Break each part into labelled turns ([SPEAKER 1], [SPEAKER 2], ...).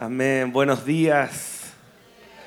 [SPEAKER 1] Amén. Buenos días.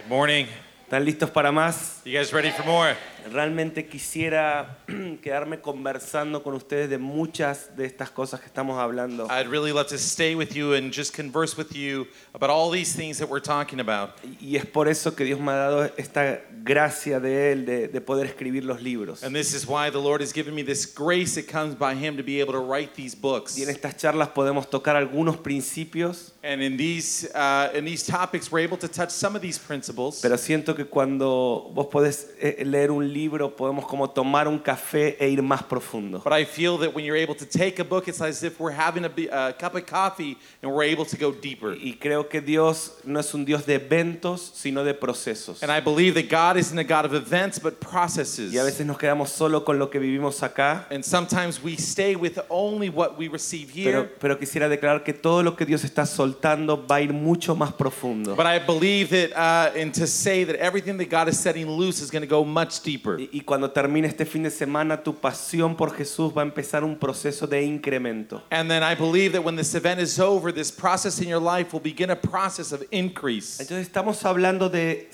[SPEAKER 2] Good morning.
[SPEAKER 1] ¿Están listos para más?
[SPEAKER 2] You guys ready for more?
[SPEAKER 1] Realmente quisiera quedarme conversando con ustedes de muchas de estas cosas que estamos hablando. Ah,
[SPEAKER 2] I'd really love to stay with you and just converse with you about all these things that we're talking about.
[SPEAKER 1] Y es por eso que Dios me ha dado esta gracia de Él de, de poder escribir los libros.
[SPEAKER 2] And this is why the Lord has given me this grace that comes by Him to be able to write these books.
[SPEAKER 1] Y en estas charlas podemos tocar algunos principios,
[SPEAKER 2] And in these, uh, in these topics, we're able to touch some of these principles.
[SPEAKER 1] pero siento que cuando vos podés eh, leer un libro podemos como tomar un café e ir más profundo.
[SPEAKER 2] But I feel that when you're able to take a book, it's as if we're having a, be- a cup of coffee and we're able to go deeper.
[SPEAKER 1] Y creo que Dios no es un Dios de eventos, sino de procesos.
[SPEAKER 2] And I believe that God isn't a God of events, but processes.
[SPEAKER 1] Y a veces nos quedamos solo con lo que vivimos acá,
[SPEAKER 2] And sometimes we stay with only what we receive here.
[SPEAKER 1] pero, pero quisiera declarar que todo lo que Dios está soltando va a ir mucho más profundo.
[SPEAKER 2] But I believe that, uh, and to say that everything that God is setting loose is going to go much deeper.
[SPEAKER 1] Y, y cuando termine este fin de semana, tu pasión por Jesús va a empezar un proceso de incremento.
[SPEAKER 2] And then I believe that when this event is over, this process in your life will begin a process of increase.
[SPEAKER 1] Entonces estamos hablando de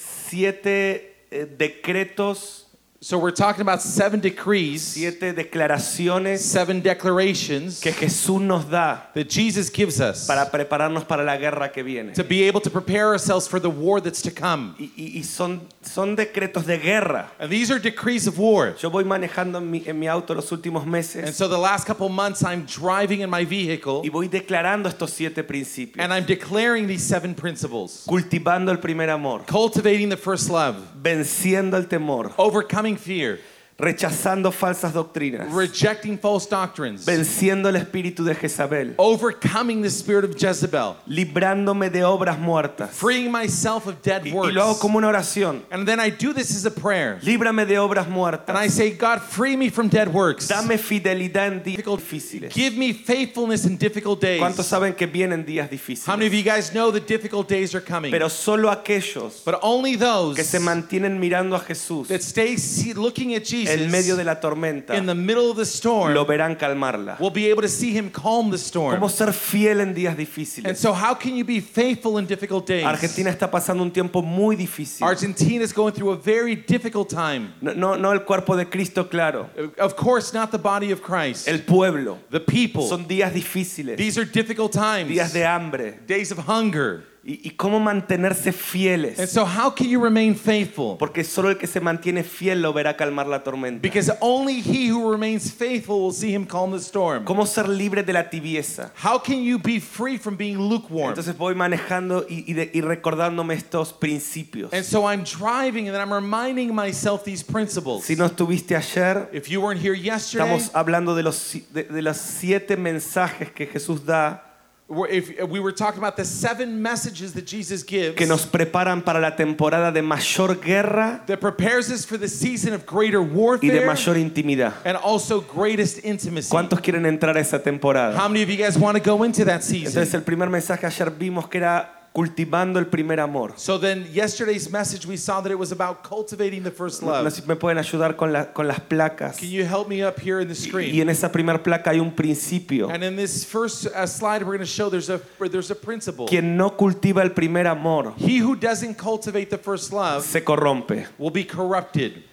[SPEAKER 1] siete eh, decretos,
[SPEAKER 2] So we're talking about seven decrees,
[SPEAKER 1] siete declaraciones
[SPEAKER 2] seven declarations
[SPEAKER 1] que Jesús nos da
[SPEAKER 2] that Jesus gives us
[SPEAKER 1] para prepararnos para la guerra que viene.
[SPEAKER 2] to be able to prepare ourselves for the war that's to come.
[SPEAKER 1] Y, y- y son, son decretos de guerra.
[SPEAKER 2] And these are decrees of war.
[SPEAKER 1] Yo voy manejando en mi, en mi auto los últimos meses.
[SPEAKER 2] And so the last couple months, I'm driving in my vehicle
[SPEAKER 1] Y voy declarando estos siete principios.
[SPEAKER 2] and I'm declaring these seven principles
[SPEAKER 1] Cultivando el primer amor,
[SPEAKER 2] cultivating the first love,
[SPEAKER 1] venciendo el temor,
[SPEAKER 2] overcoming fear.
[SPEAKER 1] rechazando falsas doctrinas,
[SPEAKER 2] rejecting false doctrines,
[SPEAKER 1] venciendo el espíritu de Jezabel,
[SPEAKER 2] overcoming the spirit of Jezebel,
[SPEAKER 1] librándome de obras muertas.
[SPEAKER 2] freeing myself of dead
[SPEAKER 1] Y, y
[SPEAKER 2] works.
[SPEAKER 1] lo hago como una oración.
[SPEAKER 2] And then I do this as a prayer.
[SPEAKER 1] Líbrame de obras
[SPEAKER 2] And I
[SPEAKER 1] muertas.
[SPEAKER 2] say, God, free me from dead works.
[SPEAKER 1] Dame fidelidad en días difíciles.
[SPEAKER 2] Give me faithfulness in difficult days.
[SPEAKER 1] ¿Cuántos saben que vienen días
[SPEAKER 2] How many
[SPEAKER 1] difíciles?
[SPEAKER 2] of you guys know that difficult days are coming?
[SPEAKER 1] Pero solo aquellos
[SPEAKER 2] but only those
[SPEAKER 1] que se mantienen mirando a Jesús
[SPEAKER 2] that stay see- looking at Jesus
[SPEAKER 1] en medio de la tormenta
[SPEAKER 2] in the middle of the storm
[SPEAKER 1] lo verán calmarla.
[SPEAKER 2] will be able to see him calm the storm.
[SPEAKER 1] ¿Cómo ser fiel en días
[SPEAKER 2] And
[SPEAKER 1] difíciles?
[SPEAKER 2] so, how can you be faithful in difficult days?
[SPEAKER 1] Argentina está pasando un tiempo muy difícil.
[SPEAKER 2] Argentina is going through a very difficult time.
[SPEAKER 1] No, no, no el cuerpo de Cristo, claro.
[SPEAKER 2] Of course, not the body of Christ.
[SPEAKER 1] El pueblo.
[SPEAKER 2] the people.
[SPEAKER 1] Son días difíciles,
[SPEAKER 2] These are difficult times.
[SPEAKER 1] días de hambre.
[SPEAKER 2] days of hunger.
[SPEAKER 1] Y, y cómo mantenerse
[SPEAKER 2] And
[SPEAKER 1] fieles.
[SPEAKER 2] so, how can you remain faithful?
[SPEAKER 1] Porque solo el que se mantiene fiel lo verá calmar la tormenta.
[SPEAKER 2] Because only he who remains faithful will see him calm the storm.
[SPEAKER 1] ¿Cómo ser libre de la tibieza?
[SPEAKER 2] How can you be free from being lukewarm?
[SPEAKER 1] Entonces voy manejando y, y de- y recordándome estos principios.
[SPEAKER 2] And so, I'm driving and then I'm reminding myself these principles.
[SPEAKER 1] Si no estuviste ayer,
[SPEAKER 2] If you weren't here yesterday,
[SPEAKER 1] estamos hablando de los, si- de- de los siete mensajes que Jesús da
[SPEAKER 2] we're- if uh, we were talking about the seven messages that Jesus gives
[SPEAKER 1] que nos preparan para la temporada de mayor guerra
[SPEAKER 2] that prepares us for the season of greater
[SPEAKER 1] y de
[SPEAKER 2] warfare
[SPEAKER 1] mayor intimidad.
[SPEAKER 2] and also greatest intimacy.
[SPEAKER 1] ¿Cuántos quieren entrar a esa temporada?
[SPEAKER 2] How many of you guys want to go into that
[SPEAKER 1] Entonces
[SPEAKER 2] season?
[SPEAKER 1] el primer mensaje ayer vimos que era cultivando el primer amor.
[SPEAKER 2] So then yesterday's message we saw that it was about cultivating the first
[SPEAKER 1] No, no
[SPEAKER 2] love.
[SPEAKER 1] sé si me pueden ayudar con, la- con las placas.
[SPEAKER 2] Can you help me up here in the
[SPEAKER 1] Y
[SPEAKER 2] screen?
[SPEAKER 1] en esa primera placa hay un principio.
[SPEAKER 2] And in this first uh, slide we're going to show there's a there's a principle.
[SPEAKER 1] Quien no cultiva el primer amor
[SPEAKER 2] He who doesn't cultivate the first love
[SPEAKER 1] se corrompe.
[SPEAKER 2] will be corrupted.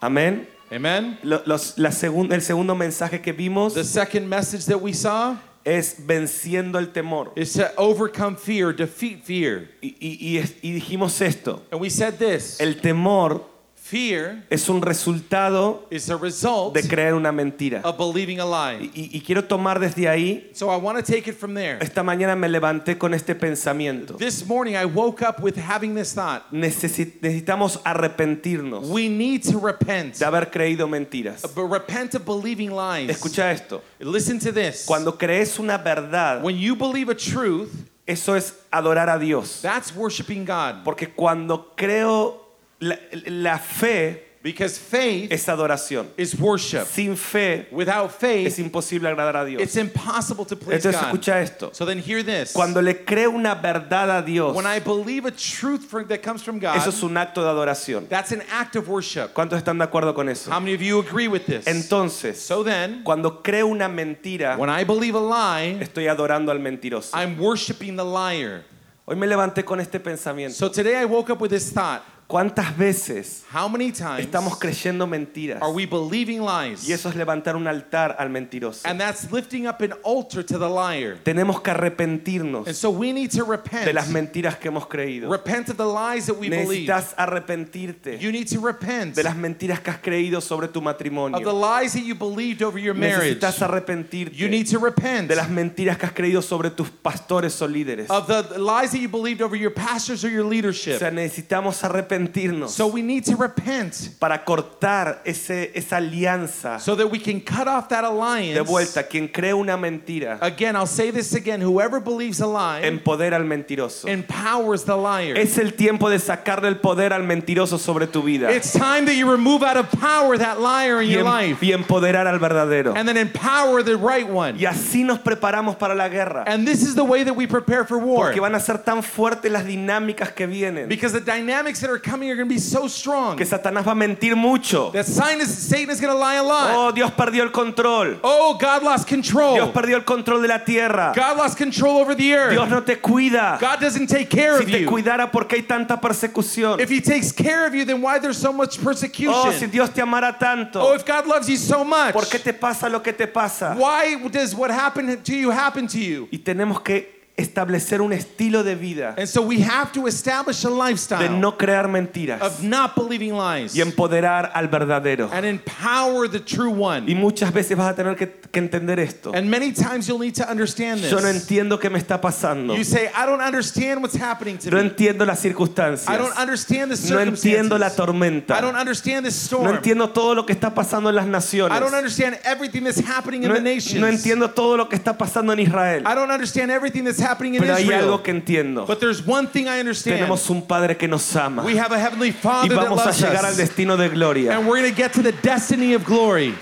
[SPEAKER 1] Amén.
[SPEAKER 2] Amen.
[SPEAKER 1] Lo- los- la segun- el segundo mensaje que vimos
[SPEAKER 2] The second message that we saw
[SPEAKER 1] es venciendo el temor.
[SPEAKER 2] is to overcome fear, defeat fear.
[SPEAKER 1] Y, y- y es- y dijimos esto.
[SPEAKER 2] And we said this,
[SPEAKER 1] El temor
[SPEAKER 2] fear
[SPEAKER 1] es un resultado
[SPEAKER 2] is a result
[SPEAKER 1] de creer una mentira.
[SPEAKER 2] of believing a lie.
[SPEAKER 1] Y- y- y quiero tomar desde ahí
[SPEAKER 2] So I want to take it from there.
[SPEAKER 1] Esta mañana me levanté con este pensamiento.
[SPEAKER 2] This morning I woke up with having this thought.
[SPEAKER 1] Necesi- necesitamos arrepentirnos
[SPEAKER 2] We need to repent.
[SPEAKER 1] de haber creído mentiras.
[SPEAKER 2] But repent of believing lies.
[SPEAKER 1] Escucha esto.
[SPEAKER 2] Listen to this.
[SPEAKER 1] Cuando crees una verdad,
[SPEAKER 2] when you believe a truth,
[SPEAKER 1] eso es adorar a Dios.
[SPEAKER 2] that's worshiping God.
[SPEAKER 1] Porque cuando creo la, la fe,
[SPEAKER 2] Because faith
[SPEAKER 1] es adoración.
[SPEAKER 2] is worship.
[SPEAKER 1] Sin fe,
[SPEAKER 2] Without
[SPEAKER 1] es
[SPEAKER 2] faith,
[SPEAKER 1] imposible agradar a Dios.
[SPEAKER 2] it's impossible to please
[SPEAKER 1] Entonces
[SPEAKER 2] God.
[SPEAKER 1] escucha esto.
[SPEAKER 2] So then hear this.
[SPEAKER 1] Cuando le creo una verdad a Dios,
[SPEAKER 2] when I believe a truth from, that comes from God,
[SPEAKER 1] eso es un acto de adoración.
[SPEAKER 2] that's an act of worship.
[SPEAKER 1] ¿Cuántos están de acuerdo con eso?
[SPEAKER 2] How many of you agree with this?
[SPEAKER 1] Entonces,
[SPEAKER 2] so then,
[SPEAKER 1] cuando creo una mentira,
[SPEAKER 2] when I believe a lie, Ah.
[SPEAKER 1] Estoy adorando al mentiroso.
[SPEAKER 2] I'm worshiping the liar.
[SPEAKER 1] Hoy me levanté con este pensamiento.
[SPEAKER 2] So today I woke up with this thought.
[SPEAKER 1] ¿Cuántas veces
[SPEAKER 2] How many times
[SPEAKER 1] estamos creyendo mentiras?
[SPEAKER 2] are we believing lies?
[SPEAKER 1] Y eso es levantar un altar al mentiroso.
[SPEAKER 2] And that's lifting up an altar to the liar.
[SPEAKER 1] Tenemos que
[SPEAKER 2] And
[SPEAKER 1] arrepentirnos
[SPEAKER 2] so we need to repent.
[SPEAKER 1] de las mentiras que hemos creído.
[SPEAKER 2] repent of the lies that we believe.
[SPEAKER 1] Necesitas arrepentirte
[SPEAKER 2] You need to repent
[SPEAKER 1] de las mentiras que has creído sobre tu
[SPEAKER 2] of the
[SPEAKER 1] matrimonio.
[SPEAKER 2] lies that you believed over your marriage.
[SPEAKER 1] Necesitas
[SPEAKER 2] You need
[SPEAKER 1] arrepentirte
[SPEAKER 2] to repent
[SPEAKER 1] de las mentiras que has creído sobre tus pastores o líderes. O
[SPEAKER 2] of the lies that you believed over your pastors or your leadership.
[SPEAKER 1] sea, necesitamos arrepentirnos
[SPEAKER 2] So we need to repent
[SPEAKER 1] para cortar ese, esa alianza
[SPEAKER 2] so that we can cut off that alliance.
[SPEAKER 1] de vuelta. Quien cree una mentira
[SPEAKER 2] Again, I'll say this again whoever believes a lie
[SPEAKER 1] empodera al mentiroso.
[SPEAKER 2] empowers the liar.
[SPEAKER 1] Es el tiempo de sacarle el poder al mentiroso sobre tu vida
[SPEAKER 2] It's time that you remove out of power that liar in
[SPEAKER 1] y,
[SPEAKER 2] your
[SPEAKER 1] em-
[SPEAKER 2] life
[SPEAKER 1] y empoderar al verdadero.
[SPEAKER 2] and then empower the right one.
[SPEAKER 1] Y así nos preparamos para la guerra,
[SPEAKER 2] And this is the way that we prepare for war
[SPEAKER 1] porque van a ser tan fuertes las dinámicas que vienen
[SPEAKER 2] because the dynamics that are coming are going to be so strong
[SPEAKER 1] que Satanás va a mentir mucho.
[SPEAKER 2] that Satan is, Satan is going to lie a lot.
[SPEAKER 1] Oh, Dios perdió el control.
[SPEAKER 2] Oh, God lost
[SPEAKER 1] Dios
[SPEAKER 2] control.
[SPEAKER 1] perdió el control de la tierra.
[SPEAKER 2] God lost control over the
[SPEAKER 1] Dios
[SPEAKER 2] earth.
[SPEAKER 1] no te cuida.
[SPEAKER 2] God doesn't take care
[SPEAKER 1] Si
[SPEAKER 2] of
[SPEAKER 1] te
[SPEAKER 2] you.
[SPEAKER 1] cuidara, ¿por qué hay tanta persecución?
[SPEAKER 2] If he takes care of you, then why there's so much
[SPEAKER 1] Oh, si
[SPEAKER 2] persecution?
[SPEAKER 1] Dios te amara
[SPEAKER 2] Oh,
[SPEAKER 1] tanto,
[SPEAKER 2] if God loves you so much,
[SPEAKER 1] ¿por qué te pasa lo que te pasa?
[SPEAKER 2] why does what happened to you happen to you?
[SPEAKER 1] Y tenemos que establecer un estilo de vida
[SPEAKER 2] And so we have to establish a
[SPEAKER 1] de
[SPEAKER 2] lifestyle
[SPEAKER 1] no crear mentiras
[SPEAKER 2] of not believing lies
[SPEAKER 1] y empoderar al verdadero.
[SPEAKER 2] and empower the true
[SPEAKER 1] Y
[SPEAKER 2] one.
[SPEAKER 1] muchas veces vas a tener que, que entender esto.
[SPEAKER 2] And many times you'll need to understand
[SPEAKER 1] Yo no
[SPEAKER 2] this.
[SPEAKER 1] entiendo qué me está pasando.
[SPEAKER 2] You say, I don't understand what's happening to
[SPEAKER 1] No
[SPEAKER 2] me.
[SPEAKER 1] entiendo las
[SPEAKER 2] I don't
[SPEAKER 1] circunstancias.
[SPEAKER 2] understand the
[SPEAKER 1] No entiendo la
[SPEAKER 2] circumstances. I don't
[SPEAKER 1] tormenta.
[SPEAKER 2] understand this
[SPEAKER 1] No
[SPEAKER 2] storm.
[SPEAKER 1] entiendo todo lo que está pasando en las
[SPEAKER 2] I
[SPEAKER 1] naciones.
[SPEAKER 2] don't understand everything that's happening in
[SPEAKER 1] No,
[SPEAKER 2] the
[SPEAKER 1] no
[SPEAKER 2] nations.
[SPEAKER 1] entiendo todo lo que está pasando en Israel.
[SPEAKER 2] I don't understand everything that's happening in
[SPEAKER 1] Pero hay algo
[SPEAKER 2] Israel.
[SPEAKER 1] que entiendo.
[SPEAKER 2] But there's one thing I understand.
[SPEAKER 1] Tenemos un Padre que nos ama.
[SPEAKER 2] We have a heavenly
[SPEAKER 1] Y
[SPEAKER 2] Father that
[SPEAKER 1] vamos a
[SPEAKER 2] loves
[SPEAKER 1] llegar al
[SPEAKER 2] us.
[SPEAKER 1] destino de gloria.
[SPEAKER 2] And we're going to get to the destiny of glory.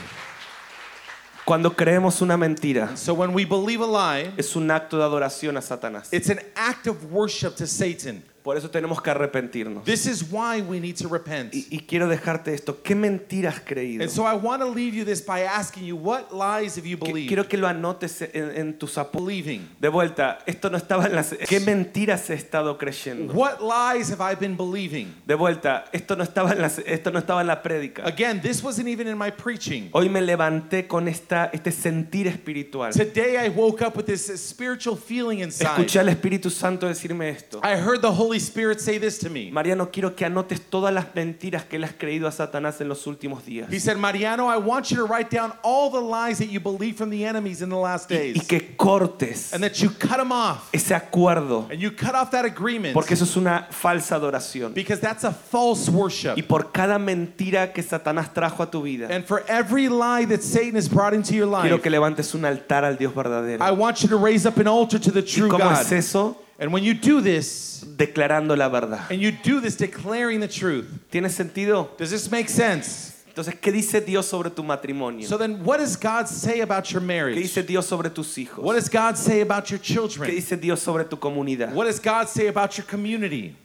[SPEAKER 1] Cuando creemos una mentira,
[SPEAKER 2] So when we believe a lie,
[SPEAKER 1] es un acto de adoración a Satanás.
[SPEAKER 2] it's an act of worship to Satan.
[SPEAKER 1] Por eso tenemos que arrepentirnos.
[SPEAKER 2] This is why we need to repent.
[SPEAKER 1] Y, y quiero dejarte esto. ¿Qué mentiras has creído?
[SPEAKER 2] And so I want to leave you this by asking you, what lies have you
[SPEAKER 1] Que-
[SPEAKER 2] believed?
[SPEAKER 1] Quiero que lo anotes en, en tus apuntes.
[SPEAKER 2] Believing.
[SPEAKER 1] De vuelta, esto no estaba en las... ¿Qué mentiras he estado creyendo?
[SPEAKER 2] What lies have I been believing?
[SPEAKER 1] De vuelta, esto no estaba en, las- esto no estaba en la prédica.
[SPEAKER 2] Again, this wasn't even in my preaching.
[SPEAKER 1] Hoy me levanté con esta, este sentir espiritual.
[SPEAKER 2] Today I woke up with this uh, spiritual feeling inside.
[SPEAKER 1] Escuché al Espíritu Santo decirme esto.
[SPEAKER 2] I heard the Holy Spirit say this to me.
[SPEAKER 1] Mariano, quiero que anotes todas las mentiras que le has creído a Satanás en los últimos días.
[SPEAKER 2] He said, Mariano, I want you to write down all the lies that you believe from the enemies in the last days.
[SPEAKER 1] Y que cortes
[SPEAKER 2] and that you cut them off
[SPEAKER 1] ese acuerdo,
[SPEAKER 2] and you cut off that agreement
[SPEAKER 1] porque eso es una falsa adoración.
[SPEAKER 2] because that's a false worship.
[SPEAKER 1] Y por cada mentira que Satanás trajo a tu vida,
[SPEAKER 2] And for every lie that Satan has brought into your
[SPEAKER 1] quiero
[SPEAKER 2] life,
[SPEAKER 1] que levantes un altar al Dios verdadero.
[SPEAKER 2] I want you to raise up an altar to the
[SPEAKER 1] ¿Y
[SPEAKER 2] true
[SPEAKER 1] cómo es
[SPEAKER 2] God.
[SPEAKER 1] eso?
[SPEAKER 2] And when you do this,
[SPEAKER 1] Declarando la verdad.
[SPEAKER 2] and you do this declaring the truth,
[SPEAKER 1] ¿Tiene sentido?
[SPEAKER 2] does this make sense?
[SPEAKER 1] Entonces, ¿qué dice Dios sobre tu matrimonio?
[SPEAKER 2] So then, what does God say about your
[SPEAKER 1] ¿Qué
[SPEAKER 2] marriage?
[SPEAKER 1] dice Dios sobre tus
[SPEAKER 2] What
[SPEAKER 1] hijos?
[SPEAKER 2] does God say about your
[SPEAKER 1] ¿Qué
[SPEAKER 2] children?
[SPEAKER 1] dice Dios sobre tu comunidad?
[SPEAKER 2] What does God say about your community?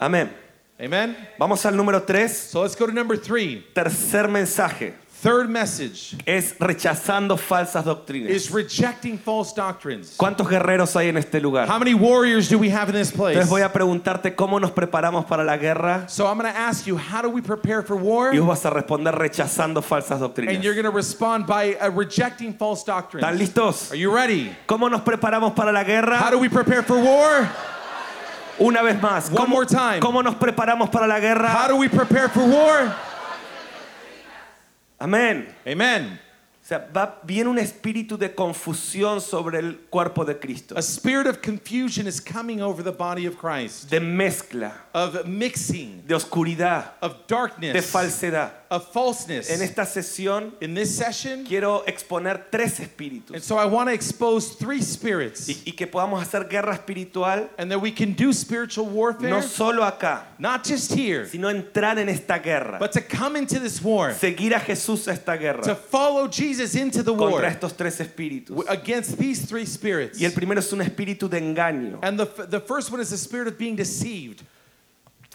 [SPEAKER 1] Amén.
[SPEAKER 2] Amen?
[SPEAKER 1] Vamos al número 3.
[SPEAKER 2] So let's go to number three.
[SPEAKER 1] Tercer mensaje
[SPEAKER 2] Third message
[SPEAKER 1] es rechazando falsas doctrinas.
[SPEAKER 2] is rejecting false doctrines.
[SPEAKER 1] ¿Cuántos guerreros hay en este lugar?
[SPEAKER 2] How many warriors do we have in this place?
[SPEAKER 1] Entonces voy a preguntarte cómo nos preparamos para la guerra
[SPEAKER 2] So I'm going to ask you, how do we prepare for war?
[SPEAKER 1] y vos vas a responder rechazando falsas
[SPEAKER 2] And you're
[SPEAKER 1] doctrinas.
[SPEAKER 2] going to respond by uh, rejecting false doctrines.
[SPEAKER 1] ¿Están listos?
[SPEAKER 2] Are you ready?
[SPEAKER 1] ¿Cómo nos preparamos para la
[SPEAKER 2] How do
[SPEAKER 1] guerra?
[SPEAKER 2] we prepare for war?
[SPEAKER 1] Una vez más.
[SPEAKER 2] One
[SPEAKER 1] ¿Cómo,
[SPEAKER 2] more time.
[SPEAKER 1] cómo nos preparamos para la
[SPEAKER 2] How
[SPEAKER 1] guerra?
[SPEAKER 2] do we prepare for war?
[SPEAKER 1] Amén.
[SPEAKER 2] Amen.
[SPEAKER 1] O sea, va, viene un espíritu de confusión sobre el cuerpo de Cristo,
[SPEAKER 2] A spirit of confusion is coming over the body of Christ,
[SPEAKER 1] de mezcla,
[SPEAKER 2] of mixing,
[SPEAKER 1] de oscuridad, de
[SPEAKER 2] of darkness,
[SPEAKER 1] falsedad.
[SPEAKER 2] of falseness.
[SPEAKER 1] En esta sesión
[SPEAKER 2] In this session,
[SPEAKER 1] quiero exponer tres
[SPEAKER 2] and
[SPEAKER 1] espíritus
[SPEAKER 2] so I want to expose three spirits,
[SPEAKER 1] y, y que podamos hacer guerra espiritual
[SPEAKER 2] and that we can do spiritual warfare,
[SPEAKER 1] no solo acá,
[SPEAKER 2] not just here,
[SPEAKER 1] sino entrar en esta guerra,
[SPEAKER 2] but to come into this war,
[SPEAKER 1] seguir a Jesús a esta
[SPEAKER 2] to
[SPEAKER 1] guerra
[SPEAKER 2] follow Jesus into the war.
[SPEAKER 1] contra estos tres espíritus.
[SPEAKER 2] w- against these three spirits.
[SPEAKER 1] Y el primero es un espíritu de engaño.
[SPEAKER 2] And the, f- the first one is the spirit of being deceived.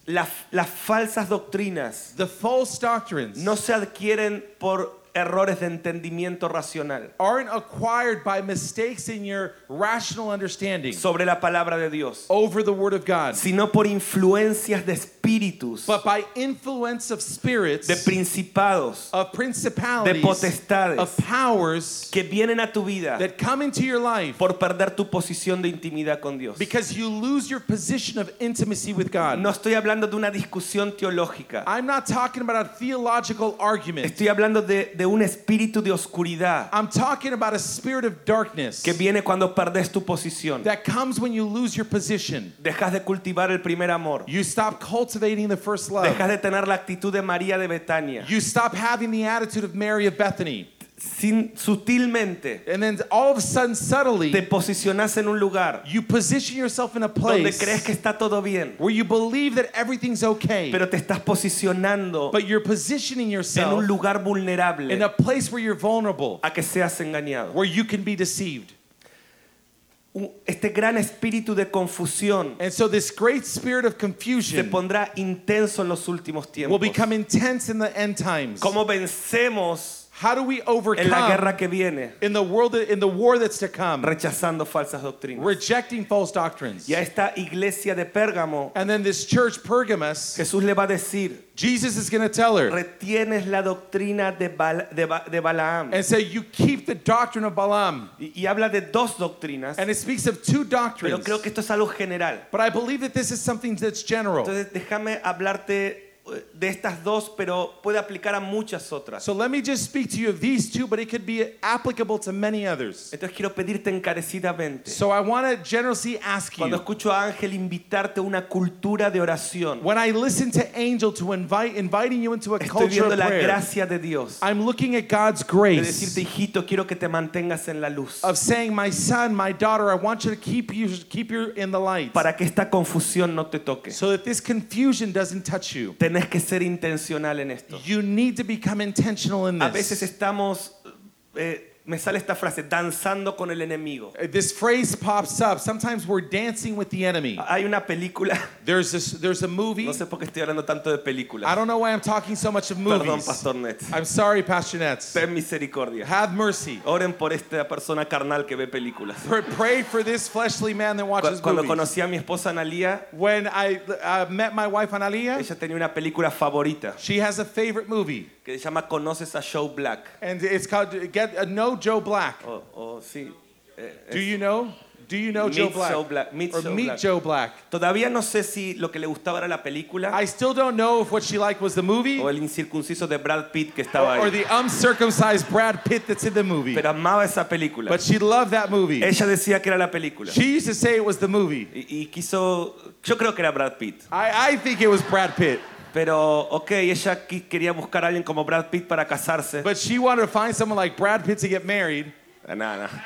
[SPEAKER 1] Las, las falsas doctrinas
[SPEAKER 2] The false doctrines
[SPEAKER 1] no se adquieren por errores de entendimiento racional
[SPEAKER 2] aren't acquired by mistakes in your rational understanding
[SPEAKER 1] sobre la palabra de Dios,
[SPEAKER 2] over the Word of God,
[SPEAKER 1] sino por influencias de espíritus,
[SPEAKER 2] but by influence of spirits,
[SPEAKER 1] de principados,
[SPEAKER 2] of
[SPEAKER 1] de
[SPEAKER 2] principalities, of
[SPEAKER 1] potestades
[SPEAKER 2] powers
[SPEAKER 1] que vienen a tu vida
[SPEAKER 2] that come into your life
[SPEAKER 1] por perder tu posición de intimidad con Dios.
[SPEAKER 2] because you lose your position of intimacy with God.
[SPEAKER 1] No estoy hablando de una discusión teológica,
[SPEAKER 2] I'm not talking about a theological argument.
[SPEAKER 1] estoy hablando de, de un espíritu de oscuridad
[SPEAKER 2] I'm talking about a spirit of darkness
[SPEAKER 1] que viene cuando perdes tu posición.
[SPEAKER 2] that comes when you lose your position.
[SPEAKER 1] Dejas de cultivar el primer amor.
[SPEAKER 2] You stop cultivating the first love.
[SPEAKER 1] Dejas de tener la actitud de María de Betania.
[SPEAKER 2] You stop having the attitude of Mary of Bethany.
[SPEAKER 1] Sin, sutilmente
[SPEAKER 2] And then all of a sudden, subtly,
[SPEAKER 1] te posicionas en un lugar
[SPEAKER 2] you position yourself in a
[SPEAKER 1] donde
[SPEAKER 2] place
[SPEAKER 1] crees que está todo bien,
[SPEAKER 2] where you believe that everything's okay,
[SPEAKER 1] pero te estás posicionando
[SPEAKER 2] but you're positioning
[SPEAKER 1] en
[SPEAKER 2] yourself
[SPEAKER 1] un lugar
[SPEAKER 2] in a
[SPEAKER 1] vulnerable
[SPEAKER 2] place where you're vulnerable,
[SPEAKER 1] a que seas engañado.
[SPEAKER 2] where you can be deceived.
[SPEAKER 1] Un- Este gran espíritu de confusión
[SPEAKER 2] And so, this great spirit of
[SPEAKER 1] se
[SPEAKER 2] confusion
[SPEAKER 1] pondrá intenso en los últimos
[SPEAKER 2] will
[SPEAKER 1] tiempos.
[SPEAKER 2] become intense in the end times.
[SPEAKER 1] ¿Cómo vencemos
[SPEAKER 2] How do we
[SPEAKER 1] en la
[SPEAKER 2] overcome
[SPEAKER 1] guerra que viene?
[SPEAKER 2] in the world in the war that's to come,
[SPEAKER 1] Rechazando falsas doctrinas.
[SPEAKER 2] rejecting false doctrines?
[SPEAKER 1] Y a esta iglesia de Pérgamo,
[SPEAKER 2] And then this church Pergamos,
[SPEAKER 1] Jesús le va a decir,
[SPEAKER 2] Jesus is going to tell her
[SPEAKER 1] retienes la doctrina de, Bala- de Ba- de Balaam.
[SPEAKER 2] and say, "You keep the doctrine of Balaam."
[SPEAKER 1] Y, y habla de dos doctrinas,
[SPEAKER 2] And it speaks of two
[SPEAKER 1] pero
[SPEAKER 2] doctrines.
[SPEAKER 1] creo que esto es algo general.
[SPEAKER 2] But I believe that this is something that's general.
[SPEAKER 1] Entonces déjame hablarte eh, de estas dos, pero puede aplicar a muchas otras.
[SPEAKER 2] So let me just speak to you of these two, but it could be applicable to many others.
[SPEAKER 1] Entonces quiero pedirte encarecidamente,
[SPEAKER 2] So I want to generously ask
[SPEAKER 1] cuando
[SPEAKER 2] you
[SPEAKER 1] escucho a Ángel invitarte a una cultura de oración,
[SPEAKER 2] when I listen to Angel to invite inviting you into a
[SPEAKER 1] estoy
[SPEAKER 2] culture
[SPEAKER 1] viendo
[SPEAKER 2] of
[SPEAKER 1] la
[SPEAKER 2] prayer. Ah,
[SPEAKER 1] gracia de Dios.
[SPEAKER 2] I'm looking at God's
[SPEAKER 1] De
[SPEAKER 2] grace.
[SPEAKER 1] decirte, hijito, quiero que te mantengas en la luz.
[SPEAKER 2] of saying, "My son, my daughter, I want you to keep you keep you in the light,
[SPEAKER 1] Para que esta confusión no te toque.
[SPEAKER 2] so that this confusion doesn't touch you.
[SPEAKER 1] Tenés que ser intencional en esto.
[SPEAKER 2] You need to become intentional in
[SPEAKER 1] A veces
[SPEAKER 2] this."
[SPEAKER 1] estamos, eh, me sale esta frase, danzando con el enemigo.
[SPEAKER 2] Uh, This phrase pops up. Sometimes we're dancing with the enemy.
[SPEAKER 1] Hay una película,
[SPEAKER 2] There's this, there's a movie.
[SPEAKER 1] Ah. no sé por qué estoy hablando tanto de
[SPEAKER 2] I
[SPEAKER 1] películas.
[SPEAKER 2] don't know why I'm talking so much of
[SPEAKER 1] Perdón,
[SPEAKER 2] movies.
[SPEAKER 1] Pastor Net.
[SPEAKER 2] I'm sorry, Pastor Nets.
[SPEAKER 1] Ten misericordia.
[SPEAKER 2] Have mercy.
[SPEAKER 1] Oren por esta persona carnal que ve películas.
[SPEAKER 2] Pr- Pray for this fleshly man that
[SPEAKER 1] Cu-
[SPEAKER 2] watches
[SPEAKER 1] Cuando
[SPEAKER 2] movies.
[SPEAKER 1] conocí a mi esposa Analia,
[SPEAKER 2] When I uh, met my wife Analia,
[SPEAKER 1] ella tenía una película favorita
[SPEAKER 2] she has a favorite movie,
[SPEAKER 1] que se llama Conoces a Joe Black.
[SPEAKER 2] and it's called Get uh, No Joe Black.
[SPEAKER 1] O, o sí. eh,
[SPEAKER 2] Do you know? Do you know
[SPEAKER 1] Meet
[SPEAKER 2] Joe Black?
[SPEAKER 1] Joe Black. Meet
[SPEAKER 2] or
[SPEAKER 1] Joe
[SPEAKER 2] Meet
[SPEAKER 1] Black.
[SPEAKER 2] Joe Black.
[SPEAKER 1] Todavía no sé si lo que le gustaba era la película
[SPEAKER 2] I still don't know if what she liked was the movie
[SPEAKER 1] o el incircunciso de Brad Pitt que estaba
[SPEAKER 2] or
[SPEAKER 1] ahí.
[SPEAKER 2] the uncircumcised Brad Pitt that's in the movie.
[SPEAKER 1] Pero amaba esa película.
[SPEAKER 2] But she loved that movie.
[SPEAKER 1] Ella decía que era la película.
[SPEAKER 2] She used to say it was the movie.
[SPEAKER 1] Y, y quiso, yo creo que era Brad Pitt.
[SPEAKER 2] I, I think it was Brad Pitt.
[SPEAKER 1] Pero, ok, ella qui- quería buscar a alguien como Brad Pitt para casarse.
[SPEAKER 2] But she wanted to find someone like Brad Pitt to get married,
[SPEAKER 1] Ah, nada, nada.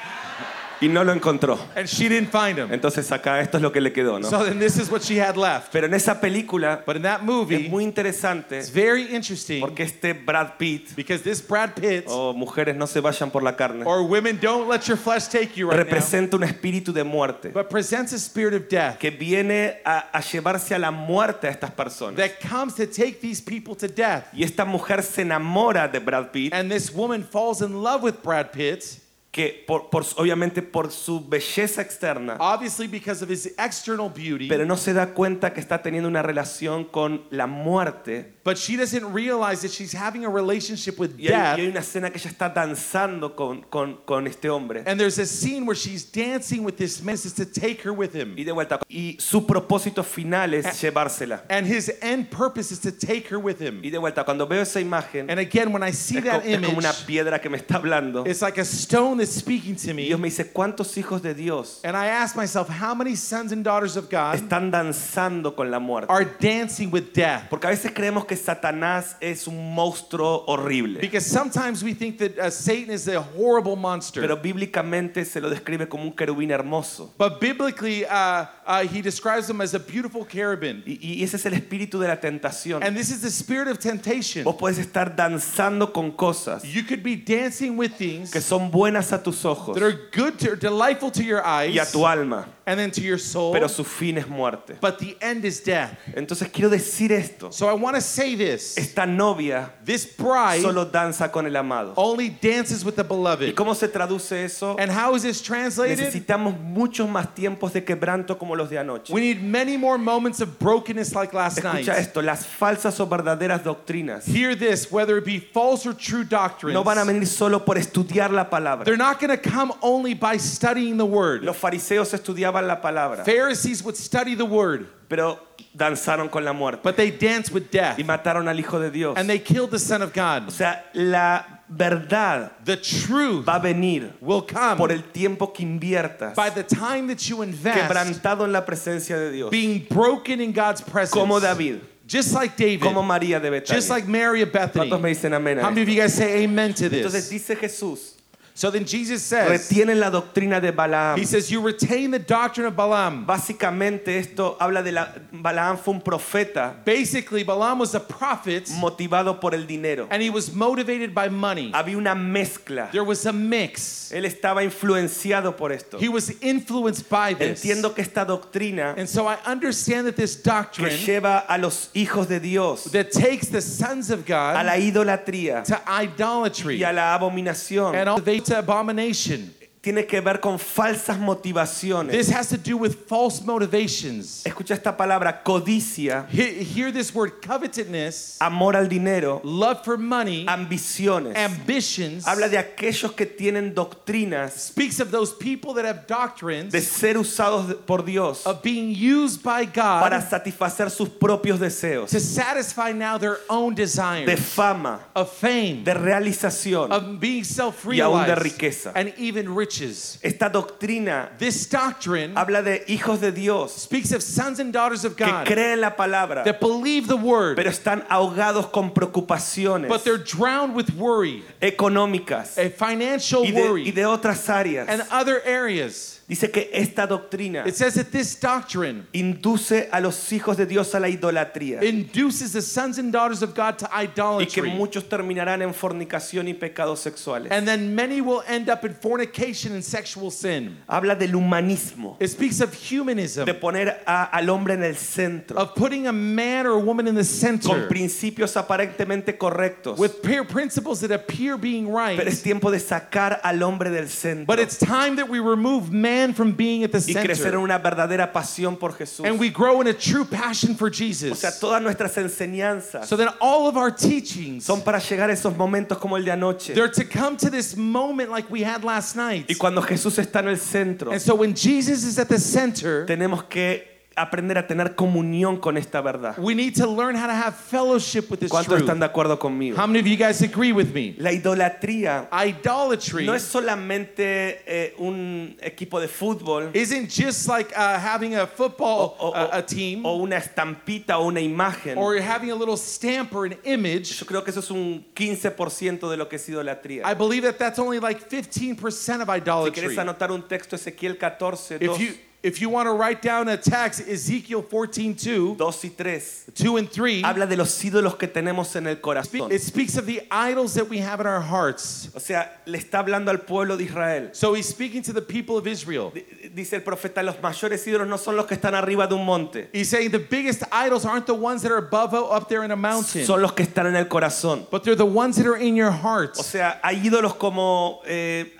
[SPEAKER 1] Y no lo encontró.
[SPEAKER 2] and she didn't find him.
[SPEAKER 1] Entonces acá esto es lo que le quedó, ¿no?
[SPEAKER 2] So then this is what she had left.
[SPEAKER 1] Pero en esa película
[SPEAKER 2] But in that
[SPEAKER 1] es
[SPEAKER 2] movie,
[SPEAKER 1] muy interesante
[SPEAKER 2] it's very interesting
[SPEAKER 1] porque este Brad Pitt,
[SPEAKER 2] because this Brad Pitt,
[SPEAKER 1] o mujeres no se vayan por la carne,
[SPEAKER 2] or women, don't let your flesh take you right now,
[SPEAKER 1] representa un espíritu de muerte.
[SPEAKER 2] but presents a spirit of death.
[SPEAKER 1] que viene a, a llevarse a la muerte a estas personas.
[SPEAKER 2] that comes to take these people to death.
[SPEAKER 1] Y esta mujer se enamora de Brad Pitt,
[SPEAKER 2] And this woman falls in love with Brad Pitt,
[SPEAKER 1] que por, por- obviamente por su belleza externa,
[SPEAKER 2] obviously because of his external beauty,
[SPEAKER 1] pero no se da cuenta que está teniendo una relación con la muerte.
[SPEAKER 2] but she doesn't realize that she's having a relationship with
[SPEAKER 1] Y hay, y hay
[SPEAKER 2] death.
[SPEAKER 1] una escena que ella está danzando con, con, con este hombre.
[SPEAKER 2] And there's a scene where she's dancing with this man is to take her with him.
[SPEAKER 1] Y de vuelta, y su propósito final
[SPEAKER 2] Ah.
[SPEAKER 1] es llevársela.
[SPEAKER 2] And his end purpose is to take her with him.
[SPEAKER 1] Y de vuelta, cuando veo esa imagen,
[SPEAKER 2] And again, when I see
[SPEAKER 1] es, co-
[SPEAKER 2] that
[SPEAKER 1] es como
[SPEAKER 2] image,
[SPEAKER 1] una piedra que me está hablando.
[SPEAKER 2] it's like a stone that's speaking to
[SPEAKER 1] Y
[SPEAKER 2] me.
[SPEAKER 1] Dios me dice, ¿cuántos hijos de Dios
[SPEAKER 2] And I ask myself, how many sons and daughters of God
[SPEAKER 1] están danzando con la muerte?
[SPEAKER 2] are dancing with death?
[SPEAKER 1] Porque a veces creemos que Satanás es un monstruo horrible,
[SPEAKER 2] Because sometimes we think that uh, Satan is a horrible monster.
[SPEAKER 1] pero bíblicamente se lo describe como un querubín hermoso.
[SPEAKER 2] But biblically, uh, uh, he describes them as a beautiful carabin.
[SPEAKER 1] Y, y ese es el espíritu de la tentación.
[SPEAKER 2] And this is the spirit of temptation.
[SPEAKER 1] Vos podés estar danzando con cosas
[SPEAKER 2] You could be dancing with things
[SPEAKER 1] que son buenas a tus ojos
[SPEAKER 2] that are good to, delightful to your eyes
[SPEAKER 1] y a tu alma,
[SPEAKER 2] and then to your soul.
[SPEAKER 1] pero su fin es muerte.
[SPEAKER 2] but the end is death.
[SPEAKER 1] Entonces quiero decir esto.
[SPEAKER 2] So I want to say this.
[SPEAKER 1] Esta novia
[SPEAKER 2] This bride
[SPEAKER 1] solo danza con el amado.
[SPEAKER 2] only dances with the
[SPEAKER 1] ¿Y
[SPEAKER 2] beloved.
[SPEAKER 1] cómo se traduce eso?
[SPEAKER 2] Oh. And how is this translated?
[SPEAKER 1] Necesitamos muchos más tiempos de quebranto como los de anoche.
[SPEAKER 2] We need many more moments of brokenness like last
[SPEAKER 1] Escucha
[SPEAKER 2] night.
[SPEAKER 1] esto, las falsas o verdaderas doctrinas
[SPEAKER 2] Hear this, whether it be false or true doctrines.
[SPEAKER 1] no van a venir solo por estudiar la palabra.
[SPEAKER 2] They're not going to come only by studying the word.
[SPEAKER 1] Los fariseos estudiaban la palabra,
[SPEAKER 2] Pharisees would study the word,
[SPEAKER 1] pero danzaron con la muerte
[SPEAKER 2] but they dance with death
[SPEAKER 1] y mataron al Hijo de Dios.
[SPEAKER 2] and they killed the Son of
[SPEAKER 1] O
[SPEAKER 2] God.
[SPEAKER 1] sea, la verdad
[SPEAKER 2] The truth
[SPEAKER 1] va a venir
[SPEAKER 2] will come
[SPEAKER 1] por el tiempo que inviertas,
[SPEAKER 2] by the time that you invest
[SPEAKER 1] quebrantado en la presencia de Dios,
[SPEAKER 2] being broken in God's presence.
[SPEAKER 1] como David,
[SPEAKER 2] Just like David.
[SPEAKER 1] como María de
[SPEAKER 2] Just
[SPEAKER 1] Betania.
[SPEAKER 2] like Mary of Bethany.
[SPEAKER 1] ¿Cuántos me dicen amén? a
[SPEAKER 2] How many of
[SPEAKER 1] esto?
[SPEAKER 2] you guys say amen to
[SPEAKER 1] Entonces
[SPEAKER 2] this?
[SPEAKER 1] dice Jesús,
[SPEAKER 2] So then Jesus says,
[SPEAKER 1] retienen la doctrina de Balaam.
[SPEAKER 2] He says, You retain the doctrine of Balaam.
[SPEAKER 1] Básicamente esto habla de la Balaam fue un profeta
[SPEAKER 2] Basically, Balaam was a prophet
[SPEAKER 1] motivado por el dinero.
[SPEAKER 2] and he was motivated by money.
[SPEAKER 1] Había una mezcla.
[SPEAKER 2] There was a mix.
[SPEAKER 1] Él estaba influenciado por esto.
[SPEAKER 2] He was influenced by this.
[SPEAKER 1] Entiendo que esta doctrina
[SPEAKER 2] And so I understand that this
[SPEAKER 1] que
[SPEAKER 2] doctrine
[SPEAKER 1] lleva a los hijos de Dios
[SPEAKER 2] that takes the sons of
[SPEAKER 1] a
[SPEAKER 2] God
[SPEAKER 1] la idolatría
[SPEAKER 2] to idolatry
[SPEAKER 1] y a la abominación
[SPEAKER 2] and all they to abomination.
[SPEAKER 1] tiene que ver con falsas motivaciones.
[SPEAKER 2] This has to do with false motivations.
[SPEAKER 1] Escucha esta palabra, codicia,
[SPEAKER 2] He- hear this word covetousness,
[SPEAKER 1] amor al dinero,
[SPEAKER 2] love for money,
[SPEAKER 1] ambiciones.
[SPEAKER 2] ambitions.
[SPEAKER 1] Habla de aquellos que tienen doctrinas
[SPEAKER 2] Speaks of those people that have doctrines
[SPEAKER 1] de ser usados por Dios
[SPEAKER 2] of being used by
[SPEAKER 1] para
[SPEAKER 2] God
[SPEAKER 1] satisfacer sus propios deseos
[SPEAKER 2] to satisfy now their own
[SPEAKER 1] de
[SPEAKER 2] desires
[SPEAKER 1] fama,
[SPEAKER 2] of fame,
[SPEAKER 1] de realización.
[SPEAKER 2] of being
[SPEAKER 1] y aún de
[SPEAKER 2] self-realized,
[SPEAKER 1] riqueza.
[SPEAKER 2] and even riches.
[SPEAKER 1] Esta doctrina
[SPEAKER 2] This doctrine
[SPEAKER 1] habla de hijos de Dios
[SPEAKER 2] speaks of sons and daughters of
[SPEAKER 1] que
[SPEAKER 2] God
[SPEAKER 1] creen la palabra,
[SPEAKER 2] that believe the word,
[SPEAKER 1] pero están ahogados con preocupaciones
[SPEAKER 2] but they're drowned with worry,
[SPEAKER 1] económicas
[SPEAKER 2] a financial
[SPEAKER 1] y de,
[SPEAKER 2] worry,
[SPEAKER 1] y de otras
[SPEAKER 2] and
[SPEAKER 1] áreas.
[SPEAKER 2] other areas.
[SPEAKER 1] Dice que esta doctrina
[SPEAKER 2] It says that this doctrine
[SPEAKER 1] induce a los hijos de Dios a la idolatría
[SPEAKER 2] induces the sons and daughters of God to
[SPEAKER 1] y que
[SPEAKER 2] idolatry.
[SPEAKER 1] muchos terminarán en fornicación y pecados sexuales.
[SPEAKER 2] And then many will end up in fornication and sexual sin.
[SPEAKER 1] Habla del humanismo,
[SPEAKER 2] It speaks of humanism,
[SPEAKER 1] de poner a- al hombre en el centro.
[SPEAKER 2] of putting a man or a woman in the
[SPEAKER 1] con
[SPEAKER 2] center
[SPEAKER 1] principios aparentemente correctos.
[SPEAKER 2] with peer principles that appear being
[SPEAKER 1] pero es
[SPEAKER 2] right.
[SPEAKER 1] tiempo de sacar al hombre del centro
[SPEAKER 2] But it's time that we remove man from being at the
[SPEAKER 1] y crecer en
[SPEAKER 2] center
[SPEAKER 1] una verdadera pasión por Jesús.
[SPEAKER 2] and we grow in a true passion for
[SPEAKER 1] o
[SPEAKER 2] Jesus.
[SPEAKER 1] sea, todas nuestras enseñanzas
[SPEAKER 2] So then all of our teachings,
[SPEAKER 1] son para llegar a esos momentos como el de anoche.
[SPEAKER 2] they're to come to this moment like we had last night.
[SPEAKER 1] Y cuando Jesús está en el centro,
[SPEAKER 2] And so when Jesus is at the center,
[SPEAKER 1] tenemos que aprender a tener comunión con esta verdad.
[SPEAKER 2] we need to learn how to have fellowship with this
[SPEAKER 1] ¿Cuántos
[SPEAKER 2] truth.
[SPEAKER 1] están de acuerdo conmigo?
[SPEAKER 2] How many of you guys agree with me?
[SPEAKER 1] La idolatría
[SPEAKER 2] Idolatry
[SPEAKER 1] no es solamente eh, un equipo de fútbol
[SPEAKER 2] isn't just like uh, having a football
[SPEAKER 1] o- o-
[SPEAKER 2] uh, a team
[SPEAKER 1] o una estampita o una imagen.
[SPEAKER 2] or having a little stamp or an image.
[SPEAKER 1] Yo creo que eso es un 15% de lo que es idolatría.
[SPEAKER 2] I believe that that's only like 15% of
[SPEAKER 1] Si quieres
[SPEAKER 2] idolatry.
[SPEAKER 1] anotar un texto, Ezequiel 14, 2,
[SPEAKER 2] If you if you want to write down a text, Ezekiel 14, 2,
[SPEAKER 1] 2 y 3,
[SPEAKER 2] 2 and 3,
[SPEAKER 1] habla de los ídolos que tenemos en el corazón.
[SPEAKER 2] it speaks of the idols that we have in our hearts.
[SPEAKER 1] O sea, le está hablando al pueblo de Israel.
[SPEAKER 2] So he's speaking to the people of Israel.
[SPEAKER 1] D- Dice el profeta, los mayores ídolos no son los que están arriba de un monte,
[SPEAKER 2] He's saying the biggest idols aren't the ones that are above up there in a mountain,
[SPEAKER 1] son los que están en el corazón.
[SPEAKER 2] but they're the ones that are in your
[SPEAKER 1] O
[SPEAKER 2] heart.
[SPEAKER 1] sea, hay ídolos como eh,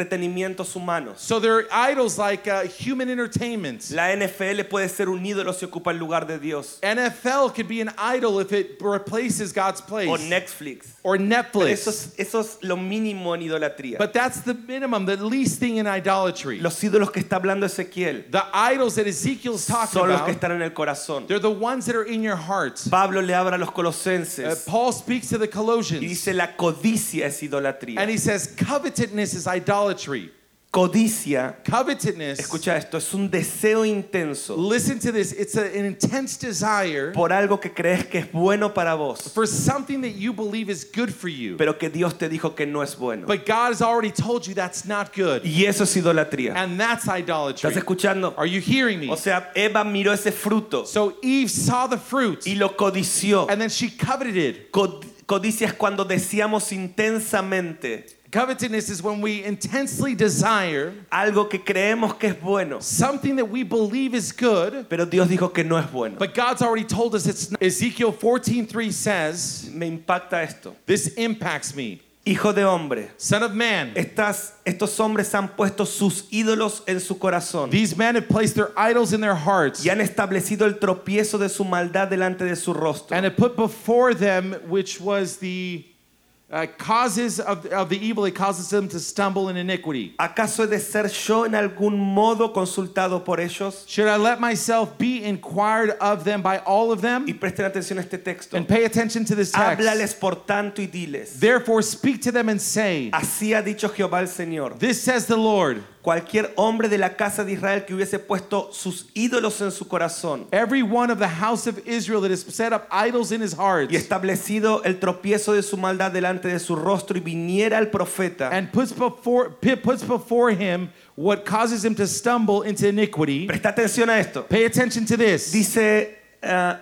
[SPEAKER 1] entretenimientos humanos.
[SPEAKER 2] So there are idols like uh, human entertainment.
[SPEAKER 1] La NFL puede ser un ídolo si ocupa el lugar de Dios.
[SPEAKER 2] NFL could be an idol if it replaces God's
[SPEAKER 1] O
[SPEAKER 2] place.
[SPEAKER 1] Netflix.
[SPEAKER 2] Or
[SPEAKER 1] Pero Eso
[SPEAKER 2] Netflix.
[SPEAKER 1] es, eso es lo mínimo en idolatría.
[SPEAKER 2] Pues. But that's the minimum, the least thing in idolatry.
[SPEAKER 1] Los ídolos que está hablando Ezequiel
[SPEAKER 2] The idols that Ezekiel's talking
[SPEAKER 1] son los que
[SPEAKER 2] about
[SPEAKER 1] están en el corazón.
[SPEAKER 2] They're the ones that are in your heart.
[SPEAKER 1] Pablo le habla a los
[SPEAKER 2] Uh,
[SPEAKER 1] colosenses
[SPEAKER 2] Paul speaks to the
[SPEAKER 1] y
[SPEAKER 2] Colossians
[SPEAKER 1] dice la codicia es
[SPEAKER 2] and
[SPEAKER 1] idolatría.
[SPEAKER 2] he says, Covetousness is idolatry.
[SPEAKER 1] Codicia,
[SPEAKER 2] Covetousness,
[SPEAKER 1] escucha esto, es un deseo intenso
[SPEAKER 2] listen to this, it's a- an intense desire
[SPEAKER 1] por algo que crees que es bueno para vos,
[SPEAKER 2] for something that you believe is good for you,
[SPEAKER 1] pero que Dios te dijo que no es bueno.
[SPEAKER 2] but God has already told you that's not good.
[SPEAKER 1] Y eso es idolatría.
[SPEAKER 2] And that's idolatry.
[SPEAKER 1] ¿Estás escuchando?
[SPEAKER 2] Are you hearing me?
[SPEAKER 1] O sea, Eva miró ese fruto
[SPEAKER 2] So Eve saw the fruit
[SPEAKER 1] y lo codició.
[SPEAKER 2] and then she coveted it.
[SPEAKER 1] Cod- Codicia es cuando deseamos intensamente
[SPEAKER 2] Covetousness is when we intensely desire
[SPEAKER 1] algo que creemos que es bueno,
[SPEAKER 2] something that we believe is good,
[SPEAKER 1] pero Dios dijo que no es bueno.
[SPEAKER 2] but God's already told us it's not. Ezekiel 14:3 says,
[SPEAKER 1] Me impacta esto.
[SPEAKER 2] "This impacts me,
[SPEAKER 1] Hijo de hombre,
[SPEAKER 2] son of man."
[SPEAKER 1] estas, estos hombres han puesto sus ídolos en su corazón
[SPEAKER 2] These men have placed their idols in their hearts
[SPEAKER 1] y han establecido el tropiezo de su maldad delante de su rostro.
[SPEAKER 2] and have put before them which was the uh, causes of, of the evil. It causes them to stumble in iniquity.
[SPEAKER 1] ¿Acaso he de ser yo en algún modo consultado por ellos?
[SPEAKER 2] Should I let myself be inquired of them by all of
[SPEAKER 1] Y
[SPEAKER 2] them?
[SPEAKER 1] presten atención a este texto.
[SPEAKER 2] And pay attention to this text.
[SPEAKER 1] Háblales por tanto y diles.
[SPEAKER 2] Therefore, speak to them and say,
[SPEAKER 1] Así ha dicho Jehová el Señor.
[SPEAKER 2] This says the Lord.
[SPEAKER 1] Cualquier hombre de la casa de Israel que hubiese puesto sus ídolos en su corazón
[SPEAKER 2] Every one of the house of Israel that has set up idols in his heart
[SPEAKER 1] y establecido el tropiezo de su maldad delante de su rostro y viniera al profeta,
[SPEAKER 2] and puts before, p- puts before him what causes him to stumble into iniquity.
[SPEAKER 1] presta atención a esto.
[SPEAKER 2] Pay attention to this.
[SPEAKER 1] Dice, ah,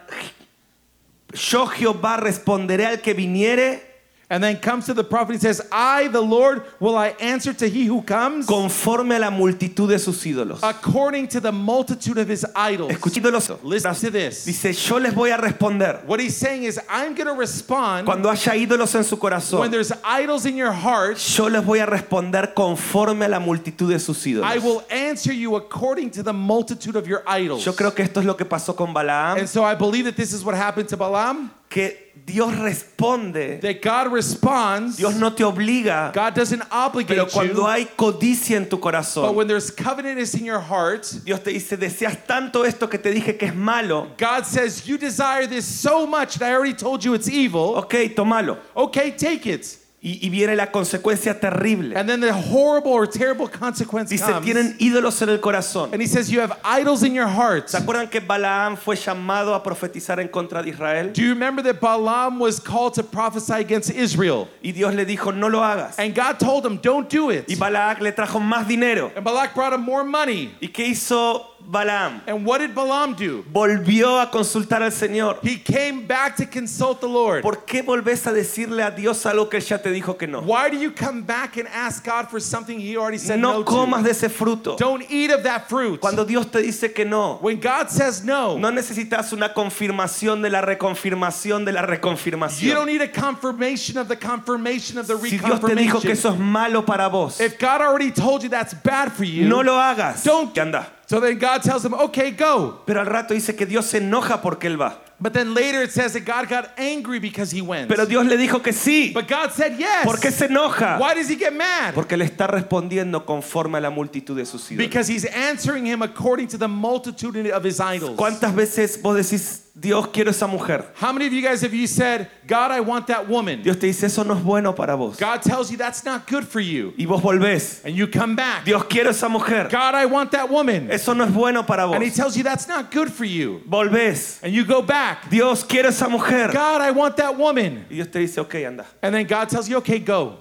[SPEAKER 1] yo Jehová responderé al que viniere
[SPEAKER 2] And then comes to the prophet and says, I, the Lord, will I answer to he who comes
[SPEAKER 1] conforme a la multitud de sus ídolos.
[SPEAKER 2] according to the multitude of his idols.
[SPEAKER 1] Escuchídolos.
[SPEAKER 2] Listen to this.
[SPEAKER 1] Dice, yo les voy a responder.
[SPEAKER 2] What he's saying is, I'm going to respond
[SPEAKER 1] Cuando haya ídolos en su
[SPEAKER 2] when
[SPEAKER 1] corazón,
[SPEAKER 2] there's idols in your heart.
[SPEAKER 1] yo les voy a responder conforme a la multitud de sus
[SPEAKER 2] I
[SPEAKER 1] ídolos.
[SPEAKER 2] will answer you according to the multitude of your idols.
[SPEAKER 1] Yo creo que esto es lo que pasó con Balaam,
[SPEAKER 2] And so I believe that this is what happened to Balaam.
[SPEAKER 1] que Dios responde.
[SPEAKER 2] That God responds.
[SPEAKER 1] Dios no te obliga,
[SPEAKER 2] God doesn't obligate
[SPEAKER 1] pero cuando
[SPEAKER 2] you.
[SPEAKER 1] hay codicia en tu
[SPEAKER 2] But
[SPEAKER 1] corazón,
[SPEAKER 2] when there's covetousness in your heart,
[SPEAKER 1] Dios te dice, deseas tanto esto que te dije que es malo.
[SPEAKER 2] God says, You desire this so much that I already told you it's evil.
[SPEAKER 1] Ok, tómalo.
[SPEAKER 2] Okay, take it.
[SPEAKER 1] Y, y viene la consecuencia terrible.
[SPEAKER 2] And then the horrible or terrible consequence
[SPEAKER 1] Dice,
[SPEAKER 2] comes.
[SPEAKER 1] tienen ídolos en el corazón.
[SPEAKER 2] And he says, You have idols in your heart.
[SPEAKER 1] ¿Se acuerdan que Balaam fue llamado a profetizar en contra de Israel?
[SPEAKER 2] Do you remember that Balaam was called to prophesy against Israel?
[SPEAKER 1] Y Dios le dijo, no lo hagas.
[SPEAKER 2] And God told him, Don't do it.
[SPEAKER 1] Y Balaam le trajo más dinero.
[SPEAKER 2] And Balak brought him more money.
[SPEAKER 1] ¿Y qué hizo Balaam?
[SPEAKER 2] And what did Balaam do?
[SPEAKER 1] Volvió a consultar al Señor.
[SPEAKER 2] He came back to consult the Lord.
[SPEAKER 1] ¿Por qué volvés a decirle a Dios algo que él ya te dijo que no?
[SPEAKER 2] Why do you come back and ask God for something He already said no,
[SPEAKER 1] No comas
[SPEAKER 2] to?
[SPEAKER 1] de ese fruto.
[SPEAKER 2] Don't eat of that fruit.
[SPEAKER 1] Cuando Dios te dice que no,
[SPEAKER 2] when God says no,
[SPEAKER 1] no necesitas una confirmación de la reconfirmación de la
[SPEAKER 2] you
[SPEAKER 1] reconfirmación.
[SPEAKER 2] don't need a confirmation of the confirmation of the
[SPEAKER 1] Si Dios te dijo que
[SPEAKER 2] reconfirmation.
[SPEAKER 1] eso es malo para vos,
[SPEAKER 2] if God already told you that's bad for you,
[SPEAKER 1] no lo hagas.
[SPEAKER 2] Don't-
[SPEAKER 1] Que anda.
[SPEAKER 2] so then God tells him, okay, go.
[SPEAKER 1] Pero al rato dice que Dios se enoja porque él va.
[SPEAKER 2] But then later it says that God got angry because he went.
[SPEAKER 1] Pero Dios le dijo que sí.
[SPEAKER 2] but God said yes.
[SPEAKER 1] ¿Por qué se enoja?
[SPEAKER 2] Why does he get mad?
[SPEAKER 1] Porque le está respondiendo conforme a la multitud de sus ídolos.
[SPEAKER 2] because he's answering him according to the multitude of his idols.
[SPEAKER 1] ¿Cuántas veces vos decís, Dios, quiero esa mujer?
[SPEAKER 2] How many of you guys have you said, God, I want that woman?
[SPEAKER 1] Dios te dice, eso no es bueno para vos.
[SPEAKER 2] God tells you that's not good for you.
[SPEAKER 1] Y vos volvés.
[SPEAKER 2] And you come back.
[SPEAKER 1] Dios, quiero esa mujer.
[SPEAKER 2] God, I want that woman.
[SPEAKER 1] Eso no es bueno para vos.
[SPEAKER 2] And he tells you that's not good for you.
[SPEAKER 1] Volvés.
[SPEAKER 2] And you go back.
[SPEAKER 1] Dios, quiero esa mujer.
[SPEAKER 2] God, I want that woman.
[SPEAKER 1] Y Dios te dice, ok, anda.
[SPEAKER 2] And then God tells you, okay, go.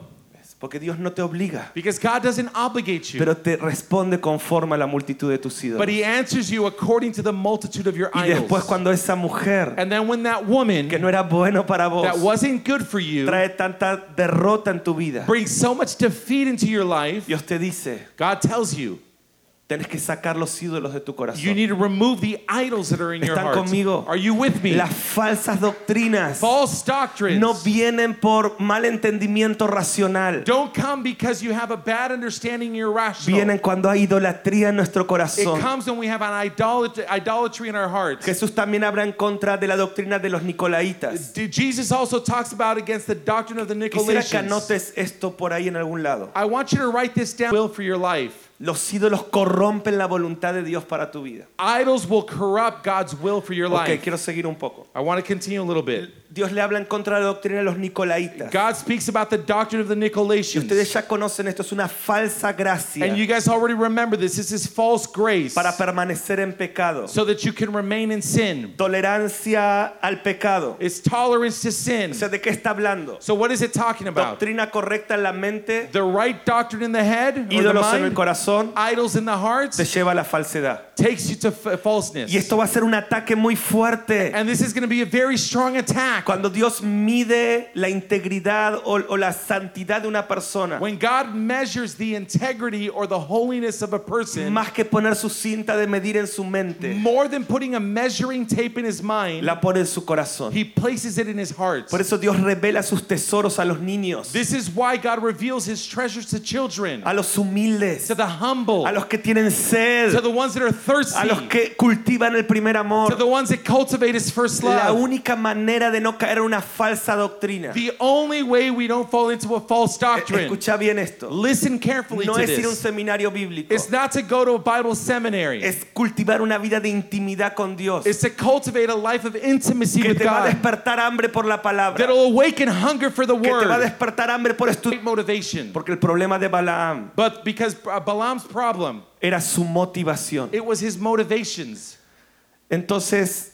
[SPEAKER 1] Porque Dios no te obliga,
[SPEAKER 2] Because God doesn't obligate you,
[SPEAKER 1] pero te responde conforme a la multitud de tus
[SPEAKER 2] but
[SPEAKER 1] ídolos.
[SPEAKER 2] he answers you according to the multitude of your
[SPEAKER 1] Y después
[SPEAKER 2] idols.
[SPEAKER 1] cuando esa mujer,
[SPEAKER 2] And then when that woman
[SPEAKER 1] que no era bueno para vos,
[SPEAKER 2] that wasn't good for you
[SPEAKER 1] trae tanta derrota en tu vida,
[SPEAKER 2] brings so much defeat into your life,
[SPEAKER 1] Dios te dice,
[SPEAKER 2] God tells you,
[SPEAKER 1] tenés que sacar los ídolos de tu
[SPEAKER 2] you
[SPEAKER 1] corazón.
[SPEAKER 2] need to remove the idols that are in your
[SPEAKER 1] Están
[SPEAKER 2] heart.
[SPEAKER 1] conmigo.
[SPEAKER 2] Are you with me?
[SPEAKER 1] Las falsas doctrinas
[SPEAKER 2] False doctrines
[SPEAKER 1] no vienen por mal entendimiento racional.
[SPEAKER 2] don't come because you have a bad understanding of your rational.
[SPEAKER 1] Vienen cuando hay idolatría en nuestro
[SPEAKER 2] It
[SPEAKER 1] corazón.
[SPEAKER 2] comes when we have an idolatry, idolatry in our hearts.
[SPEAKER 1] Jesús también habla en contra de la doctrina de los nicolaitas.
[SPEAKER 2] D- Jesus also talks about against the doctrine of the
[SPEAKER 1] Quisiera que
[SPEAKER 2] Nicolaitans.
[SPEAKER 1] anotes esto por ahí en algún lado.
[SPEAKER 2] I want you to write this down will for your life.
[SPEAKER 1] Los ídolos corrompen la voluntad de Dios para tu vida.
[SPEAKER 2] Idols will corrupt God's will for your
[SPEAKER 1] Ok,
[SPEAKER 2] life.
[SPEAKER 1] quiero seguir un poco.
[SPEAKER 2] I want to continue a little bit.
[SPEAKER 1] Dios le habla en contra de la doctrina de los nicolaitas.
[SPEAKER 2] God speaks about the doctrine of the
[SPEAKER 1] Y ustedes
[SPEAKER 2] Nicolaitans.
[SPEAKER 1] ya conocen esto, es una falsa
[SPEAKER 2] And
[SPEAKER 1] gracia
[SPEAKER 2] you guys already remember this. This is false grace
[SPEAKER 1] para permanecer en pecado.
[SPEAKER 2] so that you can remain in sin.
[SPEAKER 1] Tolerancia al pecado.
[SPEAKER 2] It's tolerance to sin.
[SPEAKER 1] O sea, ¿de qué está hablando?
[SPEAKER 2] So what is it talking about?
[SPEAKER 1] Doctrina correcta en la mente,
[SPEAKER 2] The right doctrine in the head, or the
[SPEAKER 1] ídolos en el
[SPEAKER 2] mind,
[SPEAKER 1] corazón,
[SPEAKER 2] idols in the heart,
[SPEAKER 1] te lleva a la falsedad.
[SPEAKER 2] takes you to f- falseness.
[SPEAKER 1] Y esto va a ser un ataque muy fuerte
[SPEAKER 2] And this is going to be a very strong attack
[SPEAKER 1] Cuando Dios mide la integridad o, o la santidad de una persona,
[SPEAKER 2] When God measures the integrity or the holiness of a person,
[SPEAKER 1] más que poner su cinta de medir en su mente,
[SPEAKER 2] more than putting a measuring tape in his mind,
[SPEAKER 1] la pone en su corazón.
[SPEAKER 2] he places it in his heart.
[SPEAKER 1] Por eso Dios revela sus tesoros a los niños,
[SPEAKER 2] This is why God reveals his treasures to children,
[SPEAKER 1] a los humildes,
[SPEAKER 2] to the humble,
[SPEAKER 1] a los que tienen
[SPEAKER 2] to
[SPEAKER 1] sed,
[SPEAKER 2] the ones that are
[SPEAKER 1] a
[SPEAKER 2] thirsty,
[SPEAKER 1] los que cultivan el primer
[SPEAKER 2] to
[SPEAKER 1] amor.
[SPEAKER 2] the ones that cultivate his first
[SPEAKER 1] La
[SPEAKER 2] love.
[SPEAKER 1] única manera de no caer en una falsa doctrina.
[SPEAKER 2] The only way we don't fall into a false doctrine.
[SPEAKER 1] Escucha bien esto.
[SPEAKER 2] Listen carefully
[SPEAKER 1] No
[SPEAKER 2] to
[SPEAKER 1] es ir a un
[SPEAKER 2] this.
[SPEAKER 1] seminario bíblico.
[SPEAKER 2] It's not to go to a Bible seminary.
[SPEAKER 1] Es cultivar una vida de intimidad con Dios.
[SPEAKER 2] It's to cultivate a life of intimacy
[SPEAKER 1] Que
[SPEAKER 2] with
[SPEAKER 1] te va a
[SPEAKER 2] God
[SPEAKER 1] despertar hambre por la palabra.
[SPEAKER 2] that'll awaken hunger for the
[SPEAKER 1] Que te va a
[SPEAKER 2] word.
[SPEAKER 1] despertar hambre por estudiar.
[SPEAKER 2] Great motivation.
[SPEAKER 1] Porque el problema de Balaam
[SPEAKER 2] But because uh, Balaam's problem,
[SPEAKER 1] era su motivación.
[SPEAKER 2] it was his motivations.
[SPEAKER 1] Entonces,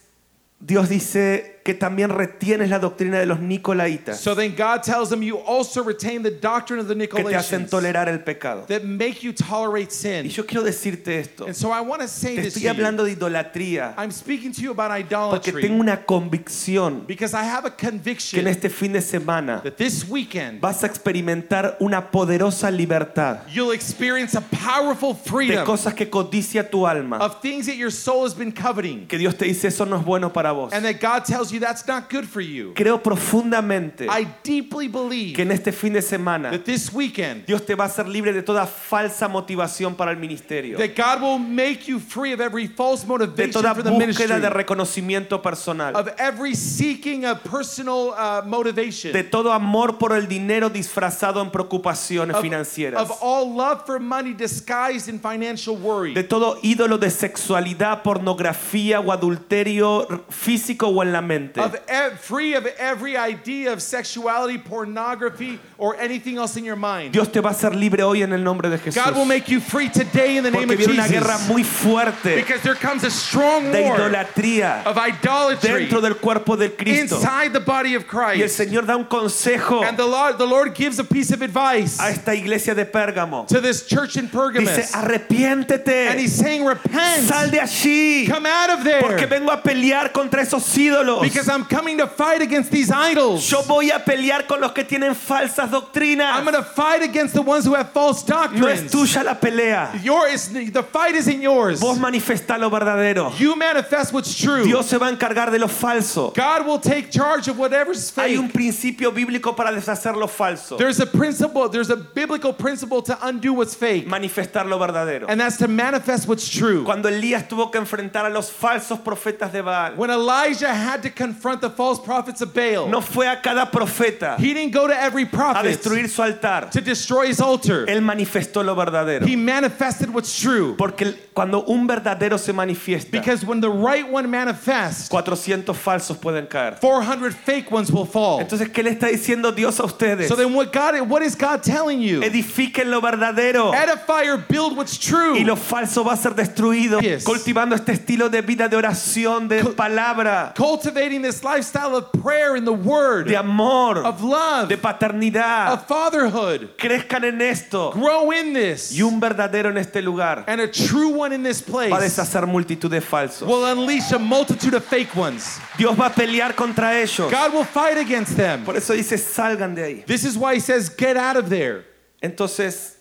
[SPEAKER 1] Dios dice que también retienes la doctrina de los nicolaitas.
[SPEAKER 2] So then God tells him, You also retain the doctrine of the
[SPEAKER 1] Que te hacen
[SPEAKER 2] Nicolaitans
[SPEAKER 1] tolerar el pecado.
[SPEAKER 2] that make you tolerate
[SPEAKER 1] Y
[SPEAKER 2] sin.
[SPEAKER 1] yo quiero decirte esto.
[SPEAKER 2] And so I want to say
[SPEAKER 1] Te
[SPEAKER 2] this to
[SPEAKER 1] estoy
[SPEAKER 2] you.
[SPEAKER 1] hablando de idolatría.
[SPEAKER 2] I'm speaking to you about
[SPEAKER 1] Porque tengo
[SPEAKER 2] idolatry
[SPEAKER 1] una convicción
[SPEAKER 2] because I have a
[SPEAKER 1] que en
[SPEAKER 2] conviction
[SPEAKER 1] este fin de semana
[SPEAKER 2] that this weekend
[SPEAKER 1] vas a experimentar una poderosa libertad
[SPEAKER 2] you'll experience a powerful
[SPEAKER 1] de
[SPEAKER 2] freedom
[SPEAKER 1] cosas que codicia tu alma.
[SPEAKER 2] of things that your soul has been coveting
[SPEAKER 1] Que Dios te dice eso no es bueno para vos.
[SPEAKER 2] and that God tells you that's not good for you.
[SPEAKER 1] Creo profundamente
[SPEAKER 2] I deeply
[SPEAKER 1] que
[SPEAKER 2] believe
[SPEAKER 1] en este fin de semana
[SPEAKER 2] that this weekend
[SPEAKER 1] Dios te va a hacer libre de toda falsa motivación para el ministerio.
[SPEAKER 2] that God will make you free of every false
[SPEAKER 1] de
[SPEAKER 2] motivation
[SPEAKER 1] toda
[SPEAKER 2] for the ministry,
[SPEAKER 1] búsqueda de reconocimiento personal,
[SPEAKER 2] of every seeking of personal uh,
[SPEAKER 1] de
[SPEAKER 2] motivation,
[SPEAKER 1] todo amor por el dinero disfrazado en preocupaciones
[SPEAKER 2] of,
[SPEAKER 1] financieras,
[SPEAKER 2] of all love for money disguised in financial worry,
[SPEAKER 1] de todo ídolo de sexualidad, pornografía o adulterio r- físico o en la mente.
[SPEAKER 2] of ev- free of every idea of sexuality, pornography, or anything else in your mind.
[SPEAKER 1] Dios te va a hacer libre hoy en el nombre de Jesús.
[SPEAKER 2] God will make you free today in the name
[SPEAKER 1] Porque
[SPEAKER 2] of
[SPEAKER 1] viene una guerra
[SPEAKER 2] Jesus.
[SPEAKER 1] muy fuerte
[SPEAKER 2] Because there comes a strong
[SPEAKER 1] de
[SPEAKER 2] war
[SPEAKER 1] idolatría
[SPEAKER 2] of idolatry
[SPEAKER 1] dentro del cuerpo de Cristo.
[SPEAKER 2] inside the body
[SPEAKER 1] Y
[SPEAKER 2] of
[SPEAKER 1] el
[SPEAKER 2] Christ.
[SPEAKER 1] Señor da un consejo
[SPEAKER 2] And the Lord, the Lord gives a piece of advice
[SPEAKER 1] a esta iglesia de Pérgamo.
[SPEAKER 2] to this church in
[SPEAKER 1] Dice,
[SPEAKER 2] Pergamus. And
[SPEAKER 1] arrepiéntete,
[SPEAKER 2] he's saying,
[SPEAKER 1] sal
[SPEAKER 2] Repent,
[SPEAKER 1] de allí.
[SPEAKER 2] come out of
[SPEAKER 1] Porque
[SPEAKER 2] there,
[SPEAKER 1] vengo a pelear contra esos ídolos.
[SPEAKER 2] because I'm coming to fight against these idols.
[SPEAKER 1] Yo voy a pelear con los que tienen falsas
[SPEAKER 2] I'm
[SPEAKER 1] doctrinas.
[SPEAKER 2] going to fight against the ones who have false
[SPEAKER 1] No es
[SPEAKER 2] doctrines.
[SPEAKER 1] tuya la pelea.
[SPEAKER 2] Your is, the fight isn't yours.
[SPEAKER 1] Vos manifestá lo verdadero.
[SPEAKER 2] You manifest what's true.
[SPEAKER 1] Dios se va a encargar de lo falso.
[SPEAKER 2] God will take charge of whatever's
[SPEAKER 1] Hay
[SPEAKER 2] fake.
[SPEAKER 1] un principio bíblico para deshacer lo falso.
[SPEAKER 2] There's a principle, there's a biblical principle to undo what's fake,
[SPEAKER 1] Manifestar lo verdadero.
[SPEAKER 2] and that's to manifest what's true.
[SPEAKER 1] Cuando Elías tuvo que enfrentar a los falsos profetas de Baal,
[SPEAKER 2] When Elijah had to confront the false prophets of Baal,
[SPEAKER 1] no fue a cada profeta
[SPEAKER 2] he didn't go to every
[SPEAKER 1] a
[SPEAKER 2] prophet
[SPEAKER 1] destruir su altar.
[SPEAKER 2] to destroy his altar.
[SPEAKER 1] Él manifestó lo verdadero.
[SPEAKER 2] He manifested what's true.
[SPEAKER 1] Porque el- cuando un verdadero se manifiesta,
[SPEAKER 2] Because when the right one manifests,
[SPEAKER 1] 400 falsos pueden caer.
[SPEAKER 2] 400 fake ones will fall.
[SPEAKER 1] Entonces, ¿qué le está diciendo Dios a ustedes?
[SPEAKER 2] So then what God what is God telling you?
[SPEAKER 1] Edifiquen lo verdadero
[SPEAKER 2] Edify or build what's
[SPEAKER 1] y lo
[SPEAKER 2] true.
[SPEAKER 1] falso va a ser destruido.
[SPEAKER 2] Yes.
[SPEAKER 1] Cultivando este estilo de vida de oración, de
[SPEAKER 2] Cul-
[SPEAKER 1] palabra,
[SPEAKER 2] Cultivating this lifestyle of prayer in the word,
[SPEAKER 1] de amor,
[SPEAKER 2] of love,
[SPEAKER 1] de paternidad.
[SPEAKER 2] of fatherhood.
[SPEAKER 1] Crezcan en esto
[SPEAKER 2] Grow in this.
[SPEAKER 1] y un verdadero en este lugar
[SPEAKER 2] and a true one in this
[SPEAKER 1] va a
[SPEAKER 2] place
[SPEAKER 1] deshacer multitud de falsos.
[SPEAKER 2] will unleash a multitude of fake ones.
[SPEAKER 1] Dios va a pelear contra ellos.
[SPEAKER 2] God will fight against them.
[SPEAKER 1] Por eso dice, salgan de ahí.
[SPEAKER 2] This is why he says, get out of there.
[SPEAKER 1] Entonces,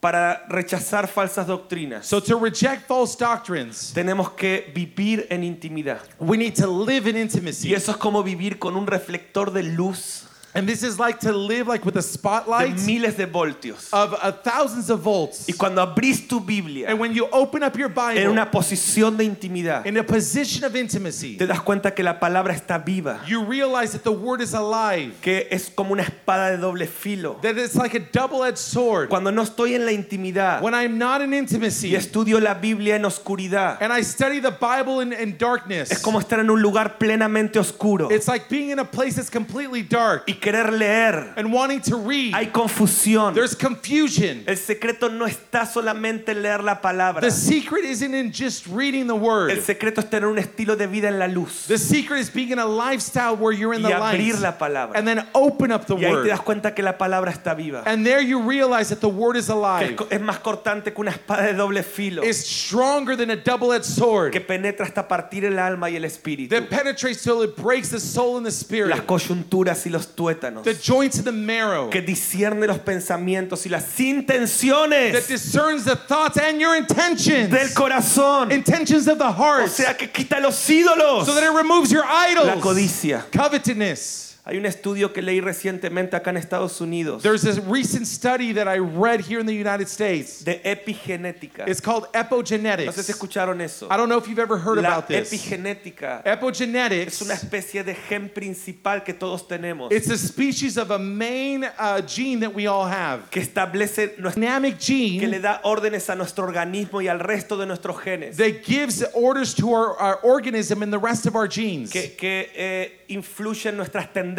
[SPEAKER 1] para rechazar falsas doctrinas,
[SPEAKER 2] So to reject false doctrines,
[SPEAKER 1] tenemos que vivir en intimidad.
[SPEAKER 2] we need to live in
[SPEAKER 1] Y
[SPEAKER 2] intimacy.
[SPEAKER 1] eso es como vivir con un reflector de luz
[SPEAKER 2] And this is like to live like with a
[SPEAKER 1] de
[SPEAKER 2] spotlight
[SPEAKER 1] miles de voltios.
[SPEAKER 2] of uh, thousands of volts.
[SPEAKER 1] Y cuando abrís tu Biblia
[SPEAKER 2] And when you open up your
[SPEAKER 1] en
[SPEAKER 2] Bible
[SPEAKER 1] una posición de intimidad,
[SPEAKER 2] in a position of intimacy,
[SPEAKER 1] te das cuenta que la palabra está viva,
[SPEAKER 2] you realize that the word is alive,
[SPEAKER 1] que es como una espada de doble filo.
[SPEAKER 2] that it's like a double-edged sword.
[SPEAKER 1] Cuando no estoy en la intimidad
[SPEAKER 2] When I'm not in
[SPEAKER 1] y
[SPEAKER 2] intimacy
[SPEAKER 1] estudio la Biblia en oscuridad,
[SPEAKER 2] and I study the Bible in, in darkness,
[SPEAKER 1] es como estar en un lugar plenamente oscuro
[SPEAKER 2] It's like being in a place that's completely dark
[SPEAKER 1] y querer leer.
[SPEAKER 2] and wanting to read.
[SPEAKER 1] Hay confusión.
[SPEAKER 2] There's confusion.
[SPEAKER 1] El secreto no está solamente en leer la palabra.
[SPEAKER 2] The secret isn't in just reading the
[SPEAKER 1] El
[SPEAKER 2] word.
[SPEAKER 1] secreto es tener un estilo de vida en la luz
[SPEAKER 2] The secret is being in a lifestyle where you're in the
[SPEAKER 1] y abrir
[SPEAKER 2] light
[SPEAKER 1] la palabra.
[SPEAKER 2] and then open up the
[SPEAKER 1] Y ahí te das
[SPEAKER 2] word.
[SPEAKER 1] cuenta que la palabra está viva.
[SPEAKER 2] And there you realize that the word is
[SPEAKER 1] Que es,
[SPEAKER 2] alive.
[SPEAKER 1] co- es más cortante que una espada de doble filo
[SPEAKER 2] It's stronger than a double-edged
[SPEAKER 1] que
[SPEAKER 2] sword
[SPEAKER 1] penetra hasta partir el alma y el espíritu.
[SPEAKER 2] that penetrates till it breaks the soul and the
[SPEAKER 1] Las
[SPEAKER 2] spirit,
[SPEAKER 1] coyunturas y los tuétanos.
[SPEAKER 2] the joints and the marrow,
[SPEAKER 1] Que discierne los pensamientos y las
[SPEAKER 2] that
[SPEAKER 1] intenciones
[SPEAKER 2] discerns the thoughts and your
[SPEAKER 1] del
[SPEAKER 2] intentions,
[SPEAKER 1] corazón.
[SPEAKER 2] intentions of the
[SPEAKER 1] O
[SPEAKER 2] heart,
[SPEAKER 1] sea, que quita los ídolos.
[SPEAKER 2] so that it removes your
[SPEAKER 1] La
[SPEAKER 2] idols,
[SPEAKER 1] codicia.
[SPEAKER 2] covetousness.
[SPEAKER 1] Hay un estudio que leí recientemente acá en Estados Unidos
[SPEAKER 2] There's a recent study that I read here in the United States.
[SPEAKER 1] de epigenética.
[SPEAKER 2] It's called
[SPEAKER 1] No sé si
[SPEAKER 2] epigenetics.
[SPEAKER 1] escucharon eso.
[SPEAKER 2] I don't know if you've ever heard
[SPEAKER 1] La
[SPEAKER 2] about this.
[SPEAKER 1] epigenética es una
[SPEAKER 2] Epigenetics.
[SPEAKER 1] especie de gen principal que todos tenemos
[SPEAKER 2] It's a species of a main uh, gene that we all have.
[SPEAKER 1] que establece nuestra
[SPEAKER 2] Dynamic
[SPEAKER 1] que le
[SPEAKER 2] gene
[SPEAKER 1] da órdenes a nuestro organismo y al resto de nuestros genes,
[SPEAKER 2] that gives orders to our, our organism and the rest of our genes
[SPEAKER 1] que, que eh, influyen nuestras tendencias.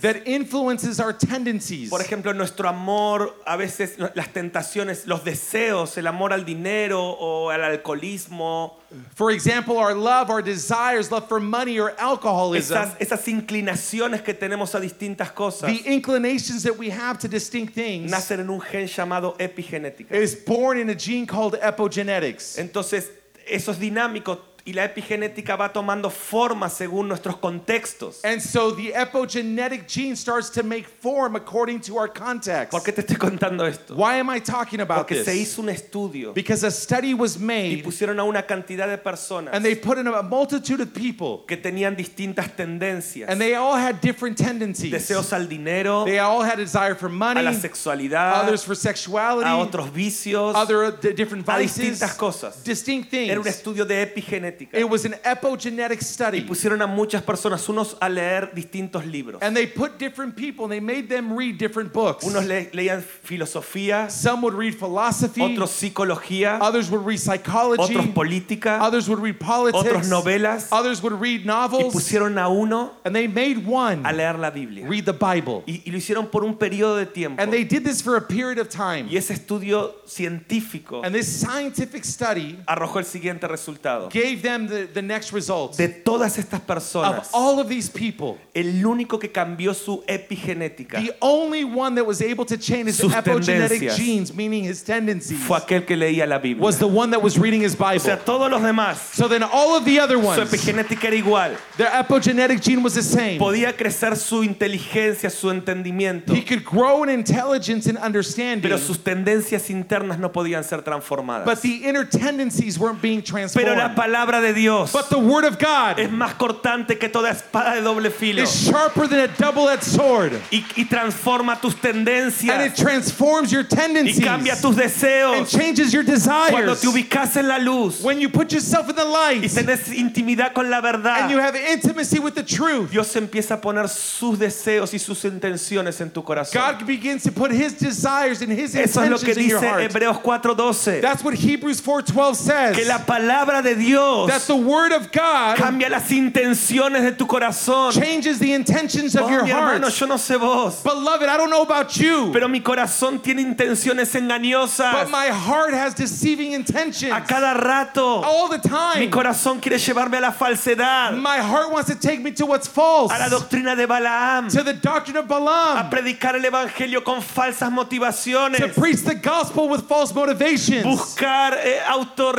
[SPEAKER 2] that influences our tendencies.
[SPEAKER 1] Por ejemplo, nuestro amor, a veces no- las tentaciones, los deseos, el amor al dinero o al alcoholismo,
[SPEAKER 2] For example, our love, our desires, love for money or alcoholism,
[SPEAKER 1] esas, esas inclinaciones que tenemos a distintas cosas,
[SPEAKER 2] the inclinations that we have to distinct things
[SPEAKER 1] nacen en un gen llamado epigenética.
[SPEAKER 2] is born in a gene called epigenetics.
[SPEAKER 1] Entonces, eso es dinámico y la epigenética va tomando forma según nuestros contextos.
[SPEAKER 2] And so the epigenetic gene starts to make form according to our context.
[SPEAKER 1] ¿Por qué te estoy contando esto?
[SPEAKER 2] Why am I talking about
[SPEAKER 1] Porque se
[SPEAKER 2] this?
[SPEAKER 1] hizo un estudio
[SPEAKER 2] Because a study was
[SPEAKER 1] y
[SPEAKER 2] made
[SPEAKER 1] pusieron a una cantidad de personas
[SPEAKER 2] and they put in a multitude of people
[SPEAKER 1] que tenían distintas tendencias,
[SPEAKER 2] and they all had different tendencies.
[SPEAKER 1] deseos al dinero,
[SPEAKER 2] They all had a desire for
[SPEAKER 1] a la
[SPEAKER 2] money,
[SPEAKER 1] sexualidad,
[SPEAKER 2] others for
[SPEAKER 1] a
[SPEAKER 2] sexuality,
[SPEAKER 1] otros vicios,
[SPEAKER 2] other d- different
[SPEAKER 1] a
[SPEAKER 2] vices,
[SPEAKER 1] distintas cosas.
[SPEAKER 2] distinct
[SPEAKER 1] Era un
[SPEAKER 2] things.
[SPEAKER 1] estudio de epigenética.
[SPEAKER 2] It was an epigenetic study.
[SPEAKER 1] Pusieron a muchas personas, unos a leer distintos libros.
[SPEAKER 2] And they put different people and they made them read different books.
[SPEAKER 1] Unos le- leían filosofía,
[SPEAKER 2] Some would read philosophy,
[SPEAKER 1] otros psicología,
[SPEAKER 2] others would read
[SPEAKER 1] otros
[SPEAKER 2] psychology,
[SPEAKER 1] política,
[SPEAKER 2] Others would read politics.
[SPEAKER 1] otros novelas
[SPEAKER 2] Others would read
[SPEAKER 1] y
[SPEAKER 2] novels.
[SPEAKER 1] pusieron a uno
[SPEAKER 2] And they made one
[SPEAKER 1] a leer la Biblia.
[SPEAKER 2] read the Bible.
[SPEAKER 1] Y, y lo hicieron por un periodo de tiempo.
[SPEAKER 2] And they did this for a period of time.
[SPEAKER 1] Y ese estudio científico
[SPEAKER 2] And this scientific study
[SPEAKER 1] arrojó el siguiente resultado.
[SPEAKER 2] gave them the, the next results.
[SPEAKER 1] De todas estas
[SPEAKER 2] Of
[SPEAKER 1] personas,
[SPEAKER 2] all of these people,
[SPEAKER 1] el único que cambió su epigenética
[SPEAKER 2] the only one that was able to change his
[SPEAKER 1] Sus
[SPEAKER 2] epigenetic
[SPEAKER 1] tendencias.
[SPEAKER 2] genes, meaning his tendencies,
[SPEAKER 1] fue aquel que leía la Biblia.
[SPEAKER 2] was the one that was reading his
[SPEAKER 1] O sea,
[SPEAKER 2] Bible.
[SPEAKER 1] todos los demás,
[SPEAKER 2] So then all of the other
[SPEAKER 1] su
[SPEAKER 2] ones,
[SPEAKER 1] epigenética era igual.
[SPEAKER 2] their epigenetic gene was the same.
[SPEAKER 1] Podía crecer su inteligencia, su entendimiento,
[SPEAKER 2] He could grow in intelligence and understanding,
[SPEAKER 1] pero sus tendencias internas no podían ser transformadas.
[SPEAKER 2] but the inner tendencies weren't being transformed.
[SPEAKER 1] Pero la palabra de Dios
[SPEAKER 2] But the word of God
[SPEAKER 1] es más cortante que toda espada de doble filo
[SPEAKER 2] is sharper than a double-edged sword,
[SPEAKER 1] y, y transforma tus
[SPEAKER 2] and it
[SPEAKER 1] tendencias
[SPEAKER 2] transforms your
[SPEAKER 1] y
[SPEAKER 2] tendencies
[SPEAKER 1] cambia tus
[SPEAKER 2] and
[SPEAKER 1] deseos.
[SPEAKER 2] changes your
[SPEAKER 1] Cuando
[SPEAKER 2] desires.
[SPEAKER 1] te ubicas en la luz
[SPEAKER 2] When you put yourself in the
[SPEAKER 1] y
[SPEAKER 2] light
[SPEAKER 1] tenés intimidad con la
[SPEAKER 2] and you
[SPEAKER 1] verdad,
[SPEAKER 2] have intimacy with the truth,
[SPEAKER 1] Dios empieza a poner sus deseos y sus intenciones en tu corazón.
[SPEAKER 2] God begins to put His desires and His
[SPEAKER 1] Eso es lo
[SPEAKER 2] intentions
[SPEAKER 1] que
[SPEAKER 2] in your
[SPEAKER 1] dice
[SPEAKER 2] heart.
[SPEAKER 1] Hebreos 4:12,
[SPEAKER 2] That's what Hebrews 4:12
[SPEAKER 1] que
[SPEAKER 2] says.
[SPEAKER 1] la palabra de Dios
[SPEAKER 2] That the word of God
[SPEAKER 1] cambia las intenciones de tu corazón.
[SPEAKER 2] changes the intentions
[SPEAKER 1] Oh,
[SPEAKER 2] of your
[SPEAKER 1] mi hermano,
[SPEAKER 2] heart.
[SPEAKER 1] yo no sé vos,
[SPEAKER 2] Beloved, I don't know about you,
[SPEAKER 1] pero mi corazón tiene intenciones engañosas.
[SPEAKER 2] but my heart has deceiving
[SPEAKER 1] A
[SPEAKER 2] intentions
[SPEAKER 1] cada rato,
[SPEAKER 2] all the
[SPEAKER 1] mi
[SPEAKER 2] time.
[SPEAKER 1] corazón quiere llevarme a la falsedad,
[SPEAKER 2] Oh, My heart wants to take me to what's false,
[SPEAKER 1] a la
[SPEAKER 2] to
[SPEAKER 1] doctrina de Balaam,
[SPEAKER 2] the doctrine of
[SPEAKER 1] a
[SPEAKER 2] Balaam,
[SPEAKER 1] predicar el evangelio con falsas
[SPEAKER 2] to
[SPEAKER 1] motivaciones,
[SPEAKER 2] preach the gospel with false motivations,
[SPEAKER 1] buscar eh,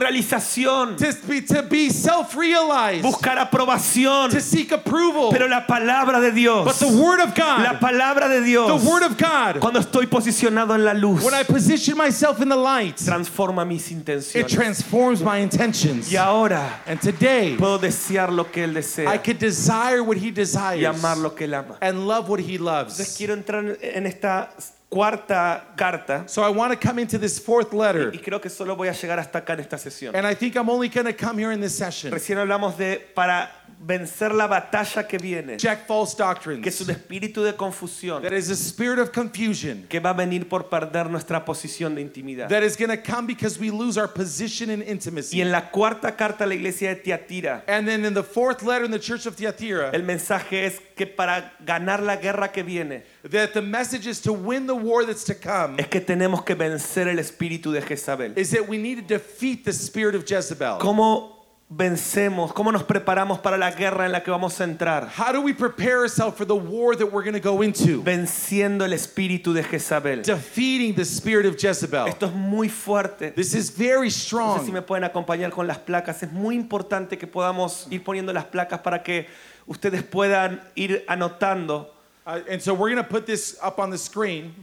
[SPEAKER 1] autorrealización,
[SPEAKER 2] to be, to be self-realized,
[SPEAKER 1] buscar aprobación.
[SPEAKER 2] to seek approval.
[SPEAKER 1] Pero la palabra de
[SPEAKER 2] But
[SPEAKER 1] Dios,
[SPEAKER 2] the word of
[SPEAKER 1] la
[SPEAKER 2] God,
[SPEAKER 1] palabra de
[SPEAKER 2] the
[SPEAKER 1] Dios,
[SPEAKER 2] word of God,
[SPEAKER 1] cuando estoy posicionado en la luz,
[SPEAKER 2] when I position myself in the light,
[SPEAKER 1] transforma mis
[SPEAKER 2] it
[SPEAKER 1] intenciones.
[SPEAKER 2] transforms my intentions.
[SPEAKER 1] Y ahora
[SPEAKER 2] And today,
[SPEAKER 1] puedo desear lo que Él
[SPEAKER 2] I
[SPEAKER 1] desea
[SPEAKER 2] could desire what he
[SPEAKER 1] y amar
[SPEAKER 2] desires
[SPEAKER 1] lo que Él ama.
[SPEAKER 2] and love what he
[SPEAKER 1] Entonces
[SPEAKER 2] loves.
[SPEAKER 1] quiero entrar en esta cuarta carta
[SPEAKER 2] So I want to come into this fourth letter,
[SPEAKER 1] y creo que solo voy a llegar hasta acá en esta sesión.
[SPEAKER 2] and I think I'm only going to come here in this session.
[SPEAKER 1] Recién hablamos de para vencer la batalla que viene,
[SPEAKER 2] Check false doctrines.
[SPEAKER 1] que es un espíritu de confusión
[SPEAKER 2] That is a spirit of confusion
[SPEAKER 1] que va a venir por perder nuestra posición de intimidad.
[SPEAKER 2] that is going to come because we lose our position in
[SPEAKER 1] Y
[SPEAKER 2] intimacy.
[SPEAKER 1] en la cuarta carta a la iglesia de Tiatira,
[SPEAKER 2] And then in the fourth letter in the church of Thyatira,
[SPEAKER 1] el mensaje es que para ganar la guerra que viene,
[SPEAKER 2] that the message is to win the war that's to come,
[SPEAKER 1] es que tenemos que vencer el espíritu de Jezabel.
[SPEAKER 2] is that we need to defeat the spirit of Jezebel.
[SPEAKER 1] ¿Cómo vencemos? ¿Cómo nos preparamos para la guerra en la que vamos a entrar?
[SPEAKER 2] How do we prepare ourselves for the war that we're going to go into?
[SPEAKER 1] Venciendo el espíritu de Jezabel.
[SPEAKER 2] Defeating the spirit of Jezebel.
[SPEAKER 1] Esto es muy fuerte.
[SPEAKER 2] This is
[SPEAKER 1] No
[SPEAKER 2] very
[SPEAKER 1] sé si
[SPEAKER 2] strong.
[SPEAKER 1] me pueden acompañar con las placas. Es muy importante que podamos ir poniendo las placas para que ustedes puedan ir anotando.
[SPEAKER 2] Uh, and so we're going to put this up on the screen.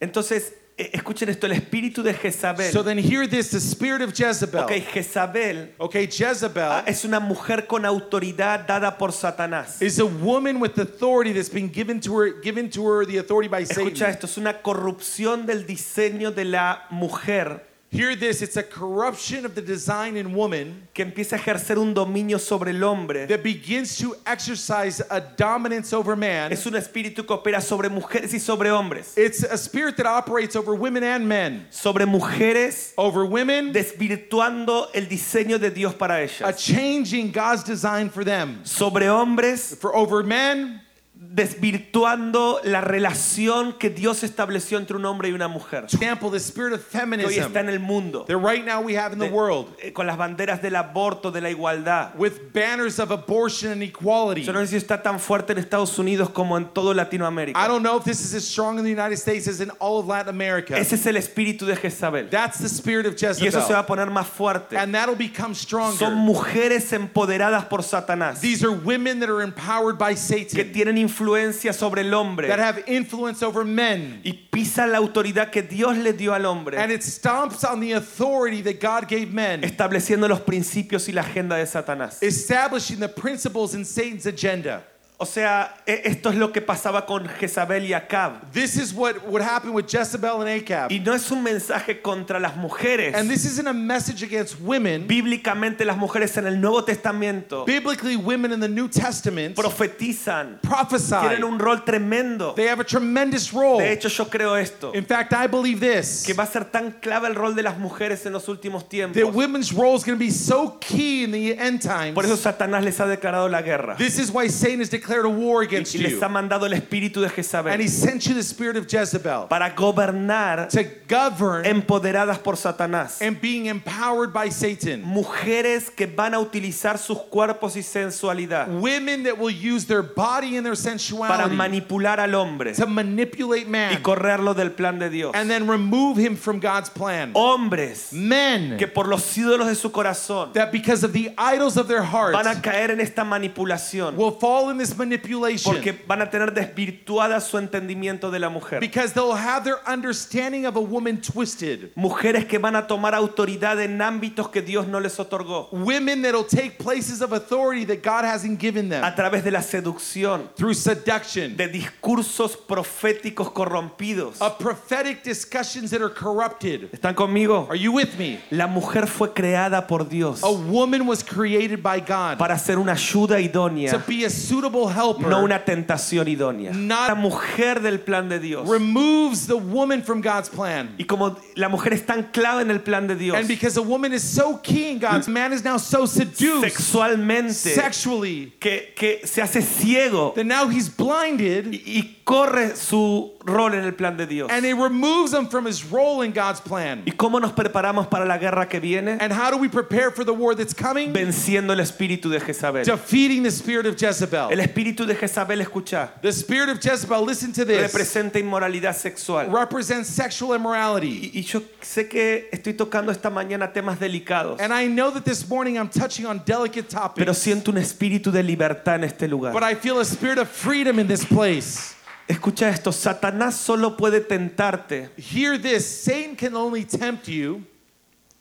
[SPEAKER 1] Entonces, e- escuchen esto, el espíritu de Jezabel.
[SPEAKER 2] So then hear this the spirit of
[SPEAKER 1] Ok,
[SPEAKER 2] Jezebel.
[SPEAKER 1] Jezabel
[SPEAKER 2] Okay,
[SPEAKER 1] ah,
[SPEAKER 2] Jezebel
[SPEAKER 1] es una mujer con autoridad dada por Satanás.
[SPEAKER 2] is a woman with authority that's been given to her given to her the authority by
[SPEAKER 1] Escucha
[SPEAKER 2] Satan.
[SPEAKER 1] esto, es una corrupción del diseño de la mujer
[SPEAKER 2] Hear this, it's a corruption of the design in woman
[SPEAKER 1] que empieza a ejercer un dominio sobre el hombre.
[SPEAKER 2] that begins to exercise a dominance over man.
[SPEAKER 1] Es un espíritu que opera sobre mujeres y sobre hombres.
[SPEAKER 2] It's a spirit that operates over women and men.
[SPEAKER 1] Sobre mujeres
[SPEAKER 2] Over women,
[SPEAKER 1] desvirtuando el diseño de Dios para
[SPEAKER 2] a
[SPEAKER 1] ellas.
[SPEAKER 2] changing God's design for them.
[SPEAKER 1] Sobre hombres
[SPEAKER 2] For over men,
[SPEAKER 1] desvirtuando la relación que Dios estableció entre un hombre y una mujer.
[SPEAKER 2] example, the spirit of
[SPEAKER 1] Que hoy está
[SPEAKER 2] feminism
[SPEAKER 1] en el mundo.
[SPEAKER 2] that right now we have in the
[SPEAKER 1] De-
[SPEAKER 2] world.
[SPEAKER 1] eh, con las banderas del aborto, de la igualdad.
[SPEAKER 2] with banners of abortion and equality.
[SPEAKER 1] Yo no sé si está tan fuerte en Estados Unidos como en todo
[SPEAKER 2] I
[SPEAKER 1] Latinoamérica.
[SPEAKER 2] don't know if this is as strong in the United States as in all of Latin America.
[SPEAKER 1] Ese es el espíritu de Jezabel.
[SPEAKER 2] That's the spirit of
[SPEAKER 1] Y eso se va
[SPEAKER 2] Jezebel.
[SPEAKER 1] a poner más fuerte.
[SPEAKER 2] And that'll become
[SPEAKER 1] Son
[SPEAKER 2] stronger.
[SPEAKER 1] mujeres empoderadas por Satanás
[SPEAKER 2] These are women that are empowered by
[SPEAKER 1] que
[SPEAKER 2] Satan,
[SPEAKER 1] tienen influencia sobre el
[SPEAKER 2] that
[SPEAKER 1] hombre
[SPEAKER 2] have influence over men.
[SPEAKER 1] y pisan la autoridad que Dios le dio al
[SPEAKER 2] And
[SPEAKER 1] hombre,
[SPEAKER 2] it stomps on the authority that God gave men,
[SPEAKER 1] estableciendo los principios y la agenda de Satanás.
[SPEAKER 2] establishing the principles in Satan's agenda.
[SPEAKER 1] O sea, e- esto es lo que pasaba con Jezabel y Acab.
[SPEAKER 2] This is what would happen with Jezebel and Ahab.
[SPEAKER 1] Y no es un mensaje contra las
[SPEAKER 2] And
[SPEAKER 1] mujeres.
[SPEAKER 2] this isn't a message against women.
[SPEAKER 1] Bíblicamente las mujeres en el Nuevo Testamento
[SPEAKER 2] Biblically, women in the New Testament
[SPEAKER 1] profetizan,
[SPEAKER 2] prophesy
[SPEAKER 1] tienen un rol tremendo.
[SPEAKER 2] They have a tremendous role.
[SPEAKER 1] De hecho, yo creo esto,
[SPEAKER 2] In fact, I believe this
[SPEAKER 1] que va a ser tan clave el rol de las mujeres en los últimos
[SPEAKER 2] that
[SPEAKER 1] tiempos.
[SPEAKER 2] women's role is going to be so key in the end times.
[SPEAKER 1] Por eso Satanás les ha declarado la guerra
[SPEAKER 2] This is why Satan has declared a war
[SPEAKER 1] y,
[SPEAKER 2] against
[SPEAKER 1] y les
[SPEAKER 2] you.
[SPEAKER 1] ha mandado el espíritu de
[SPEAKER 2] And he
[SPEAKER 1] Jezabel
[SPEAKER 2] sent you the spirit of Jezebel
[SPEAKER 1] para gobernar
[SPEAKER 2] to govern
[SPEAKER 1] empoderadas por Satanás.
[SPEAKER 2] and being empowered by Satan.
[SPEAKER 1] Mujeres que van a utilizar sus cuerpos y sensualidad
[SPEAKER 2] Women that will use their body and their
[SPEAKER 1] para
[SPEAKER 2] sensuality
[SPEAKER 1] manipular al hombre
[SPEAKER 2] to manipulate
[SPEAKER 1] y
[SPEAKER 2] man
[SPEAKER 1] correrlo del plan de Dios.
[SPEAKER 2] and then remove him from God's plan.
[SPEAKER 1] Hombres
[SPEAKER 2] Men
[SPEAKER 1] que por los ídolos de su corazón
[SPEAKER 2] that because of the idols of their
[SPEAKER 1] van a
[SPEAKER 2] hearts
[SPEAKER 1] caer en esta manipulación
[SPEAKER 2] will fall in this manipulation.
[SPEAKER 1] porque van a tener desvirtuada su entendimiento de la mujer.
[SPEAKER 2] Because they'll have their understanding of a woman twisted.
[SPEAKER 1] Mujeres que van a tomar autoridad en ámbitos que Dios no les otorgó
[SPEAKER 2] Women that'll take places of authority that God hasn't given them
[SPEAKER 1] a través de la seducción,
[SPEAKER 2] through seduction,
[SPEAKER 1] de discursos proféticos corrompidos.
[SPEAKER 2] of prophetic discussions that are corrupted.
[SPEAKER 1] ¿Están conmigo?
[SPEAKER 2] Are you with me?
[SPEAKER 1] La mujer fue creada por Dios
[SPEAKER 2] A woman was created by God
[SPEAKER 1] para ser una ayuda
[SPEAKER 2] to
[SPEAKER 1] idónea,
[SPEAKER 2] be a suitable helper.
[SPEAKER 1] no una tentación idónea.
[SPEAKER 2] Not-
[SPEAKER 1] La mujer del plan de Dios.
[SPEAKER 2] removes the woman from God's plan.
[SPEAKER 1] Y como la mujer es tan clave en el plan de Dios,
[SPEAKER 2] And because a woman is so keen, God's man is now so seduced
[SPEAKER 1] sexualmente,
[SPEAKER 2] sexually
[SPEAKER 1] que, que se hace ciego
[SPEAKER 2] that now he's blinded
[SPEAKER 1] y, y corre su rol en el plan de Dios.
[SPEAKER 2] and it removes him from his role in God's plan.
[SPEAKER 1] ¿Y cómo nos preparamos para la guerra que viene?
[SPEAKER 2] And how do we prepare for the war that's coming?
[SPEAKER 1] Venciendo el espíritu de Jezabel.
[SPEAKER 2] Defeating the spirit of
[SPEAKER 1] El
[SPEAKER 2] Jezebel.
[SPEAKER 1] espíritu de Jezabel, escucha,
[SPEAKER 2] The spirit of Jezebel, listen to this,
[SPEAKER 1] representa inmoralidad sexual.
[SPEAKER 2] represents sexual immorality.
[SPEAKER 1] Y, y yo sé que estoy tocando esta mañana temas delicados,
[SPEAKER 2] And I know that this morning I'm touching on delicate
[SPEAKER 1] pero
[SPEAKER 2] topics,
[SPEAKER 1] siento un espíritu de libertad en este
[SPEAKER 2] but
[SPEAKER 1] lugar.
[SPEAKER 2] I feel a spirit of freedom in this place.
[SPEAKER 1] Escucha esto, Satanás solo puede tentarte
[SPEAKER 2] Hear this Satan can only tempt you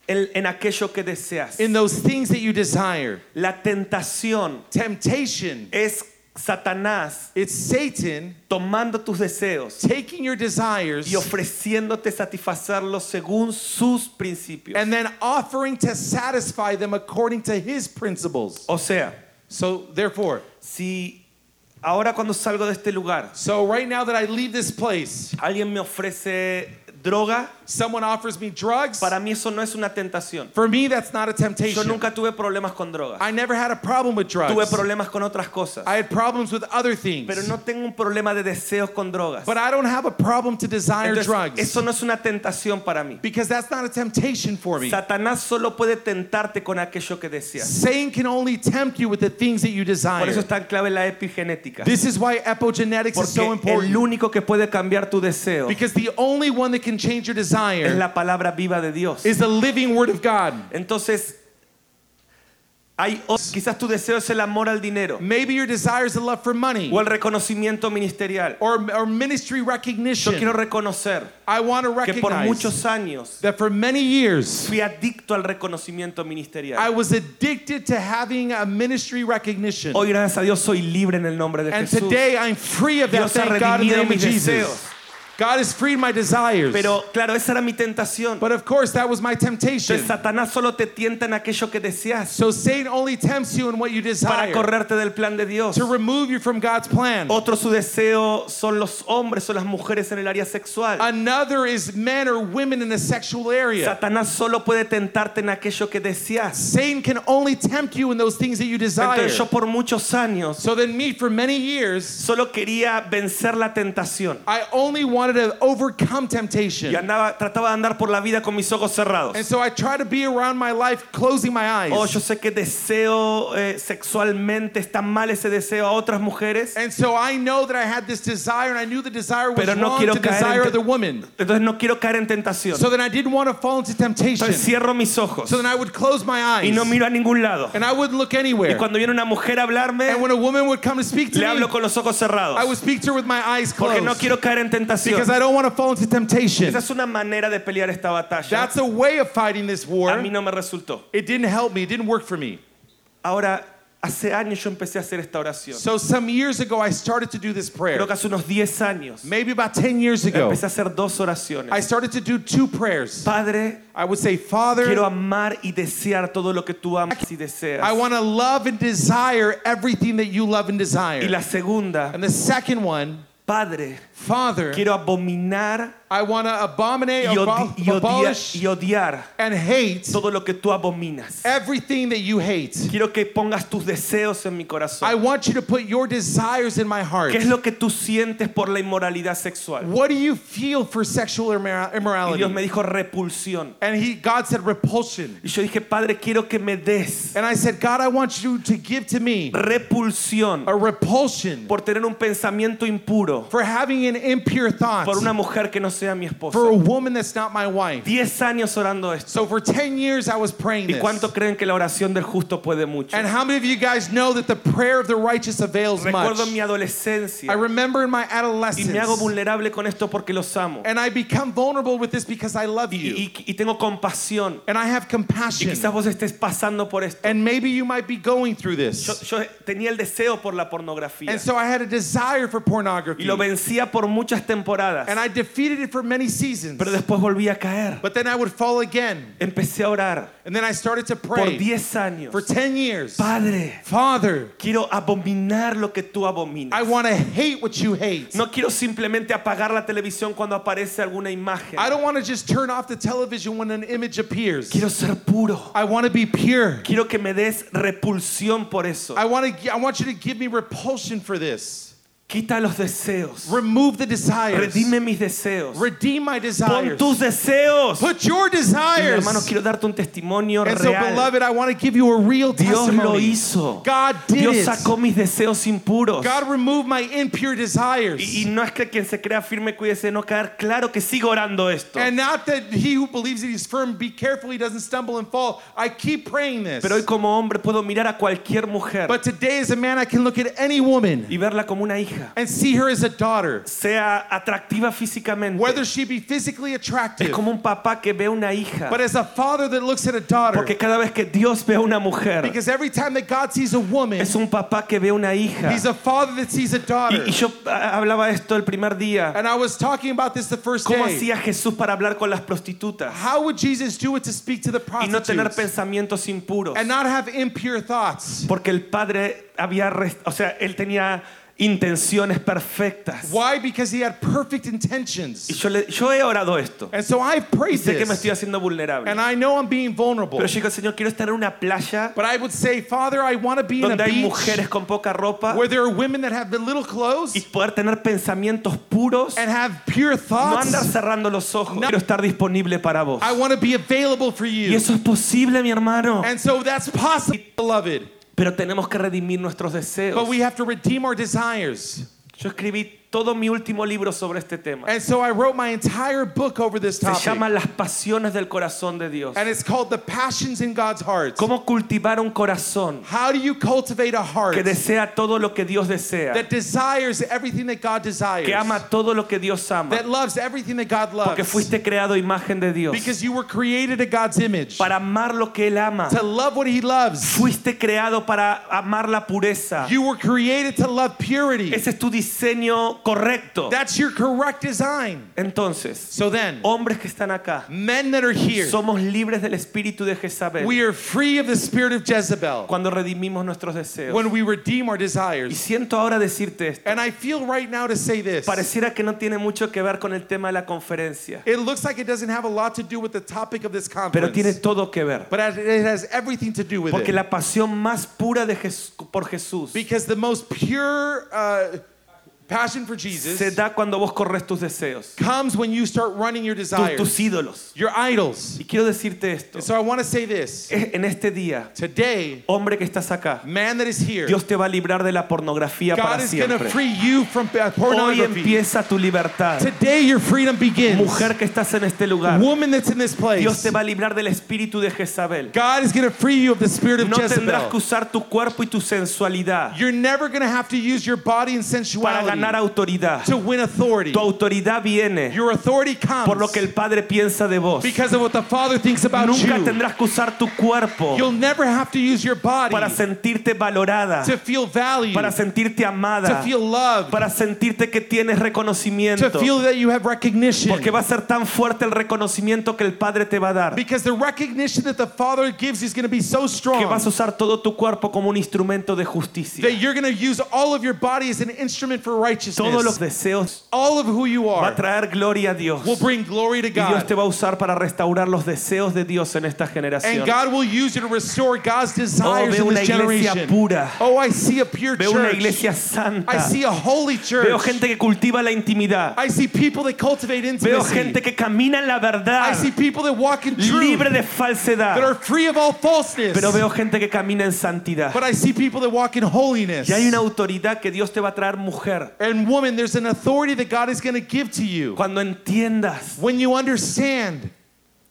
[SPEAKER 1] en, en aquello que deseas.
[SPEAKER 2] in those things that you desire.
[SPEAKER 1] La tentación
[SPEAKER 2] Temptation,
[SPEAKER 1] es Satanás
[SPEAKER 2] it's Satan
[SPEAKER 1] tomando tus deseos
[SPEAKER 2] taking your desires
[SPEAKER 1] y ofreciéndote satisfacerlos según sus principios.
[SPEAKER 2] and then offering to satisfy them according to his principles.
[SPEAKER 1] O sea,
[SPEAKER 2] So therefore,
[SPEAKER 1] Si ahora cuando salgo de este lugar,
[SPEAKER 2] so right now that I leave this place,
[SPEAKER 1] alguien me ofrece droga,
[SPEAKER 2] someone offers me drugs.
[SPEAKER 1] para mí eso no es una tentación.
[SPEAKER 2] For me, that's not a
[SPEAKER 1] Yo
[SPEAKER 2] temptation.
[SPEAKER 1] nunca tuve problemas con drogas.
[SPEAKER 2] I never had a problem with
[SPEAKER 1] Tuve
[SPEAKER 2] drugs.
[SPEAKER 1] problemas con otras cosas.
[SPEAKER 2] I had problems with other things.
[SPEAKER 1] Pero no tengo un problema de deseos con drogas.
[SPEAKER 2] But I don't have a problem to desire
[SPEAKER 1] Entonces,
[SPEAKER 2] drugs
[SPEAKER 1] eso no es una tentación para mí.
[SPEAKER 2] because that's not a temptation for me.
[SPEAKER 1] Satanás solo puede tentarte con aquello que deseas.
[SPEAKER 2] Satan can only tempt you with the things that you
[SPEAKER 1] Por eso
[SPEAKER 2] desire.
[SPEAKER 1] es tan clave la epigenética.
[SPEAKER 2] This is why epigenetics is so
[SPEAKER 1] Porque el
[SPEAKER 2] important
[SPEAKER 1] único que puede cambiar tu deseo
[SPEAKER 2] because the only one that can change your
[SPEAKER 1] es
[SPEAKER 2] desire
[SPEAKER 1] la palabra viva de Dios.
[SPEAKER 2] is the living word of God.
[SPEAKER 1] Entonces, hay o- quizás tu deseo es el amor al dinero
[SPEAKER 2] Maybe your desire is a love for money
[SPEAKER 1] o el reconocimiento ministerial.
[SPEAKER 2] or, or ministry
[SPEAKER 1] Yo quiero
[SPEAKER 2] recognition.
[SPEAKER 1] reconocer
[SPEAKER 2] I want to
[SPEAKER 1] que por
[SPEAKER 2] recognize
[SPEAKER 1] muchos años
[SPEAKER 2] that for many years
[SPEAKER 1] fui adicto al reconocimiento
[SPEAKER 2] I
[SPEAKER 1] ministerial.
[SPEAKER 2] was addicted to having a ministry recognition.
[SPEAKER 1] Hoy, gracias a Dios, soy libre en el nombre de
[SPEAKER 2] And
[SPEAKER 1] Jesús.
[SPEAKER 2] today I'm free of that.
[SPEAKER 1] Dios ha
[SPEAKER 2] Thank God in the
[SPEAKER 1] redimido
[SPEAKER 2] name of
[SPEAKER 1] mis
[SPEAKER 2] Jesus.
[SPEAKER 1] deseos.
[SPEAKER 2] God has freed my desires.
[SPEAKER 1] Pero claro, esa era mi tentación.
[SPEAKER 2] But of course, that was my temptation.
[SPEAKER 1] Entonces, Satanás solo te tienta en aquello que deseas
[SPEAKER 2] So Satan only tempts you in what you
[SPEAKER 1] para
[SPEAKER 2] desire
[SPEAKER 1] correrte del plan de Dios.
[SPEAKER 2] to remove you from God's plan.
[SPEAKER 1] Otro su deseo son los hombres o las mujeres en el área sexual.
[SPEAKER 2] Another is men or women in the sexual area.
[SPEAKER 1] Satanás solo puede tentarte en aquello que deseas.
[SPEAKER 2] Satan can only tempt you in those things that you desire.
[SPEAKER 1] Entonces yo por muchos años
[SPEAKER 2] So then, me, for many years,
[SPEAKER 1] solo quería vencer la tentación.
[SPEAKER 2] I only wanted to overcome
[SPEAKER 1] Y
[SPEAKER 2] temptation.
[SPEAKER 1] andaba, trataba de andar por la vida con mis ojos cerrados.
[SPEAKER 2] And so I try to be around my life, closing my
[SPEAKER 1] Oh,
[SPEAKER 2] eyes.
[SPEAKER 1] yo sé que deseo eh, sexualmente, está mal ese deseo a otras mujeres.
[SPEAKER 2] And so I know that I had this desire, and I knew the desire was
[SPEAKER 1] Pero no
[SPEAKER 2] wrong
[SPEAKER 1] quiero
[SPEAKER 2] to
[SPEAKER 1] caer en
[SPEAKER 2] desire
[SPEAKER 1] te-
[SPEAKER 2] other women.
[SPEAKER 1] Entonces no quiero caer en tentación.
[SPEAKER 2] So then I didn't want to fall into temptation.
[SPEAKER 1] Entonces
[SPEAKER 2] So
[SPEAKER 1] cierro mis ojos
[SPEAKER 2] then I would close my eyes.
[SPEAKER 1] y no miro a ningún lado.
[SPEAKER 2] And I wouldn't look
[SPEAKER 1] Y
[SPEAKER 2] anywhere.
[SPEAKER 1] cuando viene una mujer a hablarme,
[SPEAKER 2] And when a woman would come to speak to
[SPEAKER 1] le
[SPEAKER 2] me,
[SPEAKER 1] hablo con los ojos cerrados.
[SPEAKER 2] I would speak to her with my eyes
[SPEAKER 1] Porque
[SPEAKER 2] closed.
[SPEAKER 1] no quiero caer en tentación.
[SPEAKER 2] Because I don't want to fall into temptation.
[SPEAKER 1] Esa es una manera de pelear esta batalla.
[SPEAKER 2] That's a way of fighting this
[SPEAKER 1] A
[SPEAKER 2] war.
[SPEAKER 1] mí no me resultó.
[SPEAKER 2] It didn't help me. It didn't work for me.
[SPEAKER 1] Ahora, hace años yo empecé a hacer esta oración.
[SPEAKER 2] So some years ago, I started to do this prayer.
[SPEAKER 1] Creo que hace unos 10 años
[SPEAKER 2] Maybe about 10 years ago,
[SPEAKER 1] empecé a hacer dos
[SPEAKER 2] I
[SPEAKER 1] oraciones.
[SPEAKER 2] started to do two prayers.
[SPEAKER 1] Padre,
[SPEAKER 2] I would say, Father,
[SPEAKER 1] quiero amar y desear todo lo que tú amas y
[SPEAKER 2] I
[SPEAKER 1] deseas.
[SPEAKER 2] want to love and desire everything that you love and
[SPEAKER 1] Y
[SPEAKER 2] desire.
[SPEAKER 1] la segunda,
[SPEAKER 2] And the second one,
[SPEAKER 1] Padre,
[SPEAKER 2] Father,
[SPEAKER 1] quiero abominar
[SPEAKER 2] I want to abominate,
[SPEAKER 1] y, odi-
[SPEAKER 2] abol-
[SPEAKER 1] y odiar,
[SPEAKER 2] abolish,
[SPEAKER 1] y odiar
[SPEAKER 2] and hate
[SPEAKER 1] todo lo que tú abominas.
[SPEAKER 2] everything that you hate.
[SPEAKER 1] Quiero que pongas tus deseos en mi
[SPEAKER 2] I
[SPEAKER 1] corazón.
[SPEAKER 2] want you to put your desires in my heart.
[SPEAKER 1] ¿Qué es lo que tú sientes por la inmoralidad sexual?
[SPEAKER 2] What do you feel for sexual immora-
[SPEAKER 1] Y Dios me
[SPEAKER 2] immorality?
[SPEAKER 1] dijo repulsión.
[SPEAKER 2] And he, God said repulsion.
[SPEAKER 1] Y yo dije, Padre, quiero que me des
[SPEAKER 2] And I said, God, I want you to give to me
[SPEAKER 1] repulsión
[SPEAKER 2] a repulsion
[SPEAKER 1] por tener un pensamiento impuro
[SPEAKER 2] for having an impure thought
[SPEAKER 1] por una mujer que no sea mi esposa.
[SPEAKER 2] for a woman that's not my wife.
[SPEAKER 1] Diez años orando esto.
[SPEAKER 2] So for 10 years, I was praying
[SPEAKER 1] ¿Y
[SPEAKER 2] this.
[SPEAKER 1] cuánto creen que la oración del justo puede mucho?
[SPEAKER 2] And how many of you guys know that the prayer of the righteous avails much?
[SPEAKER 1] Recuerdo mi
[SPEAKER 2] I
[SPEAKER 1] adolescencia
[SPEAKER 2] remember in my
[SPEAKER 1] y me hago
[SPEAKER 2] adolescence,
[SPEAKER 1] vulnerable con esto porque los amo.
[SPEAKER 2] and I become vulnerable with this because I love
[SPEAKER 1] Y,
[SPEAKER 2] you,
[SPEAKER 1] y- y tengo compasión.
[SPEAKER 2] and I have
[SPEAKER 1] Y
[SPEAKER 2] compassion.
[SPEAKER 1] quizás vos estés pasando por esto.
[SPEAKER 2] And maybe you might be going through
[SPEAKER 1] Yo,
[SPEAKER 2] this.
[SPEAKER 1] yo tenía el deseo por la pornografía
[SPEAKER 2] And so I had a desire for
[SPEAKER 1] y
[SPEAKER 2] pornography,
[SPEAKER 1] lo vencía por muchas temporadas,
[SPEAKER 2] and I defeated it for many seasons.
[SPEAKER 1] pero después volví a caer.
[SPEAKER 2] But then I would fall again,
[SPEAKER 1] Empecé a orar
[SPEAKER 2] and then I started to
[SPEAKER 1] por
[SPEAKER 2] pray
[SPEAKER 1] 10 años.
[SPEAKER 2] for 10 years.
[SPEAKER 1] Padre,
[SPEAKER 2] Father,
[SPEAKER 1] quiero abominar lo que tú
[SPEAKER 2] I
[SPEAKER 1] abominas.
[SPEAKER 2] want to hate what you hate.
[SPEAKER 1] No quiero simplemente apagar la televisión cuando aparece alguna imagen.
[SPEAKER 2] I don't want to just turn off the television when an image appears.
[SPEAKER 1] Quiero ser puro.
[SPEAKER 2] I want to be pure.
[SPEAKER 1] Quiero que me des repulsión por eso.
[SPEAKER 2] I want to. I want you to give me repulsion for this.
[SPEAKER 1] Quita los deseos.
[SPEAKER 2] Remove the desires.
[SPEAKER 1] Redime mis deseos.
[SPEAKER 2] Redeem my
[SPEAKER 1] Pon
[SPEAKER 2] desires.
[SPEAKER 1] tus deseos.
[SPEAKER 2] Put your
[SPEAKER 1] Y,
[SPEAKER 2] desires.
[SPEAKER 1] hermanos, quiero darte un testimonio
[SPEAKER 2] And so,
[SPEAKER 1] real.
[SPEAKER 2] beloved, I want to give you a real
[SPEAKER 1] Dios
[SPEAKER 2] testimony.
[SPEAKER 1] lo hizo.
[SPEAKER 2] God did
[SPEAKER 1] Dios
[SPEAKER 2] it.
[SPEAKER 1] sacó mis deseos impuros.
[SPEAKER 2] God removed my impure desires.
[SPEAKER 1] Y, y no es que quien se crea firme cuídese de no caer. Claro que sigo orando esto.
[SPEAKER 2] and not that he who believes that he's firm, be careful he doesn't stumble and fall. I keep praying this.
[SPEAKER 1] Pero hoy como hombre puedo mirar a cualquier mujer E-
[SPEAKER 2] but today, as a man, I can look at any woman
[SPEAKER 1] y verla como una hija,
[SPEAKER 2] and see her as a daughter,
[SPEAKER 1] sea atractiva físicamente.
[SPEAKER 2] whether she be physically
[SPEAKER 1] Es
[SPEAKER 2] attractive,
[SPEAKER 1] como un papá que ve a una hija.
[SPEAKER 2] but as a father that looks at a daughter.
[SPEAKER 1] Porque cada vez que Dios ve a una mujer,
[SPEAKER 2] Because every time that God sees a woman,
[SPEAKER 1] es un papá que ve a una hija.
[SPEAKER 2] he's a father that sees a daughter.
[SPEAKER 1] Y, y yo ah, hablaba esto el primer día.
[SPEAKER 2] And I was talking about this the first
[SPEAKER 1] ¿Cómo
[SPEAKER 2] day.
[SPEAKER 1] hacía Jesús para hablar con las prostitutas
[SPEAKER 2] How would Jesus do it to speak to the
[SPEAKER 1] y no tener
[SPEAKER 2] prostitutes
[SPEAKER 1] pensamientos impuros?
[SPEAKER 2] and not have impure thoughts?
[SPEAKER 1] Porque el padre había, res- o sea, él tenía intenciones perfectas.
[SPEAKER 2] Why? Because he had perfect
[SPEAKER 1] Y
[SPEAKER 2] intentions.
[SPEAKER 1] yo, le- yo he orado esto.
[SPEAKER 2] And so I
[SPEAKER 1] Y
[SPEAKER 2] praise
[SPEAKER 1] sé que me
[SPEAKER 2] this.
[SPEAKER 1] estoy haciendo vulnerable.
[SPEAKER 2] And I know I'm being vulnerable.
[SPEAKER 1] Pero yo digo, Señor, quiero estar en una playa
[SPEAKER 2] But I would say, Father, I want to be in a
[SPEAKER 1] donde hay
[SPEAKER 2] beach
[SPEAKER 1] mujeres con poca ropa
[SPEAKER 2] where there are women that have little
[SPEAKER 1] y
[SPEAKER 2] clothes
[SPEAKER 1] poder tener pensamientos puros.
[SPEAKER 2] and have pure
[SPEAKER 1] No andar
[SPEAKER 2] thoughts.
[SPEAKER 1] cerrando los ojos. Quiero estar disponible para vos.
[SPEAKER 2] I want to be available for
[SPEAKER 1] Y
[SPEAKER 2] you.
[SPEAKER 1] eso es posible, mi hermano.
[SPEAKER 2] And so that's possible, beloved.
[SPEAKER 1] Pero tenemos que redimir nuestros deseos.
[SPEAKER 2] But we have to redeem our desires.
[SPEAKER 1] Yo escribí todo mi último libro sobre este tema.
[SPEAKER 2] And so I wrote my entire book over this
[SPEAKER 1] Se
[SPEAKER 2] topic.
[SPEAKER 1] llama Las pasiones del corazón de Dios.
[SPEAKER 2] And it's called The Passions in God's Heart.
[SPEAKER 1] ¿Cómo cultivar un corazón
[SPEAKER 2] How do you cultivate a heart
[SPEAKER 1] que desea todo lo que Dios desea?
[SPEAKER 2] that desires everything that God desires?
[SPEAKER 1] Que ama todo lo que Dios ama.
[SPEAKER 2] That loves everything that God loves.
[SPEAKER 1] Porque fuiste creado a imagen de Dios.
[SPEAKER 2] Because you were created in God's image.
[SPEAKER 1] Para amar lo que Él ama.
[SPEAKER 2] To love what He loves.
[SPEAKER 1] Fuiste creado para amar la pureza.
[SPEAKER 2] You were created to love purity.
[SPEAKER 1] Ese es tu diseño correcto.
[SPEAKER 2] That's your correct design.
[SPEAKER 1] Entonces,
[SPEAKER 2] So then,
[SPEAKER 1] hombres que están acá,
[SPEAKER 2] men that are here,
[SPEAKER 1] somos libres del espíritu de Jezabel
[SPEAKER 2] we are free of the spirit of Jezebel
[SPEAKER 1] cuando redimimos nuestros deseos.
[SPEAKER 2] when we redeem our
[SPEAKER 1] Y
[SPEAKER 2] desires.
[SPEAKER 1] siento ahora decirte esto.
[SPEAKER 2] And I feel right now to say this.
[SPEAKER 1] Pareciera que no tiene mucho que ver con el tema de la conferencia,
[SPEAKER 2] It looks like it doesn't have a lot to do with the topic of this
[SPEAKER 1] pero tiene
[SPEAKER 2] conference,
[SPEAKER 1] todo que ver.
[SPEAKER 2] but it has everything to do with
[SPEAKER 1] Porque
[SPEAKER 2] it.
[SPEAKER 1] la pasión más pura de Jes- por Jesús
[SPEAKER 2] Because the most pure uh, passion for
[SPEAKER 1] se
[SPEAKER 2] Jesus
[SPEAKER 1] da cuando vos corres tus deseos,
[SPEAKER 2] comes when you start running your
[SPEAKER 1] tu-
[SPEAKER 2] desires,
[SPEAKER 1] tus ídolos.
[SPEAKER 2] your idols.
[SPEAKER 1] Y quiero decirte esto.
[SPEAKER 2] And so I want to say this
[SPEAKER 1] Es- En este día,
[SPEAKER 2] today,
[SPEAKER 1] hombre que estás acá,
[SPEAKER 2] man that is here,
[SPEAKER 1] Dios te va a librar de la pornografía
[SPEAKER 2] God
[SPEAKER 1] para
[SPEAKER 2] is going to
[SPEAKER 1] siempre.
[SPEAKER 2] free you from uh,
[SPEAKER 1] Hoy
[SPEAKER 2] pornography.
[SPEAKER 1] empieza tu libertad.
[SPEAKER 2] Today, your freedom begins.
[SPEAKER 1] Mujer que estás en este lugar,
[SPEAKER 2] Woman that's in
[SPEAKER 1] Dios
[SPEAKER 2] this place,
[SPEAKER 1] te va a librar del espíritu de Jezabel.
[SPEAKER 2] God is going to free you of the spirit of
[SPEAKER 1] No tendrás que
[SPEAKER 2] Jezebel.
[SPEAKER 1] usar tu cuerpo y tu sensualidad
[SPEAKER 2] You're never going to have to use your body and
[SPEAKER 1] para
[SPEAKER 2] sensuality
[SPEAKER 1] ganar autoridad.
[SPEAKER 2] to win authority.
[SPEAKER 1] Tu autoridad viene
[SPEAKER 2] Your authority comes
[SPEAKER 1] por lo que el Padre piensa de vos.
[SPEAKER 2] because of what the Father thinks about
[SPEAKER 1] Nunca
[SPEAKER 2] you.
[SPEAKER 1] tendrás que usar tu cuerpo
[SPEAKER 2] You'll never have to use your body
[SPEAKER 1] para sentirte valorada,
[SPEAKER 2] to feel valued,
[SPEAKER 1] para sentirte
[SPEAKER 2] to
[SPEAKER 1] amada,
[SPEAKER 2] feel loved,
[SPEAKER 1] para sentirte que tienes
[SPEAKER 2] to
[SPEAKER 1] reconocimiento.
[SPEAKER 2] feel that you have recognition.
[SPEAKER 1] Porque va a ser tan fuerte el reconocimiento que el Padre te va a dar
[SPEAKER 2] Because the recognition that the Father gives is going to be so strong
[SPEAKER 1] que vas a usar todo tu cuerpo como un instrumento de justicia.
[SPEAKER 2] that you're going to use all of your body as an instrument for righteousness.
[SPEAKER 1] Todos los deseos
[SPEAKER 2] all of who you
[SPEAKER 1] va a
[SPEAKER 2] are
[SPEAKER 1] traer gloria a Dios.
[SPEAKER 2] will bring glory to
[SPEAKER 1] Y Dios
[SPEAKER 2] God.
[SPEAKER 1] te va a usar para restaurar los deseos de Dios en esta
[SPEAKER 2] And
[SPEAKER 1] generación.
[SPEAKER 2] God will use you to restore God's
[SPEAKER 1] Oh,
[SPEAKER 2] desires
[SPEAKER 1] veo
[SPEAKER 2] in
[SPEAKER 1] una
[SPEAKER 2] this
[SPEAKER 1] iglesia
[SPEAKER 2] generation.
[SPEAKER 1] pura.
[SPEAKER 2] Oh, I see a pure
[SPEAKER 1] Veo una
[SPEAKER 2] church.
[SPEAKER 1] iglesia
[SPEAKER 2] I
[SPEAKER 1] santa.
[SPEAKER 2] see a holy church.
[SPEAKER 1] Veo gente que cultiva la intimidad.
[SPEAKER 2] I see people that cultivate
[SPEAKER 1] Veo
[SPEAKER 2] intimacy.
[SPEAKER 1] gente que camina en la
[SPEAKER 2] I
[SPEAKER 1] verdad,
[SPEAKER 2] see people that walk in truth,
[SPEAKER 1] libre de
[SPEAKER 2] that are
[SPEAKER 1] falsedad.
[SPEAKER 2] free of all falseness.
[SPEAKER 1] Pero veo gente que camina en santidad.
[SPEAKER 2] but I see people that walk in holiness.
[SPEAKER 1] Y hay una autoridad que Dios te va a traer, mujer,
[SPEAKER 2] and woman, there's an authority that God is going to give to you
[SPEAKER 1] cuando entiendas
[SPEAKER 2] when you understand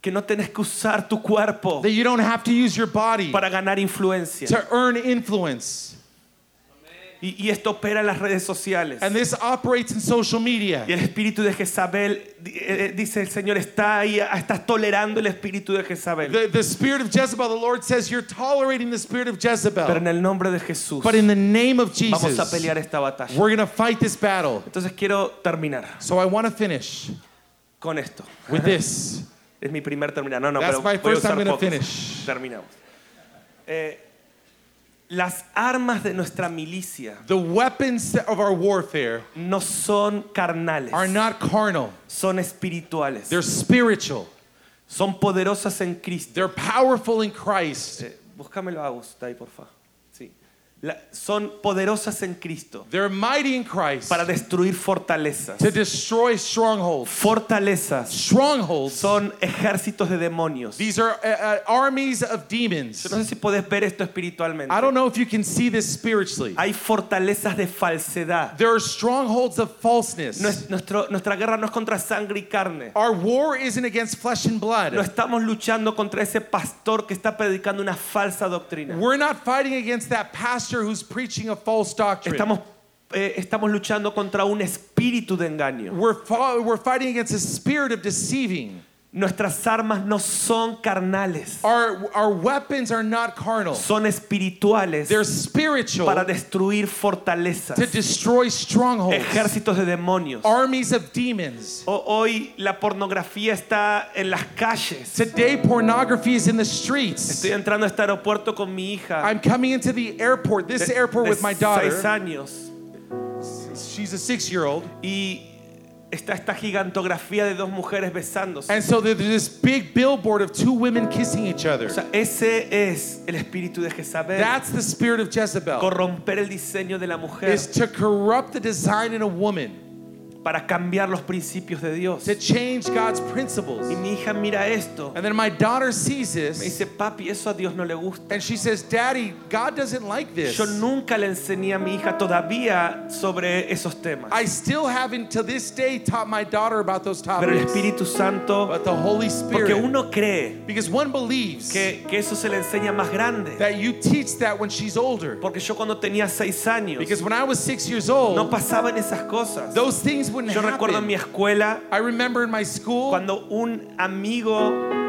[SPEAKER 1] que no tenés que usar tu cuerpo
[SPEAKER 2] that you don't have to use your body
[SPEAKER 1] para ganar influencia.
[SPEAKER 2] to earn influence.
[SPEAKER 1] Y, y esto opera en las redes sociales.
[SPEAKER 2] And this operates in social media.
[SPEAKER 1] Y el espíritu de Jezabel, di- eh, eh, dice el Señor, está ahí, ah, estás tolerando el espíritu de Jezabel.
[SPEAKER 2] The, the spirit of Jezebel, the Lord says, you're tolerating the spirit of Jezebel.
[SPEAKER 1] Pero en el nombre de Jesús
[SPEAKER 2] but in the name of
[SPEAKER 1] vamos a
[SPEAKER 2] Jesus,
[SPEAKER 1] pelear esta batalla.
[SPEAKER 2] we're going to fight this battle.
[SPEAKER 1] Entonces quiero terminar
[SPEAKER 2] So I want to finish
[SPEAKER 1] con esto.
[SPEAKER 2] with this.
[SPEAKER 1] Es mi primer terminar. No, no,
[SPEAKER 2] That's
[SPEAKER 1] pero
[SPEAKER 2] my
[SPEAKER 1] voy a
[SPEAKER 2] first
[SPEAKER 1] usar
[SPEAKER 2] I'm gonna
[SPEAKER 1] pocos.
[SPEAKER 2] finish.
[SPEAKER 1] Terminamos. Eh, las armas de nuestra milicia
[SPEAKER 2] The weapons of our warfare
[SPEAKER 1] no son carnales,
[SPEAKER 2] are not carnal,
[SPEAKER 1] son espirituales,
[SPEAKER 2] they're spiritual,
[SPEAKER 1] son poderosas en Cristo.
[SPEAKER 2] they're powerful in Christ,
[SPEAKER 1] Eh, búscamelo a Agustay, por favor. Sí. La- son poderosas en Cristo
[SPEAKER 2] they're mighty in Christ
[SPEAKER 1] para destruir fortalezas.
[SPEAKER 2] to destroy strongholds.
[SPEAKER 1] Fortalezas
[SPEAKER 2] Strongholds,
[SPEAKER 1] son ejércitos de demonios. Yo
[SPEAKER 2] these are uh, uh, armies of demons.
[SPEAKER 1] no sé si podés ver esto espiritualmente.
[SPEAKER 2] I don't know if you can see this spiritually.
[SPEAKER 1] Hay fortalezas de falsedad.
[SPEAKER 2] There are strongholds of falseness.
[SPEAKER 1] Nues- nuestro- nuestra guerra no es contra sangre y carne.
[SPEAKER 2] Our war isn't against flesh and
[SPEAKER 1] No
[SPEAKER 2] blood.
[SPEAKER 1] estamos luchando contra ese pastor que está predicando una falsa doctrina.
[SPEAKER 2] We're not fighting against that pastor who's preaching a false doctrine.
[SPEAKER 1] Estamos eh, estamos luchando contra un espíritu de engaño.
[SPEAKER 2] We're, fa- we're fighting against a spirit of deceiving.
[SPEAKER 1] Nuestras armas no son carnales,
[SPEAKER 2] Our, our weapons are not carnal,
[SPEAKER 1] son espirituales
[SPEAKER 2] they're spiritual
[SPEAKER 1] para destruir fortalezas,
[SPEAKER 2] to destroy strongholds,
[SPEAKER 1] ejércitos de demonios.
[SPEAKER 2] armies of demons.
[SPEAKER 1] O- Hoy la pornografía está en las calles.
[SPEAKER 2] Today, pornography is in the streets.
[SPEAKER 1] Estoy entrando a este aeropuerto con mi hija
[SPEAKER 2] I'm coming into the airport, this
[SPEAKER 1] de,
[SPEAKER 2] airport
[SPEAKER 1] de
[SPEAKER 2] with my
[SPEAKER 1] seis
[SPEAKER 2] daughter.
[SPEAKER 1] años
[SPEAKER 2] She's a six year old.
[SPEAKER 1] y está esta gigantografía de dos mujeres besándose.
[SPEAKER 2] And so there's this big billboard of two women kissing each other.
[SPEAKER 1] O sea, ese es el espíritu de Jezabel.
[SPEAKER 2] That's the spirit of Jezebel,
[SPEAKER 1] Corromper el diseño de la mujer
[SPEAKER 2] is to corrupt the design in a woman,
[SPEAKER 1] para cambiar los principios de Dios.
[SPEAKER 2] to change God's
[SPEAKER 1] Y
[SPEAKER 2] principles.
[SPEAKER 1] mi hija mira esto.
[SPEAKER 2] And then my daughter sees
[SPEAKER 1] Me
[SPEAKER 2] this,
[SPEAKER 1] dice, papi, eso a Dios no le gusta.
[SPEAKER 2] and she says, Daddy, God doesn't like this.
[SPEAKER 1] Yo nunca le enseñé a mi hija todavía sobre esos temas.
[SPEAKER 2] I still haven't to this day taught my daughter about those
[SPEAKER 1] Pero el
[SPEAKER 2] topics.
[SPEAKER 1] Espíritu Santo,
[SPEAKER 2] But the Holy
[SPEAKER 1] porque
[SPEAKER 2] Spirit,
[SPEAKER 1] uno cree
[SPEAKER 2] because one believes
[SPEAKER 1] que, que eso se le enseña más grande.
[SPEAKER 2] that you teach that when she's older.
[SPEAKER 1] Porque yo cuando tenía seis años
[SPEAKER 2] Because when I was six years
[SPEAKER 1] no
[SPEAKER 2] old,
[SPEAKER 1] pasaban esas cosas.
[SPEAKER 2] those things wouldn't
[SPEAKER 1] Yo recuerdo en mi
[SPEAKER 2] happen.
[SPEAKER 1] escuela
[SPEAKER 2] I remember in my school
[SPEAKER 1] cuando un amigo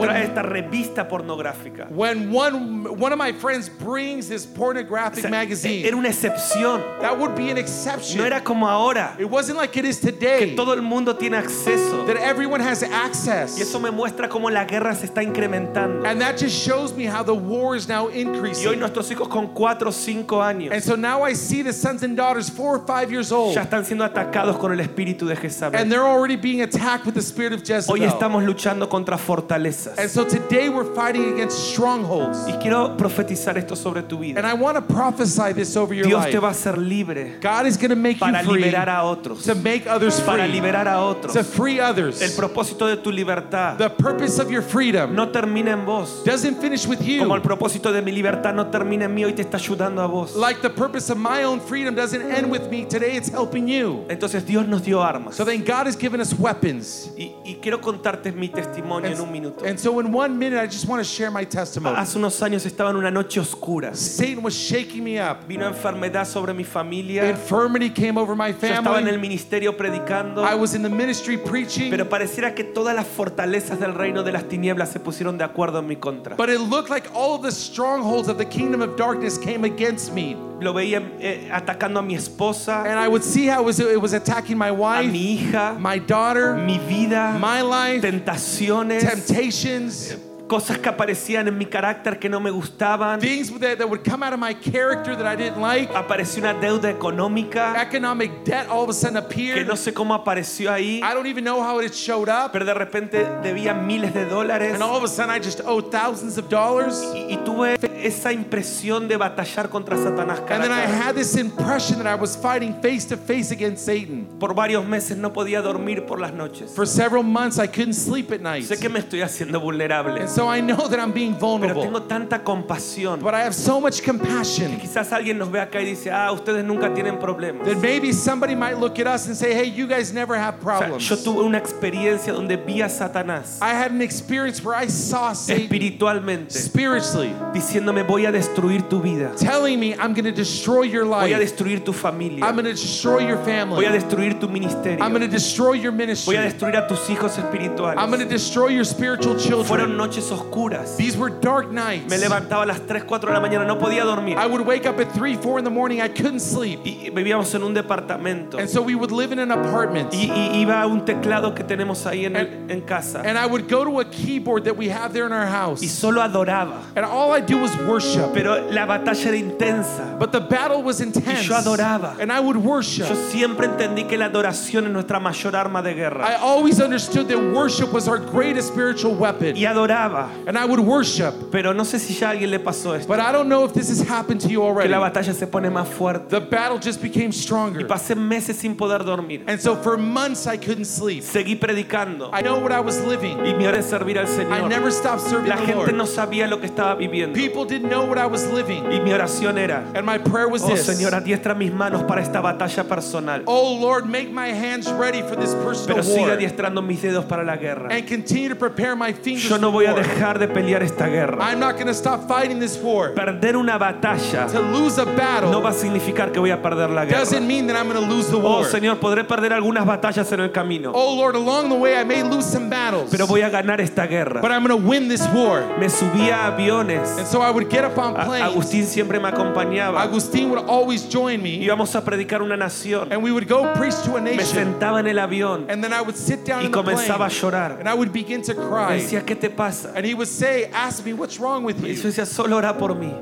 [SPEAKER 1] trae esta revista pornográfica.
[SPEAKER 2] when one one of my friends brings this
[SPEAKER 1] O
[SPEAKER 2] pornographic
[SPEAKER 1] sea,
[SPEAKER 2] magazine.
[SPEAKER 1] era una excepción.
[SPEAKER 2] That would be an exception.
[SPEAKER 1] No era como ahora.
[SPEAKER 2] it wasn't like it is today
[SPEAKER 1] Todo el mundo tiene acceso.
[SPEAKER 2] that everyone has
[SPEAKER 1] Y
[SPEAKER 2] access.
[SPEAKER 1] eso me muestra cómo la guerra se está incrementando.
[SPEAKER 2] And that just shows me how the war is now
[SPEAKER 1] Y hoy
[SPEAKER 2] increasing.
[SPEAKER 1] nuestros hijos con 4 o 5
[SPEAKER 2] And
[SPEAKER 1] años
[SPEAKER 2] so now I see the sons and daughters four or five years old,
[SPEAKER 1] ya están siendo atacados con el espíritu de
[SPEAKER 2] and
[SPEAKER 1] Jezabel.
[SPEAKER 2] they're already being attacked with the spirit of Jezebel.
[SPEAKER 1] Hoy estamos luchando contra
[SPEAKER 2] And
[SPEAKER 1] fortalezas.
[SPEAKER 2] so today we're fighting against strongholds.
[SPEAKER 1] Y quiero profetizar esto sobre tu vida.
[SPEAKER 2] And I want to prophesy this over your
[SPEAKER 1] Dios
[SPEAKER 2] life.
[SPEAKER 1] te va a hacer libre
[SPEAKER 2] God is going to make
[SPEAKER 1] para
[SPEAKER 2] you free
[SPEAKER 1] liberar a otros.
[SPEAKER 2] to make others
[SPEAKER 1] Para
[SPEAKER 2] free,
[SPEAKER 1] liberar a
[SPEAKER 2] to
[SPEAKER 1] otros.
[SPEAKER 2] free others.
[SPEAKER 1] El propósito de tu libertad
[SPEAKER 2] the purpose of your freedom
[SPEAKER 1] no termina en vos.
[SPEAKER 2] doesn't finish with you.
[SPEAKER 1] Como el propósito de mi libertad no termina en mí, hoy te está ayudando a vos.
[SPEAKER 2] Like the purpose of my own freedom doesn't end with me, today it's helping you.
[SPEAKER 1] Entonces Dios nos dio armas.
[SPEAKER 2] So then God has given us weapons.
[SPEAKER 1] Y, y quiero contarte mi testimonio en un minuto. Ah,
[SPEAKER 2] and so in one minute, I just want to share my testimony.
[SPEAKER 1] Hace unos años estaba en una noche oscura.
[SPEAKER 2] Satan was shaking me up.
[SPEAKER 1] Vino enfermedad sobre mi familia.
[SPEAKER 2] Infirmity came over my
[SPEAKER 1] Yo estaba en el
[SPEAKER 2] family.
[SPEAKER 1] ministerio predicando.
[SPEAKER 2] I was in the ministry preaching,
[SPEAKER 1] Pero pareciera que todas las fortalezas del reino de las tinieblas se pusieron de acuerdo en mi contra.
[SPEAKER 2] but it looked like all of the strongholds of the kingdom of darkness came against me.
[SPEAKER 1] Lo veía eh, atacando a mi esposa,
[SPEAKER 2] And I would see how it was, it was attacking my
[SPEAKER 1] a
[SPEAKER 2] wife,
[SPEAKER 1] mi hija,
[SPEAKER 2] my daughter,
[SPEAKER 1] mi vida,
[SPEAKER 2] my life,
[SPEAKER 1] tentaciones,
[SPEAKER 2] temptations,
[SPEAKER 1] cosas que aparecían en mi carácter que no me gustaban.
[SPEAKER 2] things that, that would come out of my character that I didn't like.
[SPEAKER 1] Apareció una deuda económica
[SPEAKER 2] economic debt all of a sudden
[SPEAKER 1] que
[SPEAKER 2] appeared.
[SPEAKER 1] no sé cómo apareció ahí,
[SPEAKER 2] I don't even know how it showed up.
[SPEAKER 1] pero de repente debía miles de dólares.
[SPEAKER 2] And all of a sudden, I just owed thousands of dollars.
[SPEAKER 1] Y, y tuve esa impresión de batallar contra Satanás. cara
[SPEAKER 2] And then
[SPEAKER 1] a
[SPEAKER 2] I
[SPEAKER 1] cara.
[SPEAKER 2] had this impression that I was fighting face to face against Satan.
[SPEAKER 1] Por varios meses no podía dormir por las noches.
[SPEAKER 2] For several months, I couldn't sleep at night.
[SPEAKER 1] Sé que me estoy haciendo vulnerable,
[SPEAKER 2] And so I know that I'm being
[SPEAKER 1] pero
[SPEAKER 2] vulnerable.
[SPEAKER 1] tengo tanta compasión.
[SPEAKER 2] But I have so much compassion
[SPEAKER 1] Quizás alguien nos ve acá y dice, ah, ustedes nunca tienen problemas.
[SPEAKER 2] that maybe somebody might look at us and say, hey, you guys never have
[SPEAKER 1] O sea,
[SPEAKER 2] problems.
[SPEAKER 1] yo tuve una experiencia donde vi a Satanás
[SPEAKER 2] I had an experience where I saw Satan
[SPEAKER 1] espiritualmente
[SPEAKER 2] spiritually
[SPEAKER 1] diciéndome, voy a destruir tu vida,
[SPEAKER 2] telling me, I'm going to destroy your
[SPEAKER 1] voy a
[SPEAKER 2] life,
[SPEAKER 1] destruir tu familia,
[SPEAKER 2] I'm going to destroy your
[SPEAKER 1] voy
[SPEAKER 2] family.
[SPEAKER 1] a destruir tu ministerio,
[SPEAKER 2] I'm going to destroy your
[SPEAKER 1] voy a
[SPEAKER 2] ministry.
[SPEAKER 1] destruir a tus hijos
[SPEAKER 2] I'm going
[SPEAKER 1] espirituales.
[SPEAKER 2] to destroy your spiritual
[SPEAKER 1] Fueron
[SPEAKER 2] children.
[SPEAKER 1] noches oscuras.
[SPEAKER 2] These were dark nights.
[SPEAKER 1] Me levantaba a las 3, 4 de la mañana, no podía dormir.
[SPEAKER 2] I would wake up at 3, 4 in the morning. I couldn't sleep.
[SPEAKER 1] Y y vivíamos en un departamento.
[SPEAKER 2] And so we would live in an apartment.
[SPEAKER 1] Y, y iba a un teclado que tenemos ahí en, el- en casa.
[SPEAKER 2] And I would go to a keyboard that we have there in our
[SPEAKER 1] Y
[SPEAKER 2] house.
[SPEAKER 1] solo adoraba.
[SPEAKER 2] And all I do was worship.
[SPEAKER 1] Pero la batalla era intensa.
[SPEAKER 2] But the battle was intense.
[SPEAKER 1] yo adoraba.
[SPEAKER 2] And I would
[SPEAKER 1] Yo
[SPEAKER 2] worship.
[SPEAKER 1] siempre entendí que la adoración es nuestra mayor arma de
[SPEAKER 2] I
[SPEAKER 1] guerra.
[SPEAKER 2] always understood that worship was our greatest spiritual weapon.
[SPEAKER 1] Y adoraba.
[SPEAKER 2] And I would worship.
[SPEAKER 1] Pero no sé si ya a alguien le pasó esto.
[SPEAKER 2] But I don't know if this has happened to you
[SPEAKER 1] Que
[SPEAKER 2] already.
[SPEAKER 1] la batalla se pone más fuerte.
[SPEAKER 2] The battle just became stronger.
[SPEAKER 1] Pasé meses sin poder dormir.
[SPEAKER 2] And so for months I couldn't sleep.
[SPEAKER 1] Seguí predicando.
[SPEAKER 2] I know what I was living.
[SPEAKER 1] Y mi hora es servir al
[SPEAKER 2] I
[SPEAKER 1] Señor.
[SPEAKER 2] never stopped serving
[SPEAKER 1] La
[SPEAKER 2] the
[SPEAKER 1] gente
[SPEAKER 2] Lord.
[SPEAKER 1] no sabía lo que estaba viviendo.
[SPEAKER 2] People didn't know what I was living.
[SPEAKER 1] Y mi oración era.
[SPEAKER 2] And my prayer was
[SPEAKER 1] Oh
[SPEAKER 2] this.
[SPEAKER 1] Señor, adiestra mis manos para esta batalla personal.
[SPEAKER 2] Oh Lord, make my hands ready for this
[SPEAKER 1] Pero
[SPEAKER 2] personal
[SPEAKER 1] sigue
[SPEAKER 2] war.
[SPEAKER 1] adiestrando mis dedos para la guerra.
[SPEAKER 2] And continue to prepare my fingers
[SPEAKER 1] Yo no voy a
[SPEAKER 2] for war.
[SPEAKER 1] dejar de pelear esta guerra.
[SPEAKER 2] I'm not going to stop fighting this war.
[SPEAKER 1] Perder una batalla
[SPEAKER 2] To lose a battle
[SPEAKER 1] no va a significar que voy a perder la guerra.
[SPEAKER 2] doesn't mean that I'm going to lose the
[SPEAKER 1] Oh
[SPEAKER 2] war.
[SPEAKER 1] Señor, podré perder algunas batallas en el camino,
[SPEAKER 2] Oh Lord, along the way I may lose some battles,
[SPEAKER 1] pero
[SPEAKER 2] but
[SPEAKER 1] voy a ganar esta guerra.
[SPEAKER 2] I'm going to win this war.
[SPEAKER 1] Me subía a
[SPEAKER 2] And
[SPEAKER 1] aviones.
[SPEAKER 2] so I would get up on
[SPEAKER 1] A-
[SPEAKER 2] planes.
[SPEAKER 1] Agustín siempre me acompañaba.
[SPEAKER 2] Agustin would always join me,
[SPEAKER 1] Íbamos a predicar una nación.
[SPEAKER 2] and we would go preach to a
[SPEAKER 1] Me
[SPEAKER 2] nation.
[SPEAKER 1] sentaba en el avión
[SPEAKER 2] And then I would sit down
[SPEAKER 1] y
[SPEAKER 2] in the
[SPEAKER 1] comenzaba a
[SPEAKER 2] plane,
[SPEAKER 1] llorar.
[SPEAKER 2] and I would begin to
[SPEAKER 1] Me
[SPEAKER 2] cry.
[SPEAKER 1] decía, ¿qué te pasa?
[SPEAKER 2] And he would say, "Ask me what's wrong with
[SPEAKER 1] Y yo
[SPEAKER 2] you,"
[SPEAKER 1] decía, solo ora por mí.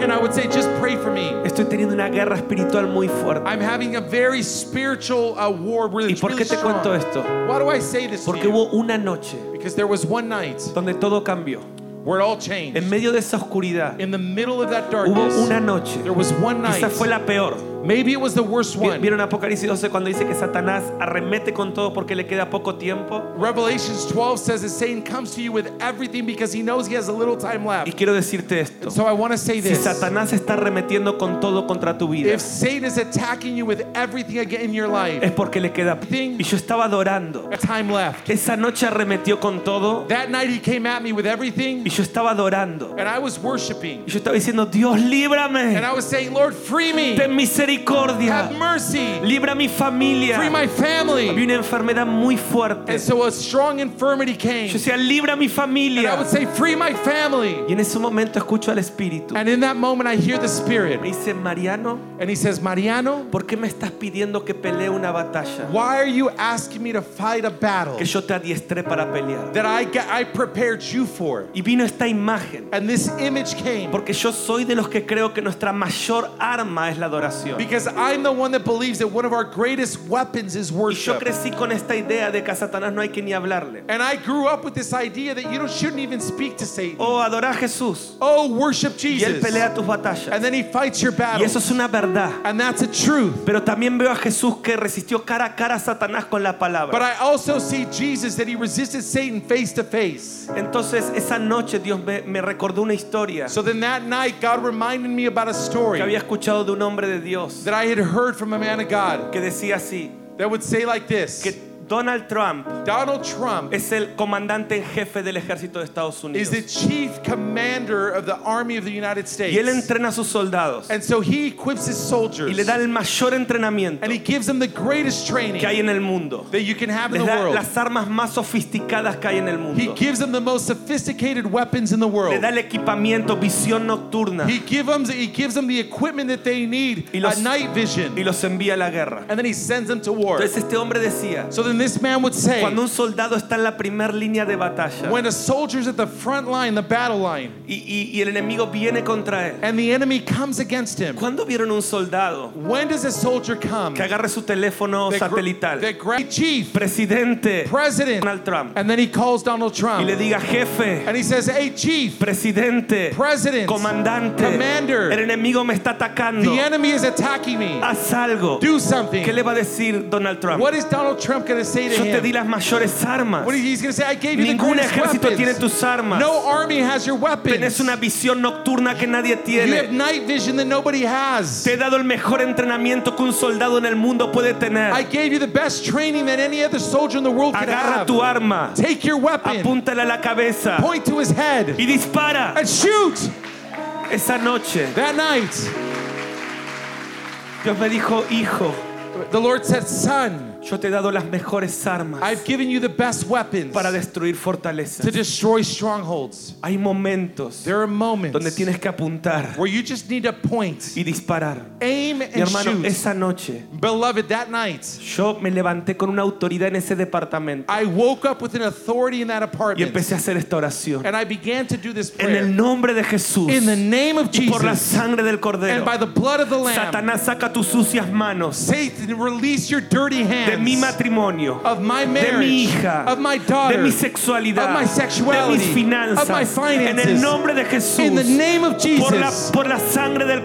[SPEAKER 2] and I would say, "Just pray for me.
[SPEAKER 1] Estoy teniendo una guerra espiritual muy fuerte.
[SPEAKER 2] I'm having a very spiritual uh, war really,
[SPEAKER 1] ¿Y por
[SPEAKER 2] really
[SPEAKER 1] qué te cuento
[SPEAKER 2] strong."
[SPEAKER 1] esto?
[SPEAKER 2] Why do I say this to
[SPEAKER 1] Porque
[SPEAKER 2] you?
[SPEAKER 1] hubo una noche
[SPEAKER 2] Because there was one night
[SPEAKER 1] donde todo cambió.
[SPEAKER 2] where it all changed.
[SPEAKER 1] En medio de esa oscuridad
[SPEAKER 2] In the middle of that
[SPEAKER 1] hubo una
[SPEAKER 2] darkness,
[SPEAKER 1] noche.
[SPEAKER 2] there was one
[SPEAKER 1] Esa fue
[SPEAKER 2] night.
[SPEAKER 1] la peor.
[SPEAKER 2] Maybe it was the worst
[SPEAKER 1] Vi-
[SPEAKER 2] one.
[SPEAKER 1] ¿Vieron Apocalipsis 12 cuando dice que Satanás arremete con todo porque le queda poco tiempo?
[SPEAKER 2] Revelations 12 says that Satan comes to you with everything because he knows he has a little time
[SPEAKER 1] Y
[SPEAKER 2] left.
[SPEAKER 1] quiero decirte esto.
[SPEAKER 2] So I want to say
[SPEAKER 1] Si
[SPEAKER 2] this.
[SPEAKER 1] Satanás está arremetiendo con todo contra tu vida,
[SPEAKER 2] If Satan is attacking you with everything again in your
[SPEAKER 1] es
[SPEAKER 2] life,
[SPEAKER 1] porque le queda... Y yo estaba adorando.
[SPEAKER 2] time left.
[SPEAKER 1] Esa noche arremetió con todo
[SPEAKER 2] That night he came at me with
[SPEAKER 1] y
[SPEAKER 2] everything
[SPEAKER 1] yo estaba adorando.
[SPEAKER 2] and I was worshiping.
[SPEAKER 1] Y yo estaba diciendo, Dios,
[SPEAKER 2] And
[SPEAKER 1] líbrame.
[SPEAKER 2] I was saying, Lord, free me.
[SPEAKER 1] Ten misericordia.
[SPEAKER 2] Have mercy.
[SPEAKER 1] Libra a mi familia.
[SPEAKER 2] Free my
[SPEAKER 1] Había
[SPEAKER 2] family.
[SPEAKER 1] una enfermedad muy fuerte.
[SPEAKER 2] And so a strong infirmity
[SPEAKER 1] Yo
[SPEAKER 2] came.
[SPEAKER 1] decía, libra a mi
[SPEAKER 2] And I
[SPEAKER 1] familia.
[SPEAKER 2] would say, free my family.
[SPEAKER 1] Y en ese momento escucho al Espíritu.
[SPEAKER 2] And in that moment, I hear the
[SPEAKER 1] Me
[SPEAKER 2] Spirit.
[SPEAKER 1] dice, Mariano,
[SPEAKER 2] And he says, Mariano,
[SPEAKER 1] ¿por qué me estás pidiendo que pelee una batalla?
[SPEAKER 2] why are you asking me to fight a battle
[SPEAKER 1] Que yo te adiestré para pelear.
[SPEAKER 2] that I, ga- I prepared you for?
[SPEAKER 1] Y vino esta imagen.
[SPEAKER 2] And this image came
[SPEAKER 1] Porque yo soy de los que creo que nuestra mayor arma es la adoración.
[SPEAKER 2] because I'm the one that believes that one of our greatest weapons is
[SPEAKER 1] Y yo
[SPEAKER 2] worship.
[SPEAKER 1] crecí con esta idea de que a Satanás no hay que ni hablarle.
[SPEAKER 2] And I grew up with this idea that you don't, shouldn't even speak to Satan.
[SPEAKER 1] Oh, adorá a Jesús.
[SPEAKER 2] Oh, worship
[SPEAKER 1] Y él
[SPEAKER 2] Jesus.
[SPEAKER 1] pelea tus batallas.
[SPEAKER 2] And then he fights your
[SPEAKER 1] Y eso
[SPEAKER 2] battle.
[SPEAKER 1] es una verdad.
[SPEAKER 2] And that's a truth.
[SPEAKER 1] Pero también veo a Jesús que resistió cara a cara a Satanás con la
[SPEAKER 2] But
[SPEAKER 1] palabra.
[SPEAKER 2] I also see Jesus that he resisted Satan face to face.
[SPEAKER 1] Entonces esa noche Dios me, me recordó una historia
[SPEAKER 2] So then that night, God reminded me about a
[SPEAKER 1] que había
[SPEAKER 2] story
[SPEAKER 1] escuchado de un hombre de Dios
[SPEAKER 2] that I had heard from a man of God
[SPEAKER 1] que decía así,
[SPEAKER 2] that would say like
[SPEAKER 1] que
[SPEAKER 2] this
[SPEAKER 1] Donald Trump
[SPEAKER 2] Donald Trump
[SPEAKER 1] es el comandante en jefe del ejército de Estados
[SPEAKER 2] is the
[SPEAKER 1] Unidos.
[SPEAKER 2] chief commander of the army of the United
[SPEAKER 1] Y él
[SPEAKER 2] States.
[SPEAKER 1] entrena a sus soldados
[SPEAKER 2] And so he equips his
[SPEAKER 1] y
[SPEAKER 2] soldiers
[SPEAKER 1] le da el mayor entrenamiento
[SPEAKER 2] and he gives them the greatest
[SPEAKER 1] que hay en
[SPEAKER 2] training
[SPEAKER 1] el mundo.
[SPEAKER 2] that you can have in
[SPEAKER 1] Les
[SPEAKER 2] the
[SPEAKER 1] da
[SPEAKER 2] world.
[SPEAKER 1] las armas más sofisticadas que hay en el
[SPEAKER 2] He
[SPEAKER 1] mundo.
[SPEAKER 2] gives them the most sophisticated weapons in the
[SPEAKER 1] Le
[SPEAKER 2] world.
[SPEAKER 1] da el equipamiento, visión nocturna
[SPEAKER 2] He, give them, he gives them the equipment that they need,
[SPEAKER 1] Y los-
[SPEAKER 2] a night vision.
[SPEAKER 1] y los envía a la guerra.
[SPEAKER 2] And then he sends them to war.
[SPEAKER 1] Entonces este hombre decía,
[SPEAKER 2] So then this man would say,
[SPEAKER 1] Cuando un soldado está en la primera línea de batalla
[SPEAKER 2] when a soldier's at the front line, the battle line,
[SPEAKER 1] y, y- y el enemigo viene contra él.
[SPEAKER 2] and the enemy comes against him,
[SPEAKER 1] ¿Cuándo vieron un soldado
[SPEAKER 2] when does a soldier come?
[SPEAKER 1] que agarre su teléfono
[SPEAKER 2] The gr- the
[SPEAKER 1] satelital?
[SPEAKER 2] great chief,
[SPEAKER 1] Presidente
[SPEAKER 2] president,
[SPEAKER 1] Donald Trump.
[SPEAKER 2] and then he calls Donald
[SPEAKER 1] Y
[SPEAKER 2] Trump,
[SPEAKER 1] le diga, jefe,
[SPEAKER 2] and he says, hey, chief,
[SPEAKER 1] presidente,
[SPEAKER 2] president,
[SPEAKER 1] comandante,
[SPEAKER 2] Commander.
[SPEAKER 1] el enemigo me está atacando.
[SPEAKER 2] the enemy is attacking me.
[SPEAKER 1] Haz algo.
[SPEAKER 2] Do something.
[SPEAKER 1] Ah, ¿Qué le va a decir Donald Trump?
[SPEAKER 2] What is Donald Trump going to say to
[SPEAKER 1] Yo te di
[SPEAKER 2] him?
[SPEAKER 1] las mayores armas.
[SPEAKER 2] What is he's going to say? I gave you the
[SPEAKER 1] Ningún
[SPEAKER 2] greatest
[SPEAKER 1] ejército tiene
[SPEAKER 2] weapons.
[SPEAKER 1] tus armas.
[SPEAKER 2] No army has your
[SPEAKER 1] Tenés
[SPEAKER 2] weapons.
[SPEAKER 1] una visión nocturna que nadie
[SPEAKER 2] You
[SPEAKER 1] tiene.
[SPEAKER 2] have night vision that nobody has.
[SPEAKER 1] Te he dado el mejor entrenamiento que un soldado en el mundo puede
[SPEAKER 2] I
[SPEAKER 1] tener.
[SPEAKER 2] gave you the best training that any other soldier in the world could
[SPEAKER 1] Agarra
[SPEAKER 2] have.
[SPEAKER 1] tu arma,
[SPEAKER 2] Take your weapon,
[SPEAKER 1] apúntala a la cabeza
[SPEAKER 2] point to his head,
[SPEAKER 1] y dispara.
[SPEAKER 2] and shoot!
[SPEAKER 1] Esa noche
[SPEAKER 2] That night,
[SPEAKER 1] Dios me dijo, hijo,
[SPEAKER 2] the Lord said, Son,
[SPEAKER 1] yo te he dado las mejores armas
[SPEAKER 2] I've given you the best weapons
[SPEAKER 1] para destruir
[SPEAKER 2] to
[SPEAKER 1] fortalezas.
[SPEAKER 2] destroy strongholds.
[SPEAKER 1] Hay momentos
[SPEAKER 2] There are
[SPEAKER 1] donde
[SPEAKER 2] moments
[SPEAKER 1] tienes que apuntar
[SPEAKER 2] where you just need to point,
[SPEAKER 1] y disparar.
[SPEAKER 2] aim,
[SPEAKER 1] Mi
[SPEAKER 2] and
[SPEAKER 1] hermano,
[SPEAKER 2] shoot.
[SPEAKER 1] esa noche
[SPEAKER 2] Beloved, that night,
[SPEAKER 1] yo me levanté con una autoridad en ese departamento
[SPEAKER 2] I woke up with an authority in that
[SPEAKER 1] y
[SPEAKER 2] apartment,
[SPEAKER 1] empecé a hacer esta oración.
[SPEAKER 2] and I began to do this
[SPEAKER 1] En el
[SPEAKER 2] prayer.
[SPEAKER 1] nombre de Jesús,
[SPEAKER 2] In the name of
[SPEAKER 1] por la
[SPEAKER 2] Jesus,
[SPEAKER 1] sangre del
[SPEAKER 2] and
[SPEAKER 1] Cordero.
[SPEAKER 2] by the blood of the Lamb,
[SPEAKER 1] Satanás saca tus sucias manos
[SPEAKER 2] Satan, release your dirty
[SPEAKER 1] de mi
[SPEAKER 2] hands
[SPEAKER 1] matrimonio,
[SPEAKER 2] of my
[SPEAKER 1] de mi
[SPEAKER 2] marriage,
[SPEAKER 1] hija,
[SPEAKER 2] of my
[SPEAKER 1] de mi
[SPEAKER 2] daughter,
[SPEAKER 1] sexualidad,
[SPEAKER 2] of my sexuality,
[SPEAKER 1] de mis finanzas,
[SPEAKER 2] of my
[SPEAKER 1] en el
[SPEAKER 2] finances.
[SPEAKER 1] nombre de Jesús,
[SPEAKER 2] in the name of
[SPEAKER 1] por, la,
[SPEAKER 2] Jesus,
[SPEAKER 1] por la sangre del
[SPEAKER 2] by the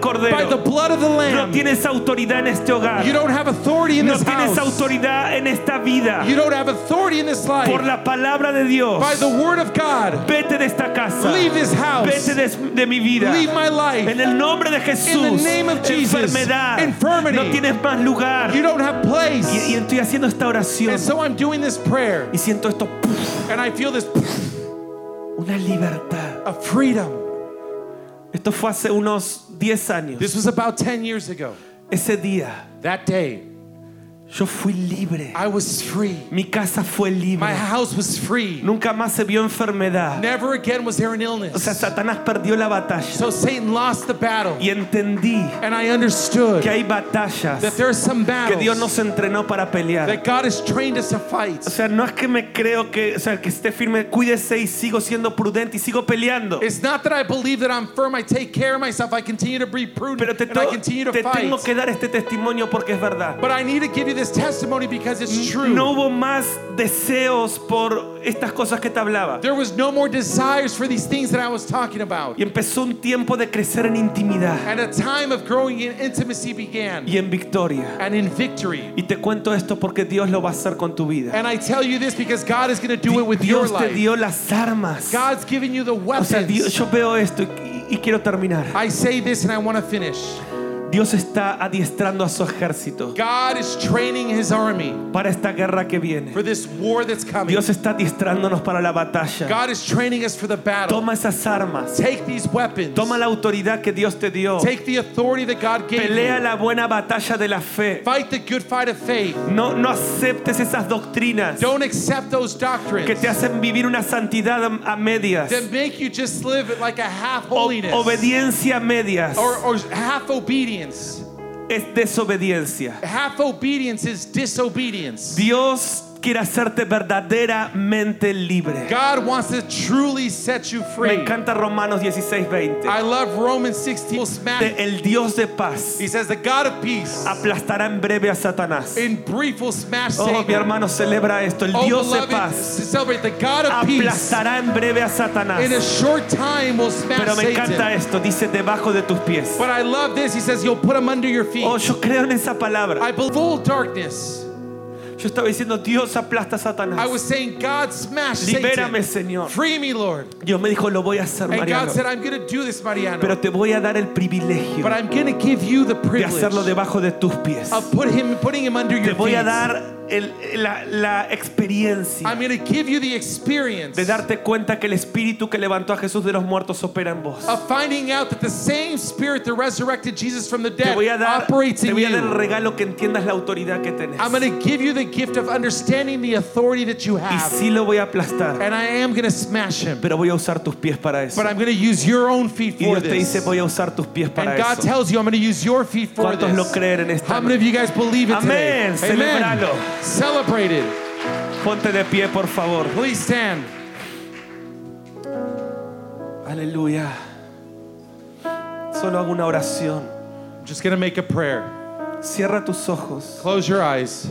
[SPEAKER 1] Cordero.
[SPEAKER 2] blood of the
[SPEAKER 1] No
[SPEAKER 2] Lamb.
[SPEAKER 1] tienes autoridad en este hogar,
[SPEAKER 2] You don't have authority in
[SPEAKER 1] no
[SPEAKER 2] this
[SPEAKER 1] tienes
[SPEAKER 2] house.
[SPEAKER 1] autoridad en esta vida,
[SPEAKER 2] You don't have authority in this
[SPEAKER 1] por
[SPEAKER 2] life.
[SPEAKER 1] la palabra de Dios.
[SPEAKER 2] By the word of God,
[SPEAKER 1] Vete de esta casa,
[SPEAKER 2] leave this house,
[SPEAKER 1] vete de, de mi vida.
[SPEAKER 2] leave my life.
[SPEAKER 1] En el nombre de Jesús,
[SPEAKER 2] name of Jesus,
[SPEAKER 1] enfermedad,
[SPEAKER 2] infirmity.
[SPEAKER 1] no tienes más lugar.
[SPEAKER 2] You don't have
[SPEAKER 1] Y, y
[SPEAKER 2] place.
[SPEAKER 1] estoy haciendo esta oración
[SPEAKER 2] And so I'm doing this prayer,
[SPEAKER 1] y siento esto, ¡puf!
[SPEAKER 2] and I feel this
[SPEAKER 1] una una libertad.
[SPEAKER 2] a freedom.
[SPEAKER 1] Esto fue hace unos 10 años.
[SPEAKER 2] This was about 10 years ago.
[SPEAKER 1] Ese día
[SPEAKER 2] That day,
[SPEAKER 1] yo fui libre.
[SPEAKER 2] I was free.
[SPEAKER 1] Mi casa fue
[SPEAKER 2] My
[SPEAKER 1] libre.
[SPEAKER 2] house was free.
[SPEAKER 1] Nunca más se vio enfermedad.
[SPEAKER 2] Never again was there an
[SPEAKER 1] O sea,
[SPEAKER 2] illness.
[SPEAKER 1] Satanás perdió la batalla.
[SPEAKER 2] So Satan lost the battle.
[SPEAKER 1] Y entendí
[SPEAKER 2] And I understood
[SPEAKER 1] que
[SPEAKER 2] that
[SPEAKER 1] hay batallas
[SPEAKER 2] there are some
[SPEAKER 1] que Dios
[SPEAKER 2] battles
[SPEAKER 1] nos entrenó para pelear.
[SPEAKER 2] that God has trained us to fight.
[SPEAKER 1] O sea, no es que me creo que, o sea, que esté firme, cuídese y sigo siendo prudente y sigo peleando.
[SPEAKER 2] It's not that I believe that I'm firm, I take care of myself, I continue to be prudent,
[SPEAKER 1] Pero te,
[SPEAKER 2] and I
[SPEAKER 1] to-
[SPEAKER 2] continue to
[SPEAKER 1] te tengo
[SPEAKER 2] fight.
[SPEAKER 1] que dar este testimonio porque es verdad.
[SPEAKER 2] But I need to give you this testimony because it's true.
[SPEAKER 1] No hubo más deseos por estas cosas que te hablaba.
[SPEAKER 2] There was no more desires for these things that I was talking about.
[SPEAKER 1] Y empezó un tiempo de crecer en intimidad
[SPEAKER 2] And a time of growing in intimacy began
[SPEAKER 1] y en victoria.
[SPEAKER 2] and in victory.
[SPEAKER 1] Y te cuento esto porque Dios lo va a hacer con tu vida.
[SPEAKER 2] And I tell you this because God is going to do it with your
[SPEAKER 1] Dios te
[SPEAKER 2] life.
[SPEAKER 1] dio las armas.
[SPEAKER 2] God's giving you the
[SPEAKER 1] O sea, Dios,
[SPEAKER 2] weapons.
[SPEAKER 1] yo veo esto y, y quiero terminar.
[SPEAKER 2] I say this and I want to finish.
[SPEAKER 1] Dios está adiestrando a su ejército
[SPEAKER 2] God is training his army
[SPEAKER 1] para esta guerra que viene.
[SPEAKER 2] for this war that's coming.
[SPEAKER 1] Dios está adiestrándonos para la batalla.
[SPEAKER 2] God is training us for the battle.
[SPEAKER 1] Toma esas armas.
[SPEAKER 2] Take these weapons.
[SPEAKER 1] Toma la autoridad que Dios te dio.
[SPEAKER 2] Take the authority that God gave
[SPEAKER 1] Pelea
[SPEAKER 2] you.
[SPEAKER 1] la buena batalla de la fe.
[SPEAKER 2] Fight the good fight of faith.
[SPEAKER 1] No, no aceptes esas doctrinas
[SPEAKER 2] Don't accept those doctrines
[SPEAKER 1] que te hacen vivir una santidad a a medias,
[SPEAKER 2] that make you just live like a half
[SPEAKER 1] O-
[SPEAKER 2] holiness
[SPEAKER 1] obediencia a medias,
[SPEAKER 2] or, or half obedience.
[SPEAKER 1] es desobediencia.
[SPEAKER 2] Half obedience is disobedience.
[SPEAKER 1] Dios quiere hacerte verdaderamente libre.
[SPEAKER 2] God wants to truly set you
[SPEAKER 1] Me
[SPEAKER 2] free.
[SPEAKER 1] encanta Romanos 16:20.
[SPEAKER 2] I love Romans 16. Will smack.
[SPEAKER 1] Te- El Dios de paz
[SPEAKER 2] He says, The God of peace
[SPEAKER 1] aplastará en breve a Satanás.
[SPEAKER 2] in brief will smash
[SPEAKER 1] Oh, mi
[SPEAKER 2] Satan.
[SPEAKER 1] hermano, celebra esto. El
[SPEAKER 2] Oh,
[SPEAKER 1] Dios de
[SPEAKER 2] beloved,
[SPEAKER 1] paz
[SPEAKER 2] c- celebrate the God of peace
[SPEAKER 1] aplastará en breve a
[SPEAKER 2] in a
[SPEAKER 1] Satanás.
[SPEAKER 2] short time will smash
[SPEAKER 1] Pero me encanta
[SPEAKER 2] Satan.
[SPEAKER 1] esto. Dice debajo de tus pies.
[SPEAKER 2] But I love this. He says, You'll put him under your feet.
[SPEAKER 1] Oh, yo creo en esa palabra.
[SPEAKER 2] I believe full darkness.
[SPEAKER 1] Yo estaba diciendo, Dios aplasta a
[SPEAKER 2] I
[SPEAKER 1] Satanás.
[SPEAKER 2] was saying, God smash
[SPEAKER 1] Libérame,
[SPEAKER 2] Satan.
[SPEAKER 1] Señor.
[SPEAKER 2] Free me, Lord.
[SPEAKER 1] Dios me dijo, lo voy a hacer,
[SPEAKER 2] And God
[SPEAKER 1] Mariano.
[SPEAKER 2] said, I'm going to do this, Mariano.
[SPEAKER 1] Pero te voy a dar el privilegio
[SPEAKER 2] but I'm going to give you the
[SPEAKER 1] de
[SPEAKER 2] privilege
[SPEAKER 1] hacerlo debajo de tus pies.
[SPEAKER 2] of put him, putting him under
[SPEAKER 1] Te
[SPEAKER 2] your
[SPEAKER 1] voy
[SPEAKER 2] feet.
[SPEAKER 1] a dar el- la, la
[SPEAKER 2] I'm
[SPEAKER 1] experiencia
[SPEAKER 2] going to give you the experience
[SPEAKER 1] de darte cuenta que el espíritu que levantó a Jesús de los muertos opera en vos.
[SPEAKER 2] of finding out that the same spirit that resurrected Jesus from the
[SPEAKER 1] Te
[SPEAKER 2] dead
[SPEAKER 1] voy a dar,
[SPEAKER 2] operates
[SPEAKER 1] te
[SPEAKER 2] in
[SPEAKER 1] voy a dar el
[SPEAKER 2] you.
[SPEAKER 1] regalo que entiendas la autoridad que tenés.
[SPEAKER 2] I'm going to give you the gift of understanding the authority that you
[SPEAKER 1] Y
[SPEAKER 2] have.
[SPEAKER 1] sí lo voy a aplastar,
[SPEAKER 2] And I am going to smash him.
[SPEAKER 1] pero voy a usar tus pies para eso.
[SPEAKER 2] But I'm going to use your own feet
[SPEAKER 1] Y
[SPEAKER 2] for
[SPEAKER 1] Dios te
[SPEAKER 2] this.
[SPEAKER 1] dice, voy a usar tus pies para
[SPEAKER 2] And God
[SPEAKER 1] eso.
[SPEAKER 2] tells you, I'm going to use your feet for
[SPEAKER 1] ¿Cuántos lo
[SPEAKER 2] this.
[SPEAKER 1] creen en
[SPEAKER 2] How
[SPEAKER 1] esta
[SPEAKER 2] many of you guys believe it
[SPEAKER 1] Amén.
[SPEAKER 2] today?
[SPEAKER 1] Celebralo.
[SPEAKER 2] Celebrate it.
[SPEAKER 1] Ponte de pie, por favor.
[SPEAKER 2] Please stand.
[SPEAKER 1] Aleluya. Solo hago una oración.
[SPEAKER 2] I'm just going to make a prayer.
[SPEAKER 1] Cierra tus ojos.
[SPEAKER 2] Close your eyes.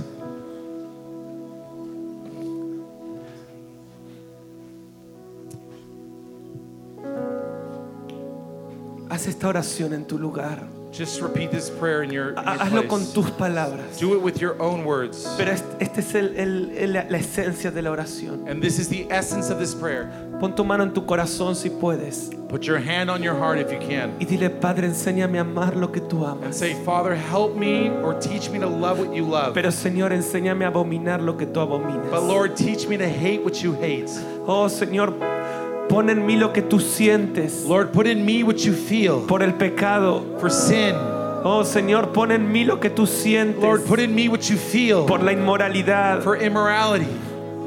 [SPEAKER 1] Haz esta oración en tu lugar.
[SPEAKER 2] Just repeat this prayer in your, in
[SPEAKER 1] Ha-
[SPEAKER 2] your
[SPEAKER 1] Hazlo con
[SPEAKER 2] place.
[SPEAKER 1] tus palabras.
[SPEAKER 2] Do it with your own words.
[SPEAKER 1] Pero esta este es el- el- el- la la esencia de la oración.
[SPEAKER 2] And this is the essence of this prayer.
[SPEAKER 1] Pon tu mano en tu corazón si puedes.
[SPEAKER 2] Put your hand on your heart if you can.
[SPEAKER 1] Y dile, Padre, enséñame a amar lo que tú
[SPEAKER 2] And
[SPEAKER 1] amas.
[SPEAKER 2] say, Father, help me or teach me to love what you love.
[SPEAKER 1] Pero Señor, enséñame a abominar lo que tú abominas.
[SPEAKER 2] But Lord, teach me to hate what you hate.
[SPEAKER 1] Oh Señor, pon en mí lo que tú sientes
[SPEAKER 2] Lord, put in me what you feel
[SPEAKER 1] por el pecado.
[SPEAKER 2] for sin.
[SPEAKER 1] Oh Señor, pon en mí lo que tú
[SPEAKER 2] Lord,
[SPEAKER 1] sientes
[SPEAKER 2] put in me what you feel
[SPEAKER 1] por la inmoralidad.
[SPEAKER 2] for immorality.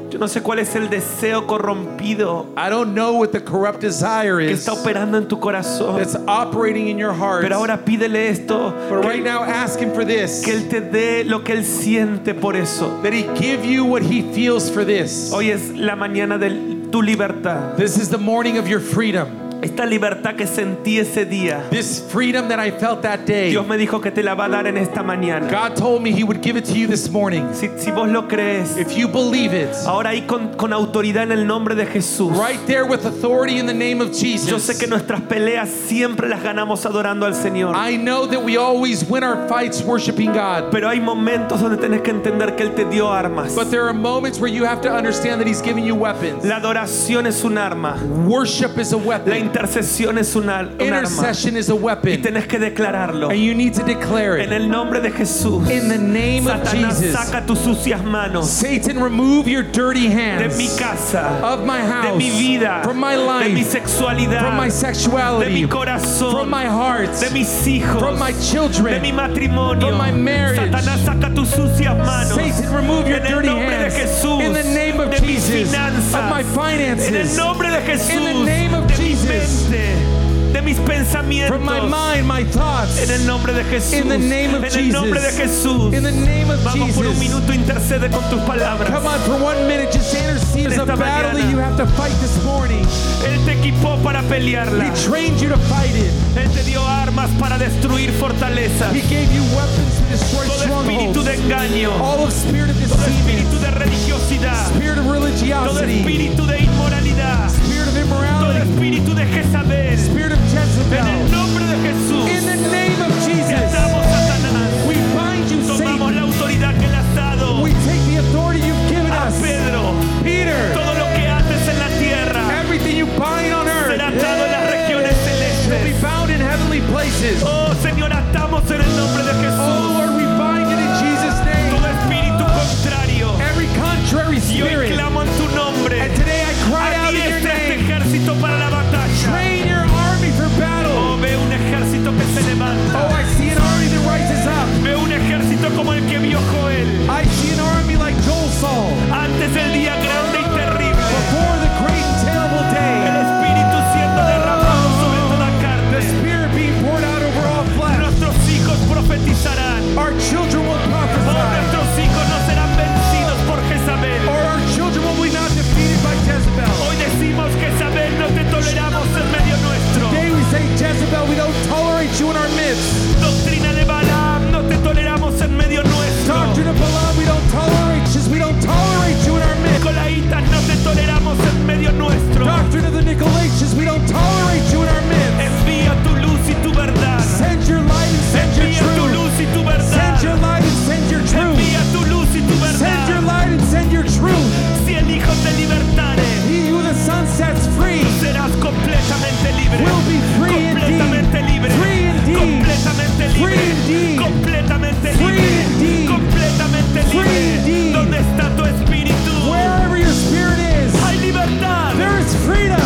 [SPEAKER 1] Yo no sé cuál es el deseo corrompido
[SPEAKER 2] I don't know what the corrupt desire
[SPEAKER 1] que
[SPEAKER 2] is
[SPEAKER 1] está operando en tu corazón.
[SPEAKER 2] that's operating in your heart.
[SPEAKER 1] Pero ahora pídele esto.
[SPEAKER 2] but
[SPEAKER 1] que-
[SPEAKER 2] right now, ask Him for this
[SPEAKER 1] Que Él te dé lo que Él siente por eso.
[SPEAKER 2] that He give you what He feels for this.
[SPEAKER 1] Hoy es la mañana de tu libertad.
[SPEAKER 2] This is the morning of your freedom.
[SPEAKER 1] Esta libertad que sentí ese día.
[SPEAKER 2] This freedom that I felt that day.
[SPEAKER 1] Dios me dijo que te la va a dar en esta mañana.
[SPEAKER 2] God told me He would give it to you this morning.
[SPEAKER 1] Si, si vos lo crees.
[SPEAKER 2] If you believe it,
[SPEAKER 1] Ahora ahí con, con autoridad en el nombre de Jesús.
[SPEAKER 2] right there with authority in the name of Jesus.
[SPEAKER 1] Yo sé que nuestras peleas siempre las ganamos adorando al Señor.
[SPEAKER 2] I know that we always win our fights worshiping God.
[SPEAKER 1] Pero hay momentos donde tenés que entender que Él te dio armas.
[SPEAKER 2] But there are moments where you have to understand that He's giving you weapons.
[SPEAKER 1] La adoración es un arma.
[SPEAKER 2] Worship is a
[SPEAKER 1] La
[SPEAKER 2] weapon.
[SPEAKER 1] intercesión es una, un arma.
[SPEAKER 2] Intercession is a
[SPEAKER 1] Y
[SPEAKER 2] weapon,
[SPEAKER 1] tenés que declararlo.
[SPEAKER 2] and you need to declare
[SPEAKER 1] En
[SPEAKER 2] it.
[SPEAKER 1] el nombre de Jesús.
[SPEAKER 2] In the name of
[SPEAKER 1] Satanás,
[SPEAKER 2] Jesus.
[SPEAKER 1] saca tus sucias manos
[SPEAKER 2] Satan, remove your dirty
[SPEAKER 1] de
[SPEAKER 2] hands
[SPEAKER 1] mi casa,
[SPEAKER 2] of my
[SPEAKER 1] de
[SPEAKER 2] house,
[SPEAKER 1] mi vida,
[SPEAKER 2] from my
[SPEAKER 1] de mi
[SPEAKER 2] life, from my
[SPEAKER 1] sexualidad, de mi
[SPEAKER 2] sexuality, from
[SPEAKER 1] corazón,
[SPEAKER 2] my heart,
[SPEAKER 1] de mis hijos,
[SPEAKER 2] from my
[SPEAKER 1] de mi
[SPEAKER 2] children.
[SPEAKER 1] matrimonio.
[SPEAKER 2] from my marriage.
[SPEAKER 1] Satanás, saca tus sucias manos.
[SPEAKER 2] Satan, remove your
[SPEAKER 1] En el
[SPEAKER 2] dirty
[SPEAKER 1] nombre de
[SPEAKER 2] hands.
[SPEAKER 1] Jesús,
[SPEAKER 2] In the name of
[SPEAKER 1] de mis
[SPEAKER 2] Jesus, of my
[SPEAKER 1] finanzas, en el
[SPEAKER 2] finances,
[SPEAKER 1] nombre de Jesús,
[SPEAKER 2] In the name of
[SPEAKER 1] de
[SPEAKER 2] Jesus.
[SPEAKER 1] mi mente, de mis pensamientos,
[SPEAKER 2] from my mind, my thoughts.
[SPEAKER 1] en el nombre de Jesús,
[SPEAKER 2] In the name of
[SPEAKER 1] en el nombre de
[SPEAKER 2] Jesus.
[SPEAKER 1] Jesús.
[SPEAKER 2] In the name of
[SPEAKER 1] Vamos por un
[SPEAKER 2] Jesus.
[SPEAKER 1] minuto, intercede con tus palabras.
[SPEAKER 2] Come on, for one minute, just intercede. It's a
[SPEAKER 1] Esta
[SPEAKER 2] battle
[SPEAKER 1] mañana.
[SPEAKER 2] that you have to fight this morning.
[SPEAKER 1] Él te equipó para pelearla.
[SPEAKER 2] He trained you to fight it.
[SPEAKER 1] Él te dio armas para destruir fortalezas.
[SPEAKER 2] He gave you weapons to destroy
[SPEAKER 1] Todo espíritu
[SPEAKER 2] strongholds.
[SPEAKER 1] de engaño,
[SPEAKER 2] All of spirit of
[SPEAKER 1] todo espíritu
[SPEAKER 2] deceiving,
[SPEAKER 1] de religiosidad,
[SPEAKER 2] spirit of
[SPEAKER 1] todo
[SPEAKER 2] religiosity,
[SPEAKER 1] espíritu de inmoralidad,
[SPEAKER 2] spirit of
[SPEAKER 1] todo
[SPEAKER 2] immorality,
[SPEAKER 1] espíritu de Jezabel.
[SPEAKER 2] spirit of
[SPEAKER 1] En el
[SPEAKER 2] Jezebel.
[SPEAKER 1] nombre de
[SPEAKER 2] In
[SPEAKER 1] Jesús,
[SPEAKER 2] the name of Jesus,
[SPEAKER 1] atamos Satanás.
[SPEAKER 2] we bind you,
[SPEAKER 1] Tomamos
[SPEAKER 2] Satan.
[SPEAKER 1] la autoridad que le has dado
[SPEAKER 2] We take the authority you've given
[SPEAKER 1] a
[SPEAKER 2] us.
[SPEAKER 1] Pedro.
[SPEAKER 2] Peter,
[SPEAKER 1] Todo lo que haces en la tierra
[SPEAKER 2] everything you bind on
[SPEAKER 1] será
[SPEAKER 2] earth
[SPEAKER 1] atado en las regiones
[SPEAKER 2] shall be
[SPEAKER 1] celestes.
[SPEAKER 2] bound in heavenly places.
[SPEAKER 1] Oh Señor, atamos en el nombre de Jesús.
[SPEAKER 2] Oh Lord, we bind it in Jesus' name.
[SPEAKER 1] todo espíritu contrario.
[SPEAKER 2] Every contrary
[SPEAKER 1] Y hoy
[SPEAKER 2] spirit.
[SPEAKER 1] clamo en tu nombre.
[SPEAKER 2] And today I cry out in your
[SPEAKER 1] Adiestra este
[SPEAKER 2] name.
[SPEAKER 1] ejército para la batalla.
[SPEAKER 2] Train your army for battle.
[SPEAKER 1] Oh, ve un ejército que se
[SPEAKER 2] Oh,
[SPEAKER 1] levanta.
[SPEAKER 2] I see an army that rises up.
[SPEAKER 1] Ve un ejército como el que vio Joel.
[SPEAKER 2] I see an army like Joel saw
[SPEAKER 1] Antes del día grande y terrible.
[SPEAKER 2] before the great and terrible
[SPEAKER 1] El
[SPEAKER 2] day.
[SPEAKER 1] espíritu siendo derramado sobre toda
[SPEAKER 2] The
[SPEAKER 1] carne.
[SPEAKER 2] spirit being poured out over all flesh.
[SPEAKER 1] Nuestros hijos profetizarán.
[SPEAKER 2] Our children will
[SPEAKER 1] Oh,
[SPEAKER 2] prophesy.
[SPEAKER 1] nuestros hijos no serán vencidos por Jezabel.
[SPEAKER 2] Or our children will be not defeated by Jezebel.
[SPEAKER 1] Hoy decimos Jezabel, no te toleramos en medio nuestro.
[SPEAKER 2] Today we say, Jezebel, we don't tolerate you in our midst.
[SPEAKER 1] Doctrina de Balaam, no te toleramos en medio nuestro.
[SPEAKER 2] Doctrine of Balaam, we don't tolerate you. We don't tolerate you in our midst.
[SPEAKER 1] Nicolaitas, no te toleramos en medio nuestro.
[SPEAKER 2] Doctrine of the Nicolaitans, we don't tolerate you in our midst.
[SPEAKER 1] Envía tu luz y tu verdad.
[SPEAKER 2] Send your light and send your
[SPEAKER 1] Envía tu
[SPEAKER 2] truth.
[SPEAKER 1] luz y tu verdad.
[SPEAKER 2] Send your light and send your truth.
[SPEAKER 1] Envía tu luz y tu
[SPEAKER 2] Send your
[SPEAKER 1] verdad.
[SPEAKER 2] light and send your truth.
[SPEAKER 1] Si el Hijo te libertare,
[SPEAKER 2] He who the sun sets free
[SPEAKER 1] serás completamente libre.
[SPEAKER 2] will be free
[SPEAKER 1] Completamente
[SPEAKER 2] indeed.
[SPEAKER 1] libre.
[SPEAKER 2] Free indeed.
[SPEAKER 1] Completamente
[SPEAKER 2] Free
[SPEAKER 1] libre.
[SPEAKER 2] indeed.
[SPEAKER 1] Completamente
[SPEAKER 2] Free
[SPEAKER 1] libre.
[SPEAKER 2] indeed.
[SPEAKER 1] Completamente
[SPEAKER 2] Free
[SPEAKER 1] libre.
[SPEAKER 2] indeed.
[SPEAKER 1] ¿Dónde está tu espíritu?
[SPEAKER 2] Wherever your spirit is,
[SPEAKER 1] Hay libertad.
[SPEAKER 2] there is freedom.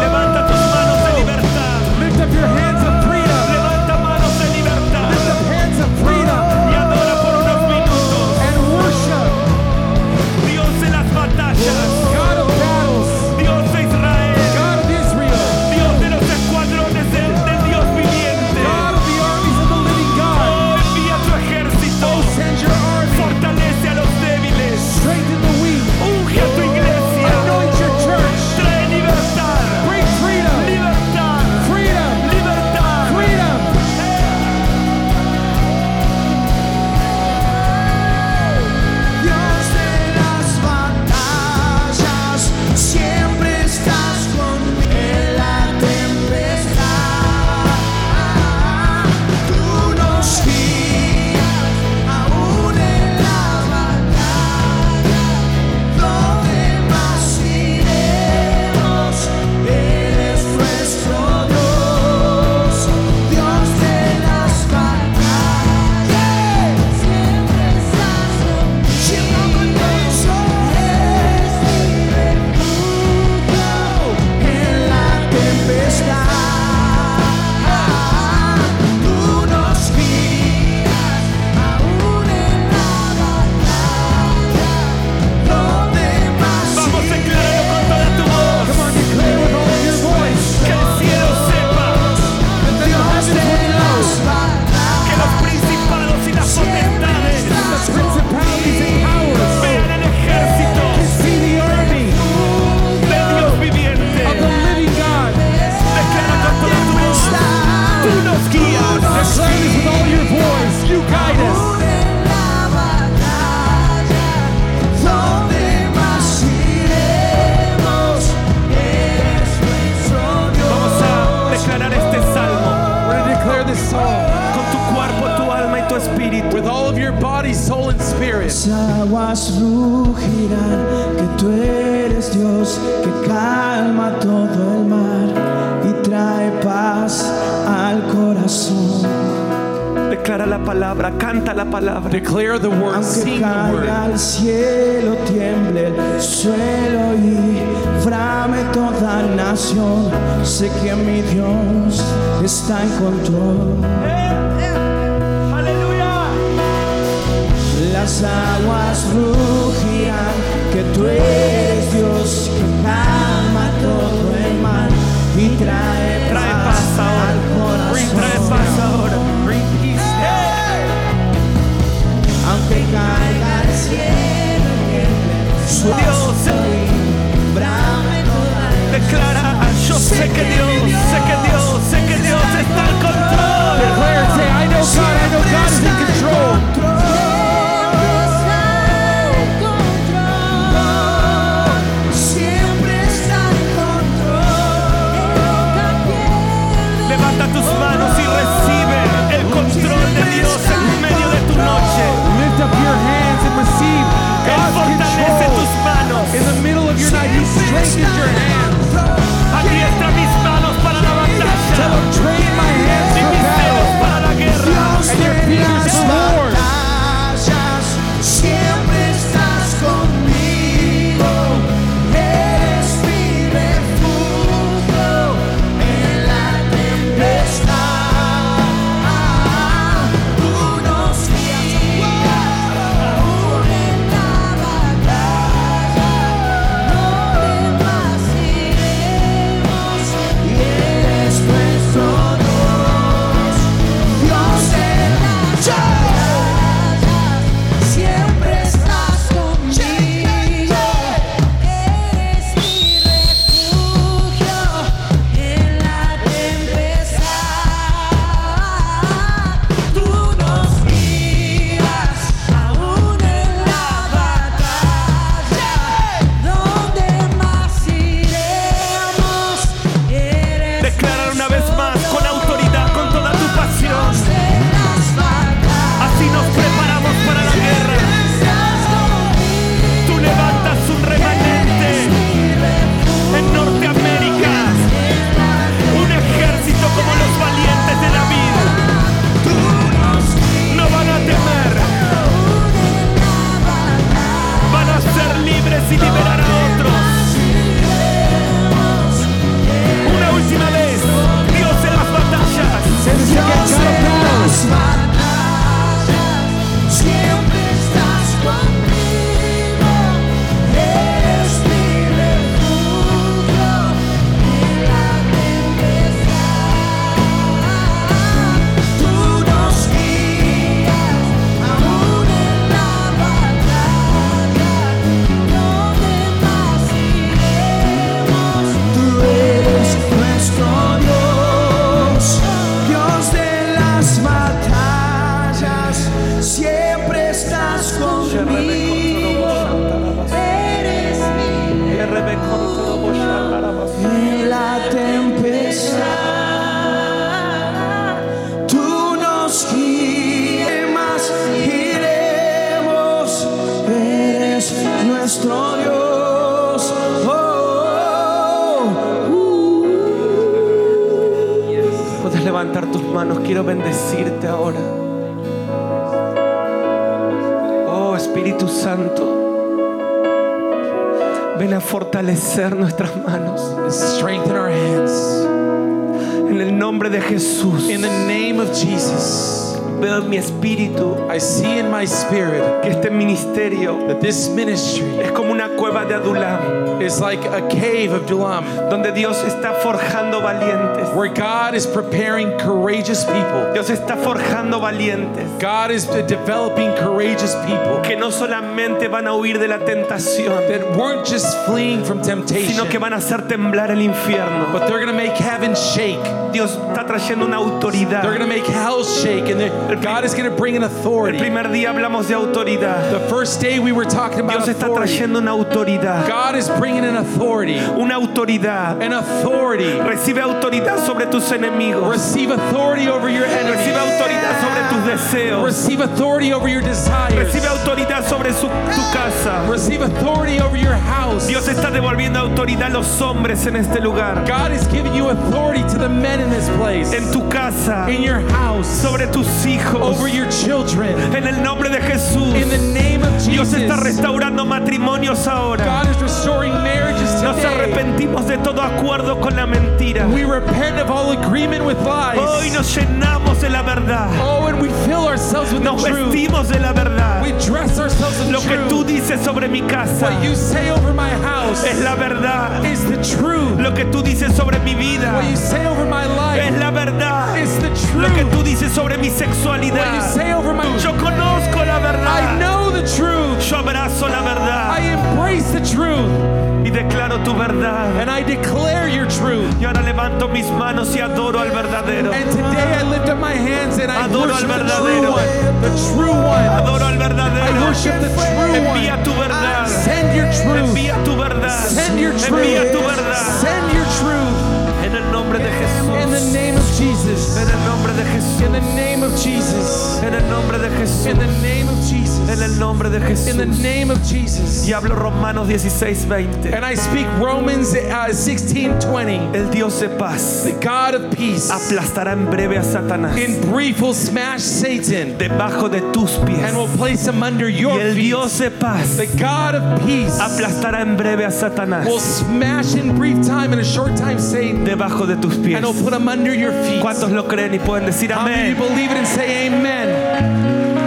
[SPEAKER 1] Levanta tus manos de libertad.
[SPEAKER 2] Lift up your hands of freedom.
[SPEAKER 1] Levanta manos de
[SPEAKER 2] Lift
[SPEAKER 1] libertad.
[SPEAKER 2] up hands of freedom
[SPEAKER 1] Y adora por unos minutos.
[SPEAKER 2] and worship
[SPEAKER 1] Dios de las batallas.
[SPEAKER 2] God of battles,
[SPEAKER 1] Dios de Israel.
[SPEAKER 2] God of Israel,
[SPEAKER 1] Dios de los escuadrones del, del Dios viviente.
[SPEAKER 2] God of the armies of the living God.
[SPEAKER 1] Oh, envía tu ejército.
[SPEAKER 2] Send your army,
[SPEAKER 1] Fortalece a los débiles.
[SPEAKER 2] strengthen the weak,
[SPEAKER 1] Unge a tu iglesia.
[SPEAKER 2] anoint your church,
[SPEAKER 1] Trae libertad.
[SPEAKER 2] bring freedom,
[SPEAKER 1] Libertad.
[SPEAKER 2] freedom,
[SPEAKER 1] Libertad.
[SPEAKER 2] freedom.
[SPEAKER 3] Dios de las batallas, siempre estás conmigo en la tempestad. Tú nos guías, aún en la batalla, donde más iremos, eres nuestro Dios. Dios de las batallas, siempre estás conmigo. Siempre eres mi refugio en la tempestad. Tú nos guías aún en la batalla. Donde más
[SPEAKER 1] Vamos a declararlo con toda tu voz.
[SPEAKER 2] Come on, declare with all of your voice
[SPEAKER 1] Que el cielo sepa.
[SPEAKER 2] that the
[SPEAKER 3] Dios
[SPEAKER 2] heavens
[SPEAKER 3] de
[SPEAKER 2] would
[SPEAKER 3] las
[SPEAKER 2] know
[SPEAKER 1] que
[SPEAKER 3] batallas
[SPEAKER 1] los principados y las potestades
[SPEAKER 2] the principalities and powers
[SPEAKER 1] vean el ejército
[SPEAKER 2] can see the
[SPEAKER 1] de
[SPEAKER 2] army
[SPEAKER 1] Dios viviente.
[SPEAKER 2] of the living God.
[SPEAKER 1] Declara con toda tu voz. Tú nos guías.
[SPEAKER 2] Declare this with all your voice. You guide us.
[SPEAKER 3] aún en la batalla, donde más iremos, eres nuestro
[SPEAKER 1] Vamos a
[SPEAKER 3] Dios.
[SPEAKER 1] declarar este salmo
[SPEAKER 2] We're going to declare this song
[SPEAKER 1] con tu cuerpo, tu alma y tu espíritu.
[SPEAKER 2] with all of your body, soul, and spirit.
[SPEAKER 4] las aguas rugirán, que tú eres Dios que calma todo el mar y trae paz al corazón.
[SPEAKER 1] Declara la palabra, canta la palabra.
[SPEAKER 2] Declare the word,
[SPEAKER 4] Aunque
[SPEAKER 2] sing the
[SPEAKER 4] caiga
[SPEAKER 2] word.
[SPEAKER 4] al cielo, tiemble el suelo y frame toda nación. Sé que mi Dios está en control.
[SPEAKER 1] Aleluya.
[SPEAKER 4] Las aguas rugirán, que tú eres Dios que calma todo el mar y trae,
[SPEAKER 1] Trae paz ahora.
[SPEAKER 4] al corazón.
[SPEAKER 1] Trae paz ahora. Bring peace.
[SPEAKER 4] Aunque caiga el cielo, tiemble su
[SPEAKER 1] Dios.
[SPEAKER 4] y brame toda
[SPEAKER 1] Declara, yo sé que Dios, sé que Dios, sé que Dios está en control.
[SPEAKER 2] Declare and say, I know God, I know God is in control.
[SPEAKER 3] Siempre está en é control.
[SPEAKER 1] Levanta tus manos y recibe el control de Dios en medio de tu noche.
[SPEAKER 2] Lift up your hands and receive
[SPEAKER 1] Él fortalece
[SPEAKER 2] God's
[SPEAKER 1] tus
[SPEAKER 2] control.
[SPEAKER 1] manos.
[SPEAKER 2] In the middle of your night, He strengthens your hands.
[SPEAKER 1] Adiestra mis manos para la
[SPEAKER 2] Tell
[SPEAKER 1] batalla
[SPEAKER 2] Him, train my hands
[SPEAKER 1] y
[SPEAKER 2] for
[SPEAKER 1] mis dedos
[SPEAKER 2] battle.
[SPEAKER 1] para la guerra.
[SPEAKER 2] And your fingers for war.
[SPEAKER 4] batallas, siempre estás conmigo. Eres mi refugio en la tempestad. Tú nos guías aún en la batalla. No temas, iremos y eres nuestro Dios. Dios en las batallas, siempre estás conmigo.
[SPEAKER 3] Eres mi refugio en la tempestad. Tú nos guías aún en la batalla. Donde más iremos, eres
[SPEAKER 1] Declara una vez más con autoridad, con toda tu pasión.
[SPEAKER 3] en las batallas.
[SPEAKER 1] Así nos preparamos para la guerra.
[SPEAKER 3] Estás conmigo,
[SPEAKER 1] Tú levantas un remanente en Norteamérica. Un ejército como los valientes de David. No van a temer. Van a ser libres y liberar a otros. Una última vez. Dios en las batallas.
[SPEAKER 2] Send us to get God of battles.
[SPEAKER 3] siempre estás conmigo. Eres mi refugio en la tempestad. Tú nos guías aún en la batalla. Donde más iremos.
[SPEAKER 4] Tú eres nuestro Dios, Dios de las batallas, siempre estás conmigo.
[SPEAKER 3] Eres mi
[SPEAKER 4] En la tempestad, tú nos guías, iremos, eres nuestro Dios. Oh, oh, oh. Uh.
[SPEAKER 1] Puedes levantar tus manos. Quiero bendecirte ahora. Oh Espíritu Santo. Ven a fortalecer nuestras manos.
[SPEAKER 2] Strengthen our hands.
[SPEAKER 1] En el nombre de Jesús.
[SPEAKER 2] In the name of
[SPEAKER 4] oh.
[SPEAKER 2] Jesus,
[SPEAKER 1] Veo en mi espíritu
[SPEAKER 2] I see in my spirit
[SPEAKER 1] que este ministerio
[SPEAKER 2] that this ministry
[SPEAKER 1] es como una cueva de Adulam.
[SPEAKER 2] is like a cave of Dulam
[SPEAKER 1] Donde Dios está forjando valientes.
[SPEAKER 2] where God is preparing courageous people.
[SPEAKER 1] Dios está forjando valientes.
[SPEAKER 2] God is developing courageous people
[SPEAKER 1] Que no solamente van a huir de la tentación.
[SPEAKER 2] that weren't just fleeing from temptation,
[SPEAKER 1] Sino que van a hacer temblar el infierno.
[SPEAKER 2] but they're going to make heaven shake.
[SPEAKER 1] Dios está trayendo una
[SPEAKER 2] They're
[SPEAKER 1] autoridad
[SPEAKER 2] going to make hell shake and they're,
[SPEAKER 1] El, pri-
[SPEAKER 2] God is going to bring an
[SPEAKER 1] el
[SPEAKER 2] authority.
[SPEAKER 1] primer día hablamos de autoridad.
[SPEAKER 2] The first day we were talking about
[SPEAKER 1] Dios está
[SPEAKER 2] authority.
[SPEAKER 1] trayendo una autoridad.
[SPEAKER 2] God is bringing an authority.
[SPEAKER 1] Una autoridad.
[SPEAKER 2] An authority.
[SPEAKER 1] Recibe autoridad sobre tus enemigos.
[SPEAKER 2] Receive authority over your
[SPEAKER 1] Recibe
[SPEAKER 2] enemies.
[SPEAKER 1] autoridad sobre tus deseos.
[SPEAKER 2] Receive authority over your desires.
[SPEAKER 1] Recibe autoridad sobre su- tu casa.
[SPEAKER 2] Receive authority over your house.
[SPEAKER 1] Dios está devolviendo autoridad a los hombres en este lugar.
[SPEAKER 2] God is giving you authority to the men in this place.
[SPEAKER 1] En tu casa.
[SPEAKER 2] in your house.
[SPEAKER 1] Sobre tus hijos.
[SPEAKER 2] over your children.
[SPEAKER 1] En el nombre de Jesús.
[SPEAKER 2] In the name of
[SPEAKER 1] Dios
[SPEAKER 2] Jesus.
[SPEAKER 1] está restaurando matrimonios ahora.
[SPEAKER 2] God is restoring marriages
[SPEAKER 1] Nos
[SPEAKER 2] today.
[SPEAKER 1] arrepentimos de todo acuerdo con la mentira.
[SPEAKER 2] We repent of all agreement with lies.
[SPEAKER 1] Hoy nos llenamos de la verdad.
[SPEAKER 2] oh, and we fill ourselves with
[SPEAKER 1] Nos
[SPEAKER 2] the truth.
[SPEAKER 1] vestimos de la verdad.
[SPEAKER 2] We dress ourselves in
[SPEAKER 1] Lo que
[SPEAKER 2] truth.
[SPEAKER 1] tú dices sobre mi casa
[SPEAKER 2] what you say over my house
[SPEAKER 1] es la verdad.
[SPEAKER 2] is the truth.
[SPEAKER 1] Lo que tú dices sobre mi vida
[SPEAKER 2] What you say over my
[SPEAKER 1] es
[SPEAKER 2] life
[SPEAKER 1] la verdad.
[SPEAKER 2] is the
[SPEAKER 1] Lo que
[SPEAKER 2] truth.
[SPEAKER 1] tú dices sobre mi
[SPEAKER 2] What you
[SPEAKER 1] sexualidad.
[SPEAKER 2] say over my
[SPEAKER 1] Yo conozco la
[SPEAKER 2] I
[SPEAKER 1] verdad.
[SPEAKER 2] know the truth.
[SPEAKER 1] Yo abrazo la
[SPEAKER 2] I
[SPEAKER 1] verdad
[SPEAKER 2] embrace the truth
[SPEAKER 1] y declaro tu verdad.
[SPEAKER 2] and I declare your truth.
[SPEAKER 1] Y ahora levanto mis manos y adoro al verdadero.
[SPEAKER 2] And today I lift up my hands and I
[SPEAKER 1] Adoro
[SPEAKER 2] worship
[SPEAKER 1] al
[SPEAKER 2] the true
[SPEAKER 1] verdadero.
[SPEAKER 2] one. The true one.
[SPEAKER 1] Adoro al
[SPEAKER 2] I
[SPEAKER 1] verdadero.
[SPEAKER 2] worship the true
[SPEAKER 1] Envía
[SPEAKER 2] one.
[SPEAKER 1] tu verdad.
[SPEAKER 2] Send your truth.
[SPEAKER 1] Envía tu verdad.
[SPEAKER 2] Send your
[SPEAKER 1] Envía tu
[SPEAKER 2] truth.
[SPEAKER 1] verdad.
[SPEAKER 2] Send your truth.
[SPEAKER 1] En el nombre de
[SPEAKER 2] In the
[SPEAKER 1] Jesús.
[SPEAKER 2] name of Jesus.
[SPEAKER 1] En el nombre de Jesús.
[SPEAKER 2] In the name of Jesus.
[SPEAKER 1] En el nombre de Jesús.
[SPEAKER 2] In the name of Jesus.
[SPEAKER 1] En el nombre de
[SPEAKER 2] In the
[SPEAKER 1] Jesús.
[SPEAKER 2] name of Jesus.
[SPEAKER 1] Y hablo Romanos 16, 20.
[SPEAKER 2] And I speak Romans uh, 16 20.
[SPEAKER 1] El Dios de paz
[SPEAKER 2] The God of peace
[SPEAKER 1] aplastará en breve a Satanás
[SPEAKER 2] in brief will smash Satan
[SPEAKER 1] debajo de tus pies.
[SPEAKER 2] and will place him under
[SPEAKER 1] Y
[SPEAKER 2] your
[SPEAKER 1] el
[SPEAKER 2] feet.
[SPEAKER 1] Dios de paz
[SPEAKER 2] The God of peace
[SPEAKER 1] aplastará en breve a Satanás
[SPEAKER 2] will smash in brief time, in a short time, Satan
[SPEAKER 1] debajo de tus pies.
[SPEAKER 2] and will put him under your feet.
[SPEAKER 1] ¿Cuántos lo creen y pueden decir
[SPEAKER 2] How many
[SPEAKER 1] amén?
[SPEAKER 2] of you believe it and say amen?